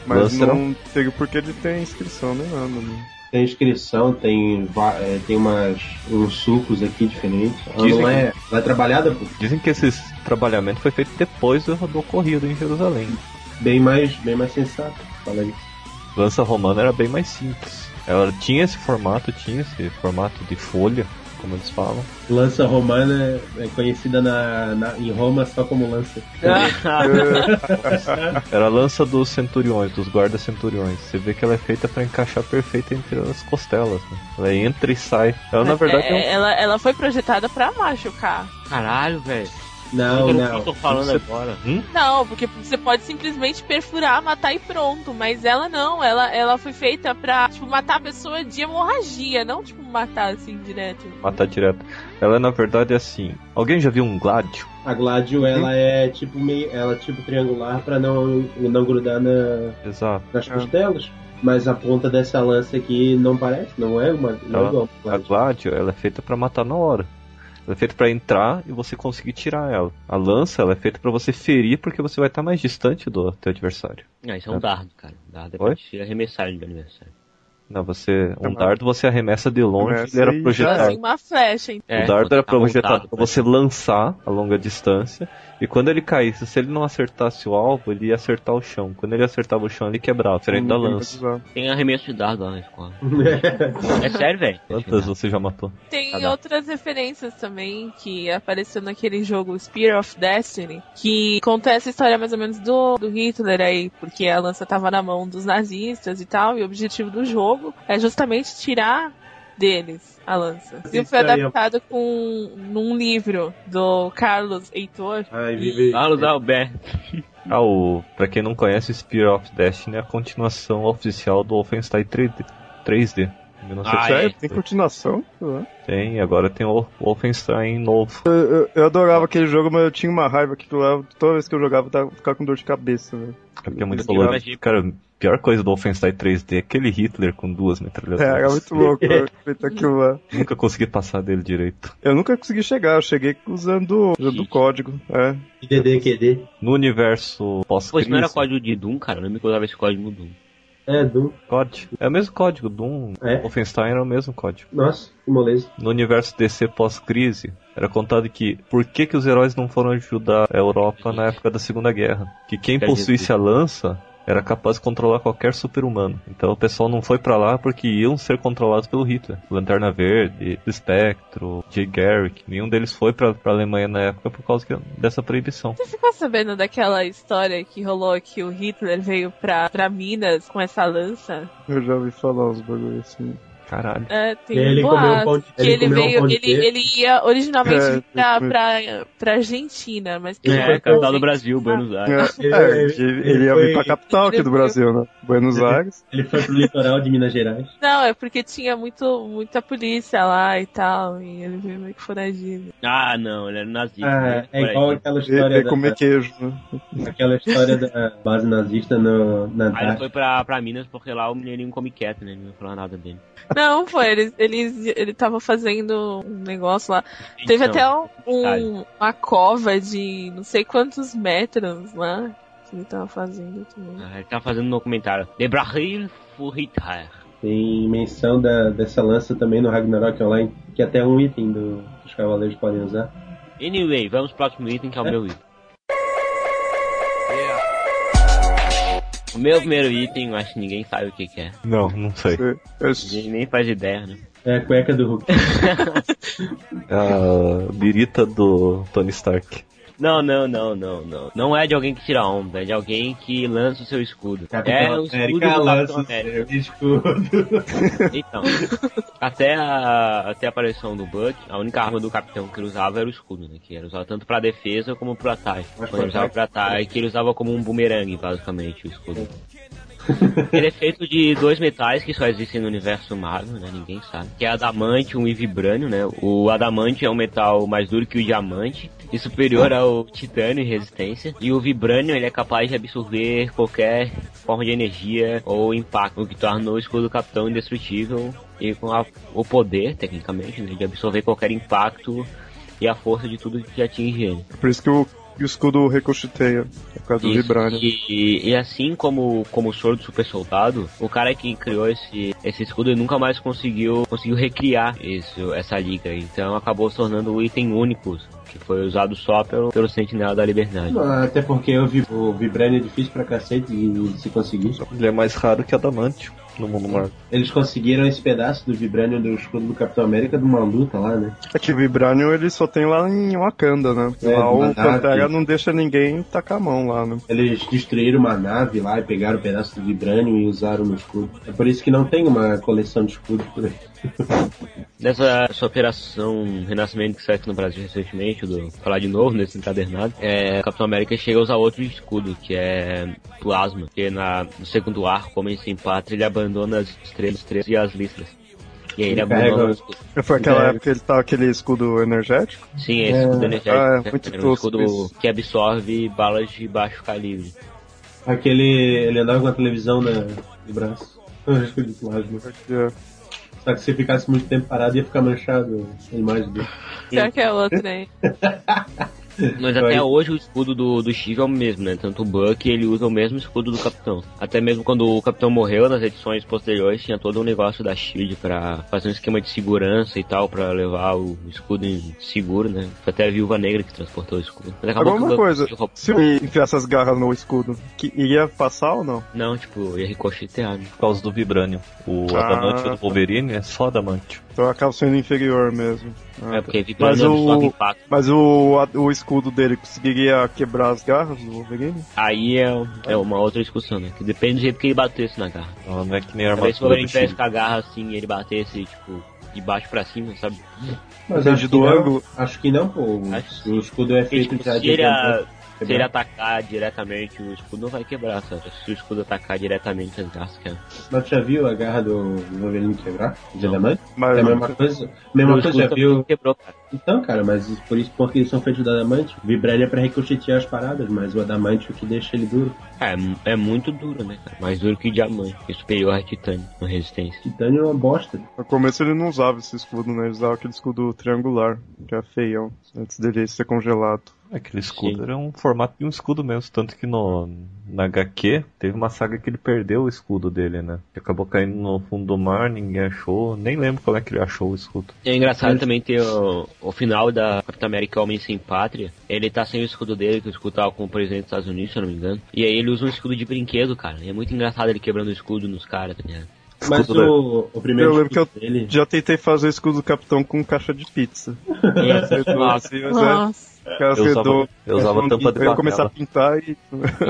[SPEAKER 8] Mas
[SPEAKER 9] Lança era um-
[SPEAKER 8] não teve porque ele tem inscrição nem nada, né?
[SPEAKER 12] Tem inscrição, tem, va- é, tem umas, uns sucos aqui diferentes. Ela
[SPEAKER 9] Dizem
[SPEAKER 12] não é,
[SPEAKER 9] que-
[SPEAKER 12] ela é trabalhada por
[SPEAKER 9] Dizem que esse trabalhamento foi feito depois do, do ocorrido em Jerusalém.
[SPEAKER 12] bem mais, bem mais sensato. Fala aí.
[SPEAKER 9] Lança romana era bem mais simples. Ela tinha esse formato, tinha esse formato de folha, como eles falam.
[SPEAKER 12] Lança romana é conhecida na, na- em Roma só como lança.
[SPEAKER 9] Era a lança dos centuriões, dos guardas centuriões. Você vê que ela é feita pra encaixar perfeita entre as costelas. né? Ela entra e sai. Ela na verdade
[SPEAKER 5] É,
[SPEAKER 9] é, um...
[SPEAKER 5] ela, ela foi projetada pra machucar.
[SPEAKER 2] Caralho, velho.
[SPEAKER 9] Ah,
[SPEAKER 12] Não,
[SPEAKER 2] eu
[SPEAKER 12] não. Tipo,
[SPEAKER 2] Eu tô falando
[SPEAKER 12] Você-
[SPEAKER 2] agora.
[SPEAKER 5] Não, porque você pode simplesmente perfurar, matar e pronto. Mas ela não, ela, ela foi feita pra, tipo, matar a pessoa de hemorragia, não, tipo, matar assim direto.
[SPEAKER 9] matar direto. Ela na verdade é assim. Alguém já viu um gládio?
[SPEAKER 12] A
[SPEAKER 2] Uhum.
[SPEAKER 12] Gladio, ela é tipo meio, ela é tipo triangular pra não não grudar na,
[SPEAKER 9] Exato.
[SPEAKER 12] nas
[SPEAKER 2] Ah.
[SPEAKER 12] costelas. Mas a ponta dessa lança aqui não parece, não é uma, não é igual.
[SPEAKER 9] Ela, a gládio, ela é feita pra matar na hora. Ela é feita pra entrar e você conseguir tirar ela. A lança, ela é feita pra você ferir porque você vai estar mais distante do teu adversário.
[SPEAKER 2] Não, isso é um
[SPEAKER 9] É.
[SPEAKER 2] dardo, cara. Dardo é
[SPEAKER 9] Oi?
[SPEAKER 2] pra te arremessar ele do aniversário.
[SPEAKER 9] Não, você, um
[SPEAKER 2] Tá.
[SPEAKER 9] dardo você arremessa de longe,
[SPEAKER 2] Arremessa
[SPEAKER 9] ele era
[SPEAKER 2] e
[SPEAKER 9] projetado.
[SPEAKER 5] Assim, uma flecha, então.
[SPEAKER 9] o dardo era
[SPEAKER 2] tá voltado
[SPEAKER 9] projetado pra você lançar a longa distância. E quando ele caísse, se ele não acertasse o alvo, ele ia acertar o chão. Quando ele acertava o chão, ele quebrava, diferente da lança.
[SPEAKER 2] Tem arremesso de dardo lá na escola. é sério, velho.
[SPEAKER 9] Quantas você já matou?
[SPEAKER 5] Tem
[SPEAKER 2] Tá, dá.
[SPEAKER 5] outras referências também que apareceu naquele jogo Spear of Destiny, que conta essa história mais ou menos do, do Hitler aí, porque a lança tava na mão dos nazistas e tal, e o objetivo do jogo é justamente tirar deles a lança. E
[SPEAKER 12] Isso
[SPEAKER 5] foi
[SPEAKER 12] aí, ó.
[SPEAKER 5] adaptado com num livro do Carlos Heitor.
[SPEAKER 12] Ai, vive.
[SPEAKER 2] Carlos Alberto.
[SPEAKER 9] Ah, o, pra quem não conhece, Spear of Destiny é a continuação oficial do Wolfenstein 3D. 3D de 1970.
[SPEAKER 8] Sério? Ah, é? Tem continuação? Ué.
[SPEAKER 9] Tem, agora tem o Wolfenstein novo.
[SPEAKER 8] Eu, eu- eu adorava aquele jogo, mas eu tinha uma raiva que lá, toda vez que eu jogava, eu tava ficava com dor de cabeça, velho.
[SPEAKER 9] É porque é muito
[SPEAKER 8] Sim,
[SPEAKER 9] colorido.
[SPEAKER 8] imagino.
[SPEAKER 9] Cara, a pior coisa do Wolfenstein 3D é aquele Hitler com duas
[SPEAKER 8] É,
[SPEAKER 9] metralhadoras.
[SPEAKER 8] era muito louco eu feito aquilo lá.
[SPEAKER 9] Nunca consegui passar dele direito.
[SPEAKER 8] Eu nunca consegui chegar, eu cheguei usando, usando o código. É.
[SPEAKER 12] IDDQD.
[SPEAKER 9] No universo
[SPEAKER 2] Pô, isso não era
[SPEAKER 9] pós-crise,
[SPEAKER 2] código de Doom, cara. Eu lembro que eu usava esse código no Doom.
[SPEAKER 12] É, do.
[SPEAKER 9] COD. É o mesmo código, Doom,
[SPEAKER 12] É?
[SPEAKER 9] Wolfenstein era o mesmo código.
[SPEAKER 12] Nossa, que moleza.
[SPEAKER 9] No universo DC pós-crise, era contado que por que, que os heróis não foram ajudar a Europa na época da Segunda Guerra? Que quem
[SPEAKER 2] Quer dizer,
[SPEAKER 9] possuísse a lança era capaz de controlar qualquer super-humano. Então o pessoal não foi pra lá porque iam ser controlados pelo Hitler. Lanterna Verde, Spectro, Jay Garrick, nenhum deles foi pra, pra Alemanha na época por causa que- dessa proibição.
[SPEAKER 5] Você ficou sabendo daquela história que rolou que o Hitler veio pra, pra Minas com essa lança?
[SPEAKER 8] Eu já ouvi falar uns bagulho assim.
[SPEAKER 9] Caralho.
[SPEAKER 5] É, tem
[SPEAKER 8] Ele
[SPEAKER 5] um
[SPEAKER 8] comeu
[SPEAKER 5] boato
[SPEAKER 8] um pão de-
[SPEAKER 5] que
[SPEAKER 8] ele
[SPEAKER 5] ele,
[SPEAKER 8] comeu um
[SPEAKER 5] veio,
[SPEAKER 8] pão de
[SPEAKER 5] ele,
[SPEAKER 8] queijo.
[SPEAKER 5] ele ia originalmente
[SPEAKER 8] É,
[SPEAKER 5] pra,
[SPEAKER 8] foi-
[SPEAKER 5] pra, pra Argentina, mas
[SPEAKER 2] É,
[SPEAKER 5] ele foi pra
[SPEAKER 2] capital do
[SPEAKER 5] Argentina.
[SPEAKER 2] Brasil, Buenos
[SPEAKER 12] Ah.
[SPEAKER 2] Aires.
[SPEAKER 8] É, é, ele, ele ia vir pra capital aqui do Brasil, né? Buenos Aires.
[SPEAKER 12] Ele foi pro litoral de Minas Gerais.
[SPEAKER 5] Não, é porque tinha muito, muita polícia lá e tal, e ele veio meio que foragido.
[SPEAKER 2] Ah, não, ele era nazista.
[SPEAKER 12] Ah,
[SPEAKER 2] né?
[SPEAKER 12] é igual
[SPEAKER 2] Peraí.
[SPEAKER 12] aquela história
[SPEAKER 8] Ele ia comer
[SPEAKER 12] da-
[SPEAKER 8] queijo, né?
[SPEAKER 12] Aquela história da base nazista no, na
[SPEAKER 2] Aí ele
[SPEAKER 12] Antártica.
[SPEAKER 2] foi pra, pra Minas porque lá o mineirinho come quieto, né? Ele não falava nada dele.
[SPEAKER 5] Não, foi, ele, ele, ele tava fazendo um negócio lá. Teve até
[SPEAKER 2] Então,
[SPEAKER 5] um, um- uma cova de não sei quantos metros lá que ele tava fazendo também.
[SPEAKER 2] Ah, ele tava fazendo um documentário. De Brasil für Hitler.
[SPEAKER 12] Tem menção da, dessa lança também no Ragnarok Online, que até é um item do, que os cavaleiros podem usar.
[SPEAKER 2] Anyway, vamos pro próximo item que é o meu item. O meu primeiro item, eu acho que ninguém sabe o que, que é.
[SPEAKER 9] Não, não sei.
[SPEAKER 2] Ninguém nem faz ideia, né?
[SPEAKER 12] É a cueca do Hulk.
[SPEAKER 9] A birita do Tony Stark.
[SPEAKER 2] Não, não, não, não, não. Não é de alguém que tira onda, é de alguém que lança o seu escudo. é
[SPEAKER 12] Capitão
[SPEAKER 2] o escudo
[SPEAKER 12] América
[SPEAKER 2] do
[SPEAKER 12] lança
[SPEAKER 2] Capitão
[SPEAKER 12] o
[SPEAKER 2] América.
[SPEAKER 12] seu escudo.
[SPEAKER 2] Então, até a, até a aparição do Buck, a única arma do capitão que ele usava era o escudo, né? Que ele usava tanto pra defesa como pro ataque.
[SPEAKER 12] Mas
[SPEAKER 2] Quando ele
[SPEAKER 12] pro
[SPEAKER 2] usava
[SPEAKER 12] ataque-
[SPEAKER 2] pra ataque, ele usava como um bumerangue, basicamente, o escudo. ele é feito de dois metais que só existem no universo Marvel, né? Ninguém um sabe. Que é adamantium e vibrânio, né? O adamantium é um metal mais duro que o diamante. e superior ao titânio em resistência. E o vibrânio ele é capaz de absorver qualquer forma de energia ou impacto, o que torna o escudo do capitão indestrutível e com a- o poder, tecnicamente, né, de absorver qualquer impacto e a força de tudo que atinge ele.
[SPEAKER 8] Por isso que o, o escudo ricocheteia, por causa do
[SPEAKER 2] Isso,
[SPEAKER 8] vibrânio.
[SPEAKER 2] E, e- e assim como, como o soro do super soldado, o cara que criou esse, esse escudo ele nunca mais conseguiu, conseguiu recriar isso, essa liga. Então acabou se tornando um item único, que foi usado só pelo, pelo Sentinela da Liberdade.
[SPEAKER 12] Não, Até porque eu vi, o Vibranium é difícil pra cacete de, de se conseguir.
[SPEAKER 9] Ele é mais raro que Adamante no mundo Marvel.
[SPEAKER 12] Eles conseguiram esse pedaço do Vibranium do escudo do Capitão América de uma luta lá, né?
[SPEAKER 8] É que o Vibranium ele só tem lá em Wakanda, né?
[SPEAKER 12] É,
[SPEAKER 8] lá
[SPEAKER 12] na
[SPEAKER 8] o
[SPEAKER 12] nave.
[SPEAKER 8] Pantera não deixa ninguém tacar a mão lá, né?
[SPEAKER 12] Eles destruíram uma nave lá e pegaram o pedaço do Vibranium e usaram no escudo. É por isso que não tem uma coleção de escudo por aí.
[SPEAKER 2] Nessa essa operação Renascimento que saiu aqui no Brasil recentemente, do falar de novo nesse encadernado, é, o Capitão América chega a usar outro escudo, que é Plasma, que na, no segundo arco, Homem Sem Pátria, ele abandona as estrelas, estrelas e as listras. E aí ele, abandona o escudo.
[SPEAKER 8] Foi aquela
[SPEAKER 2] É.
[SPEAKER 8] época que ele tava aquele escudo energético?
[SPEAKER 2] Sim, é esse escudo energético.
[SPEAKER 8] Ah,
[SPEAKER 2] né?
[SPEAKER 8] é muito
[SPEAKER 2] Era um
[SPEAKER 8] tosco
[SPEAKER 2] escudo
[SPEAKER 8] isso.
[SPEAKER 2] que absorve balas de baixo calibre.
[SPEAKER 12] Aquele. Ele andava com a televisão na, no braço. O escudo de plasma.
[SPEAKER 8] né? é
[SPEAKER 12] Só que se ficasse muito tempo parado ia ficar manchado a imagem dele.
[SPEAKER 5] Será que é outro, né?
[SPEAKER 2] Mas até hoje o escudo do, do Steve é o mesmo, né? Tanto o Buck, ele usa o mesmo escudo do Capitão. Até mesmo quando o Capitão morreu, nas edições posteriores, tinha todo um negócio da SHIELD pra fazer um esquema de segurança e tal, pra levar o escudo em seguro, né? Foi até a Viúva Negra que transportou o escudo. Mas acabou
[SPEAKER 8] Agora
[SPEAKER 2] que o
[SPEAKER 8] uma
[SPEAKER 2] Buck
[SPEAKER 8] coisa,
[SPEAKER 2] conseguiu roubar.
[SPEAKER 8] se eu enfiasse as garras no escudo, que iria passar ou não?
[SPEAKER 2] Não, tipo, ia ricochetear, né?
[SPEAKER 9] Por causa do vibrânio. O
[SPEAKER 8] Ah,
[SPEAKER 9] Adamante
[SPEAKER 8] tá.
[SPEAKER 9] do Wolverine é só Adamante.
[SPEAKER 8] Então acaba sendo inferior mesmo.
[SPEAKER 2] É, porque
[SPEAKER 8] Ah, tá. mas
[SPEAKER 2] vibrando absorve
[SPEAKER 8] o,
[SPEAKER 2] impacto.
[SPEAKER 8] mas o, a- o escudo dele conseguiria quebrar as garras do Wolverine?
[SPEAKER 2] Aí é, é uma outra discussão, né? Que depende do jeito que ele batesse na garra.
[SPEAKER 9] Não, não é que nem a
[SPEAKER 2] Talvez se o
[SPEAKER 9] armadura
[SPEAKER 2] Wolverine
[SPEAKER 9] do
[SPEAKER 2] tivesse
[SPEAKER 9] Steve.
[SPEAKER 2] com a garra assim e ele batesse, tipo, de baixo pra cima, sabe?
[SPEAKER 12] Mas acho que não, Acho que não, pô. O- O escudo é feito
[SPEAKER 2] Tipo,
[SPEAKER 12] já
[SPEAKER 2] se
[SPEAKER 12] de.
[SPEAKER 2] ele, a-
[SPEAKER 12] quebrar.
[SPEAKER 2] se ele atacar diretamente, o escudo não vai quebrar, sabe? Se o escudo atacar diretamente é um as garras, quebra.
[SPEAKER 12] Mas tu já viu a garra do Wolverine quebrar? De adamante?
[SPEAKER 8] Mas-
[SPEAKER 12] é a mesma coisa?
[SPEAKER 2] O
[SPEAKER 12] Mesma coisa, já
[SPEAKER 2] escudo
[SPEAKER 12] viu?
[SPEAKER 2] Quebrou, cara.
[SPEAKER 12] Então, cara, mas isso- por isso porque eles são feitos de adamante. O Vibranium é pra ricochetear as paradas, mas o adamante é o que deixa ele duro.
[SPEAKER 2] É, é muito duro, né, cara? Mais duro que diamante, e superior a titânio, com resistência.
[SPEAKER 12] Titânio é uma bosta.
[SPEAKER 8] No começo ele não usava esse escudo, né? Ele usava aquele escudo triangular, que é feião, antes dele ser congelado.
[SPEAKER 9] Aquele escudo era um formato de um escudo mesmo, tanto que no, na HQ teve uma saga que ele perdeu o escudo dele, né? Que acabou caindo no fundo do mar, ninguém achou, nem lembro como é que ele achou o escudo.
[SPEAKER 2] É engraçado também ter o, o final da Capitã América Homem Sem Pátria. Ele tá sem o escudo dele, que o escudo tava com o presidente dos Estados Unidos, se eu não me engano. E aí ele usa um escudo de brinquedo, cara. E é muito engraçado ele quebrando o escudo nos caras, tá ligado?
[SPEAKER 12] Mas o, o primeiro
[SPEAKER 8] eu lembro que eu
[SPEAKER 12] escudo dele.
[SPEAKER 8] já tentei fazer o escudo do capitão com caixa de pizza.
[SPEAKER 2] é
[SPEAKER 8] Acertou assim, mas é-
[SPEAKER 2] Eu
[SPEAKER 8] cara
[SPEAKER 2] usava-
[SPEAKER 8] acertou.
[SPEAKER 2] eu usava
[SPEAKER 8] Não-
[SPEAKER 2] tampa de
[SPEAKER 8] Eu ia começar a pintar e.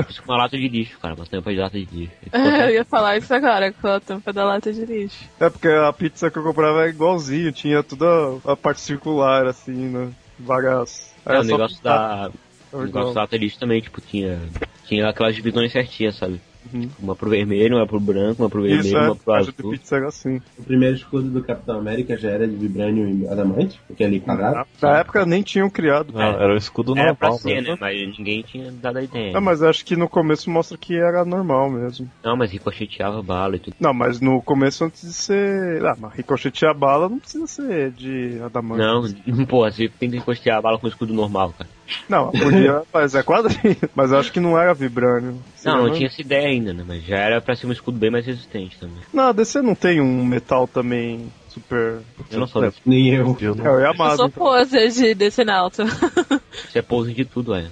[SPEAKER 2] Isso com uma lata de lixo, cara. Uma tampa de lata de lixo.
[SPEAKER 5] Eu ia falar isso agora, com a tampa da lata um de lixo.
[SPEAKER 8] É porque a pizza que eu comprava era igualzinho, tinha toda a parte circular, assim, né? Várias.
[SPEAKER 2] É,
[SPEAKER 8] era
[SPEAKER 2] o
[SPEAKER 8] só
[SPEAKER 2] negócio
[SPEAKER 8] pintar.
[SPEAKER 2] da.
[SPEAKER 8] É
[SPEAKER 2] O
[SPEAKER 8] igual.
[SPEAKER 2] negócio da lata lixo também, tipo, tinha. Tinha aquelas divisões certinhas, sabe? Tipo,
[SPEAKER 8] Uhum.
[SPEAKER 2] Uma pro vermelho, uma pro branco, uma pro vermelho,
[SPEAKER 8] Isso, é.
[SPEAKER 2] uma pro
[SPEAKER 8] Caixa
[SPEAKER 2] azul.
[SPEAKER 8] de pizza era assim.
[SPEAKER 12] O primeiro escudo do Capitão América já era de Vibranium e adamante, porque é ele
[SPEAKER 8] Na,
[SPEAKER 12] cagado.
[SPEAKER 8] na época nem tinham criado.
[SPEAKER 9] Não, era o escudo
[SPEAKER 8] é
[SPEAKER 2] Era pra
[SPEAKER 9] normal.
[SPEAKER 2] ser, né? Mas ninguém tinha dado a ideia.
[SPEAKER 8] Ah, mas acho que no começo mostra que era normal mesmo.
[SPEAKER 2] Não, mas ricocheteava bala e tudo.
[SPEAKER 8] Não, mas no começo antes de ser. Ah, mas ricochetear a bala não precisa ser de adamante.
[SPEAKER 2] Não, pô, você tem que ricochetear a bala com o escudo normal, cara.
[SPEAKER 8] Não, podia, mas é quadrinho. Mas eu acho que não era vibrânio.
[SPEAKER 2] Não, não
[SPEAKER 8] Seria-
[SPEAKER 2] tinha essa ideia ainda, né? Mas já era pra ser um escudo bem mais resistente também.
[SPEAKER 8] Não, a DC não tem um metal também super.
[SPEAKER 2] Eu não sou desse.
[SPEAKER 12] Nem
[SPEAKER 9] né?
[SPEAKER 12] eu.
[SPEAKER 8] É, eu ia amar,
[SPEAKER 5] Eu sou poser de Decenalto.
[SPEAKER 2] Você é poser de tudo, olha.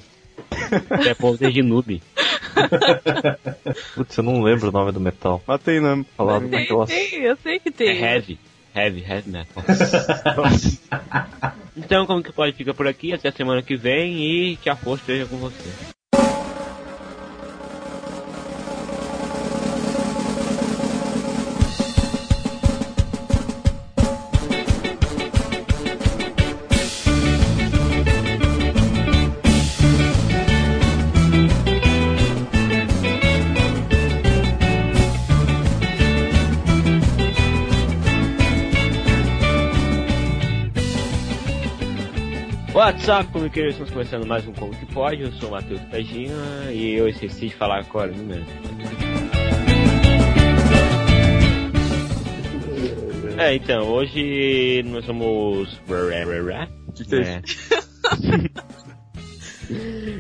[SPEAKER 2] Você é poser de noob.
[SPEAKER 9] Putz, eu não lembro o nome do metal.
[SPEAKER 8] Mas tem, né?
[SPEAKER 9] Falado
[SPEAKER 5] Tem,
[SPEAKER 9] naquela
[SPEAKER 5] tem, eu sei que
[SPEAKER 2] É
[SPEAKER 5] tem.
[SPEAKER 2] heavy. Heavy, heavy metal. então, como que pode fica por aqui? Até semana que vem e que a força esteja com você. WhatsApp, comiqueiros, é? estamos começando mais um Como Que Pode. Eu sou o Matheus Pagina e eu esqueci de falar agora né, o número. É, então, hoje nós vamos.
[SPEAKER 14] Que que é
[SPEAKER 2] É.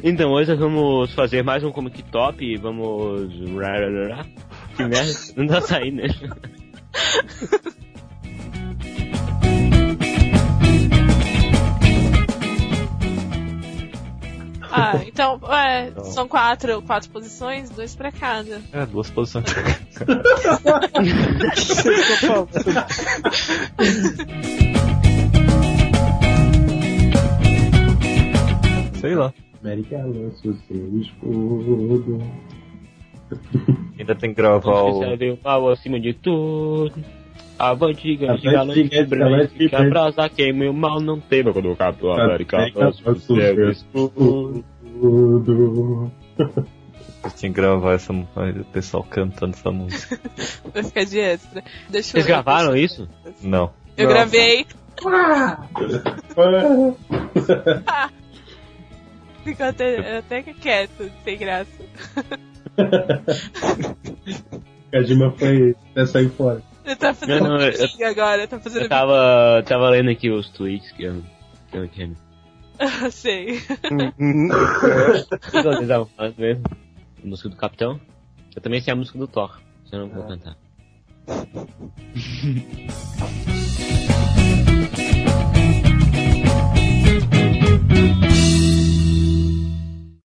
[SPEAKER 2] Então, hoje nós vamos fazer mais um Comic Top e vamos. Que merda, não dá saindo, né?
[SPEAKER 5] Ah, então, é, são quatro, quatro posições, dois pra cada.
[SPEAKER 9] É, duas posições. Sei lá.
[SPEAKER 12] América lança o seu escudo.
[SPEAKER 9] Ainda tem que gravar
[SPEAKER 8] é
[SPEAKER 9] o.
[SPEAKER 2] Você veio mal acima de tudo. A bandiga
[SPEAKER 9] A
[SPEAKER 2] de galante
[SPEAKER 9] bandiga de galante
[SPEAKER 2] brilhante que
[SPEAKER 9] brilhante.
[SPEAKER 2] abraça quem meu mal não tem. Quando o Capitão
[SPEAKER 9] Tá
[SPEAKER 2] América
[SPEAKER 9] América
[SPEAKER 2] lança o
[SPEAKER 9] lança
[SPEAKER 2] seu
[SPEAKER 9] o seu
[SPEAKER 2] escudo.
[SPEAKER 9] Eu tinha que gravar essa mu- o pessoal cantando essa música.
[SPEAKER 5] Vai ficar de extra. Deixa eu
[SPEAKER 2] Vocês
[SPEAKER 5] ver.
[SPEAKER 2] gravaram isso?
[SPEAKER 9] Não.
[SPEAKER 5] Eu gravei. Ficou até, até que quieto, sem graça.
[SPEAKER 12] Kajima foi. até sair fora.
[SPEAKER 5] Ele tá fazendo
[SPEAKER 2] Não, não, eu-
[SPEAKER 5] biquinho agora, tá fazendo
[SPEAKER 2] Eu tava, tava lendo aqui os tweets que eu, que eu tinha.
[SPEAKER 5] biquinho. Sei.
[SPEAKER 2] O que vocês estavam falando mesmo? A música do Capitão? Eu também sei a música
[SPEAKER 9] Ah.
[SPEAKER 2] do Thor, se eu não vou cantar.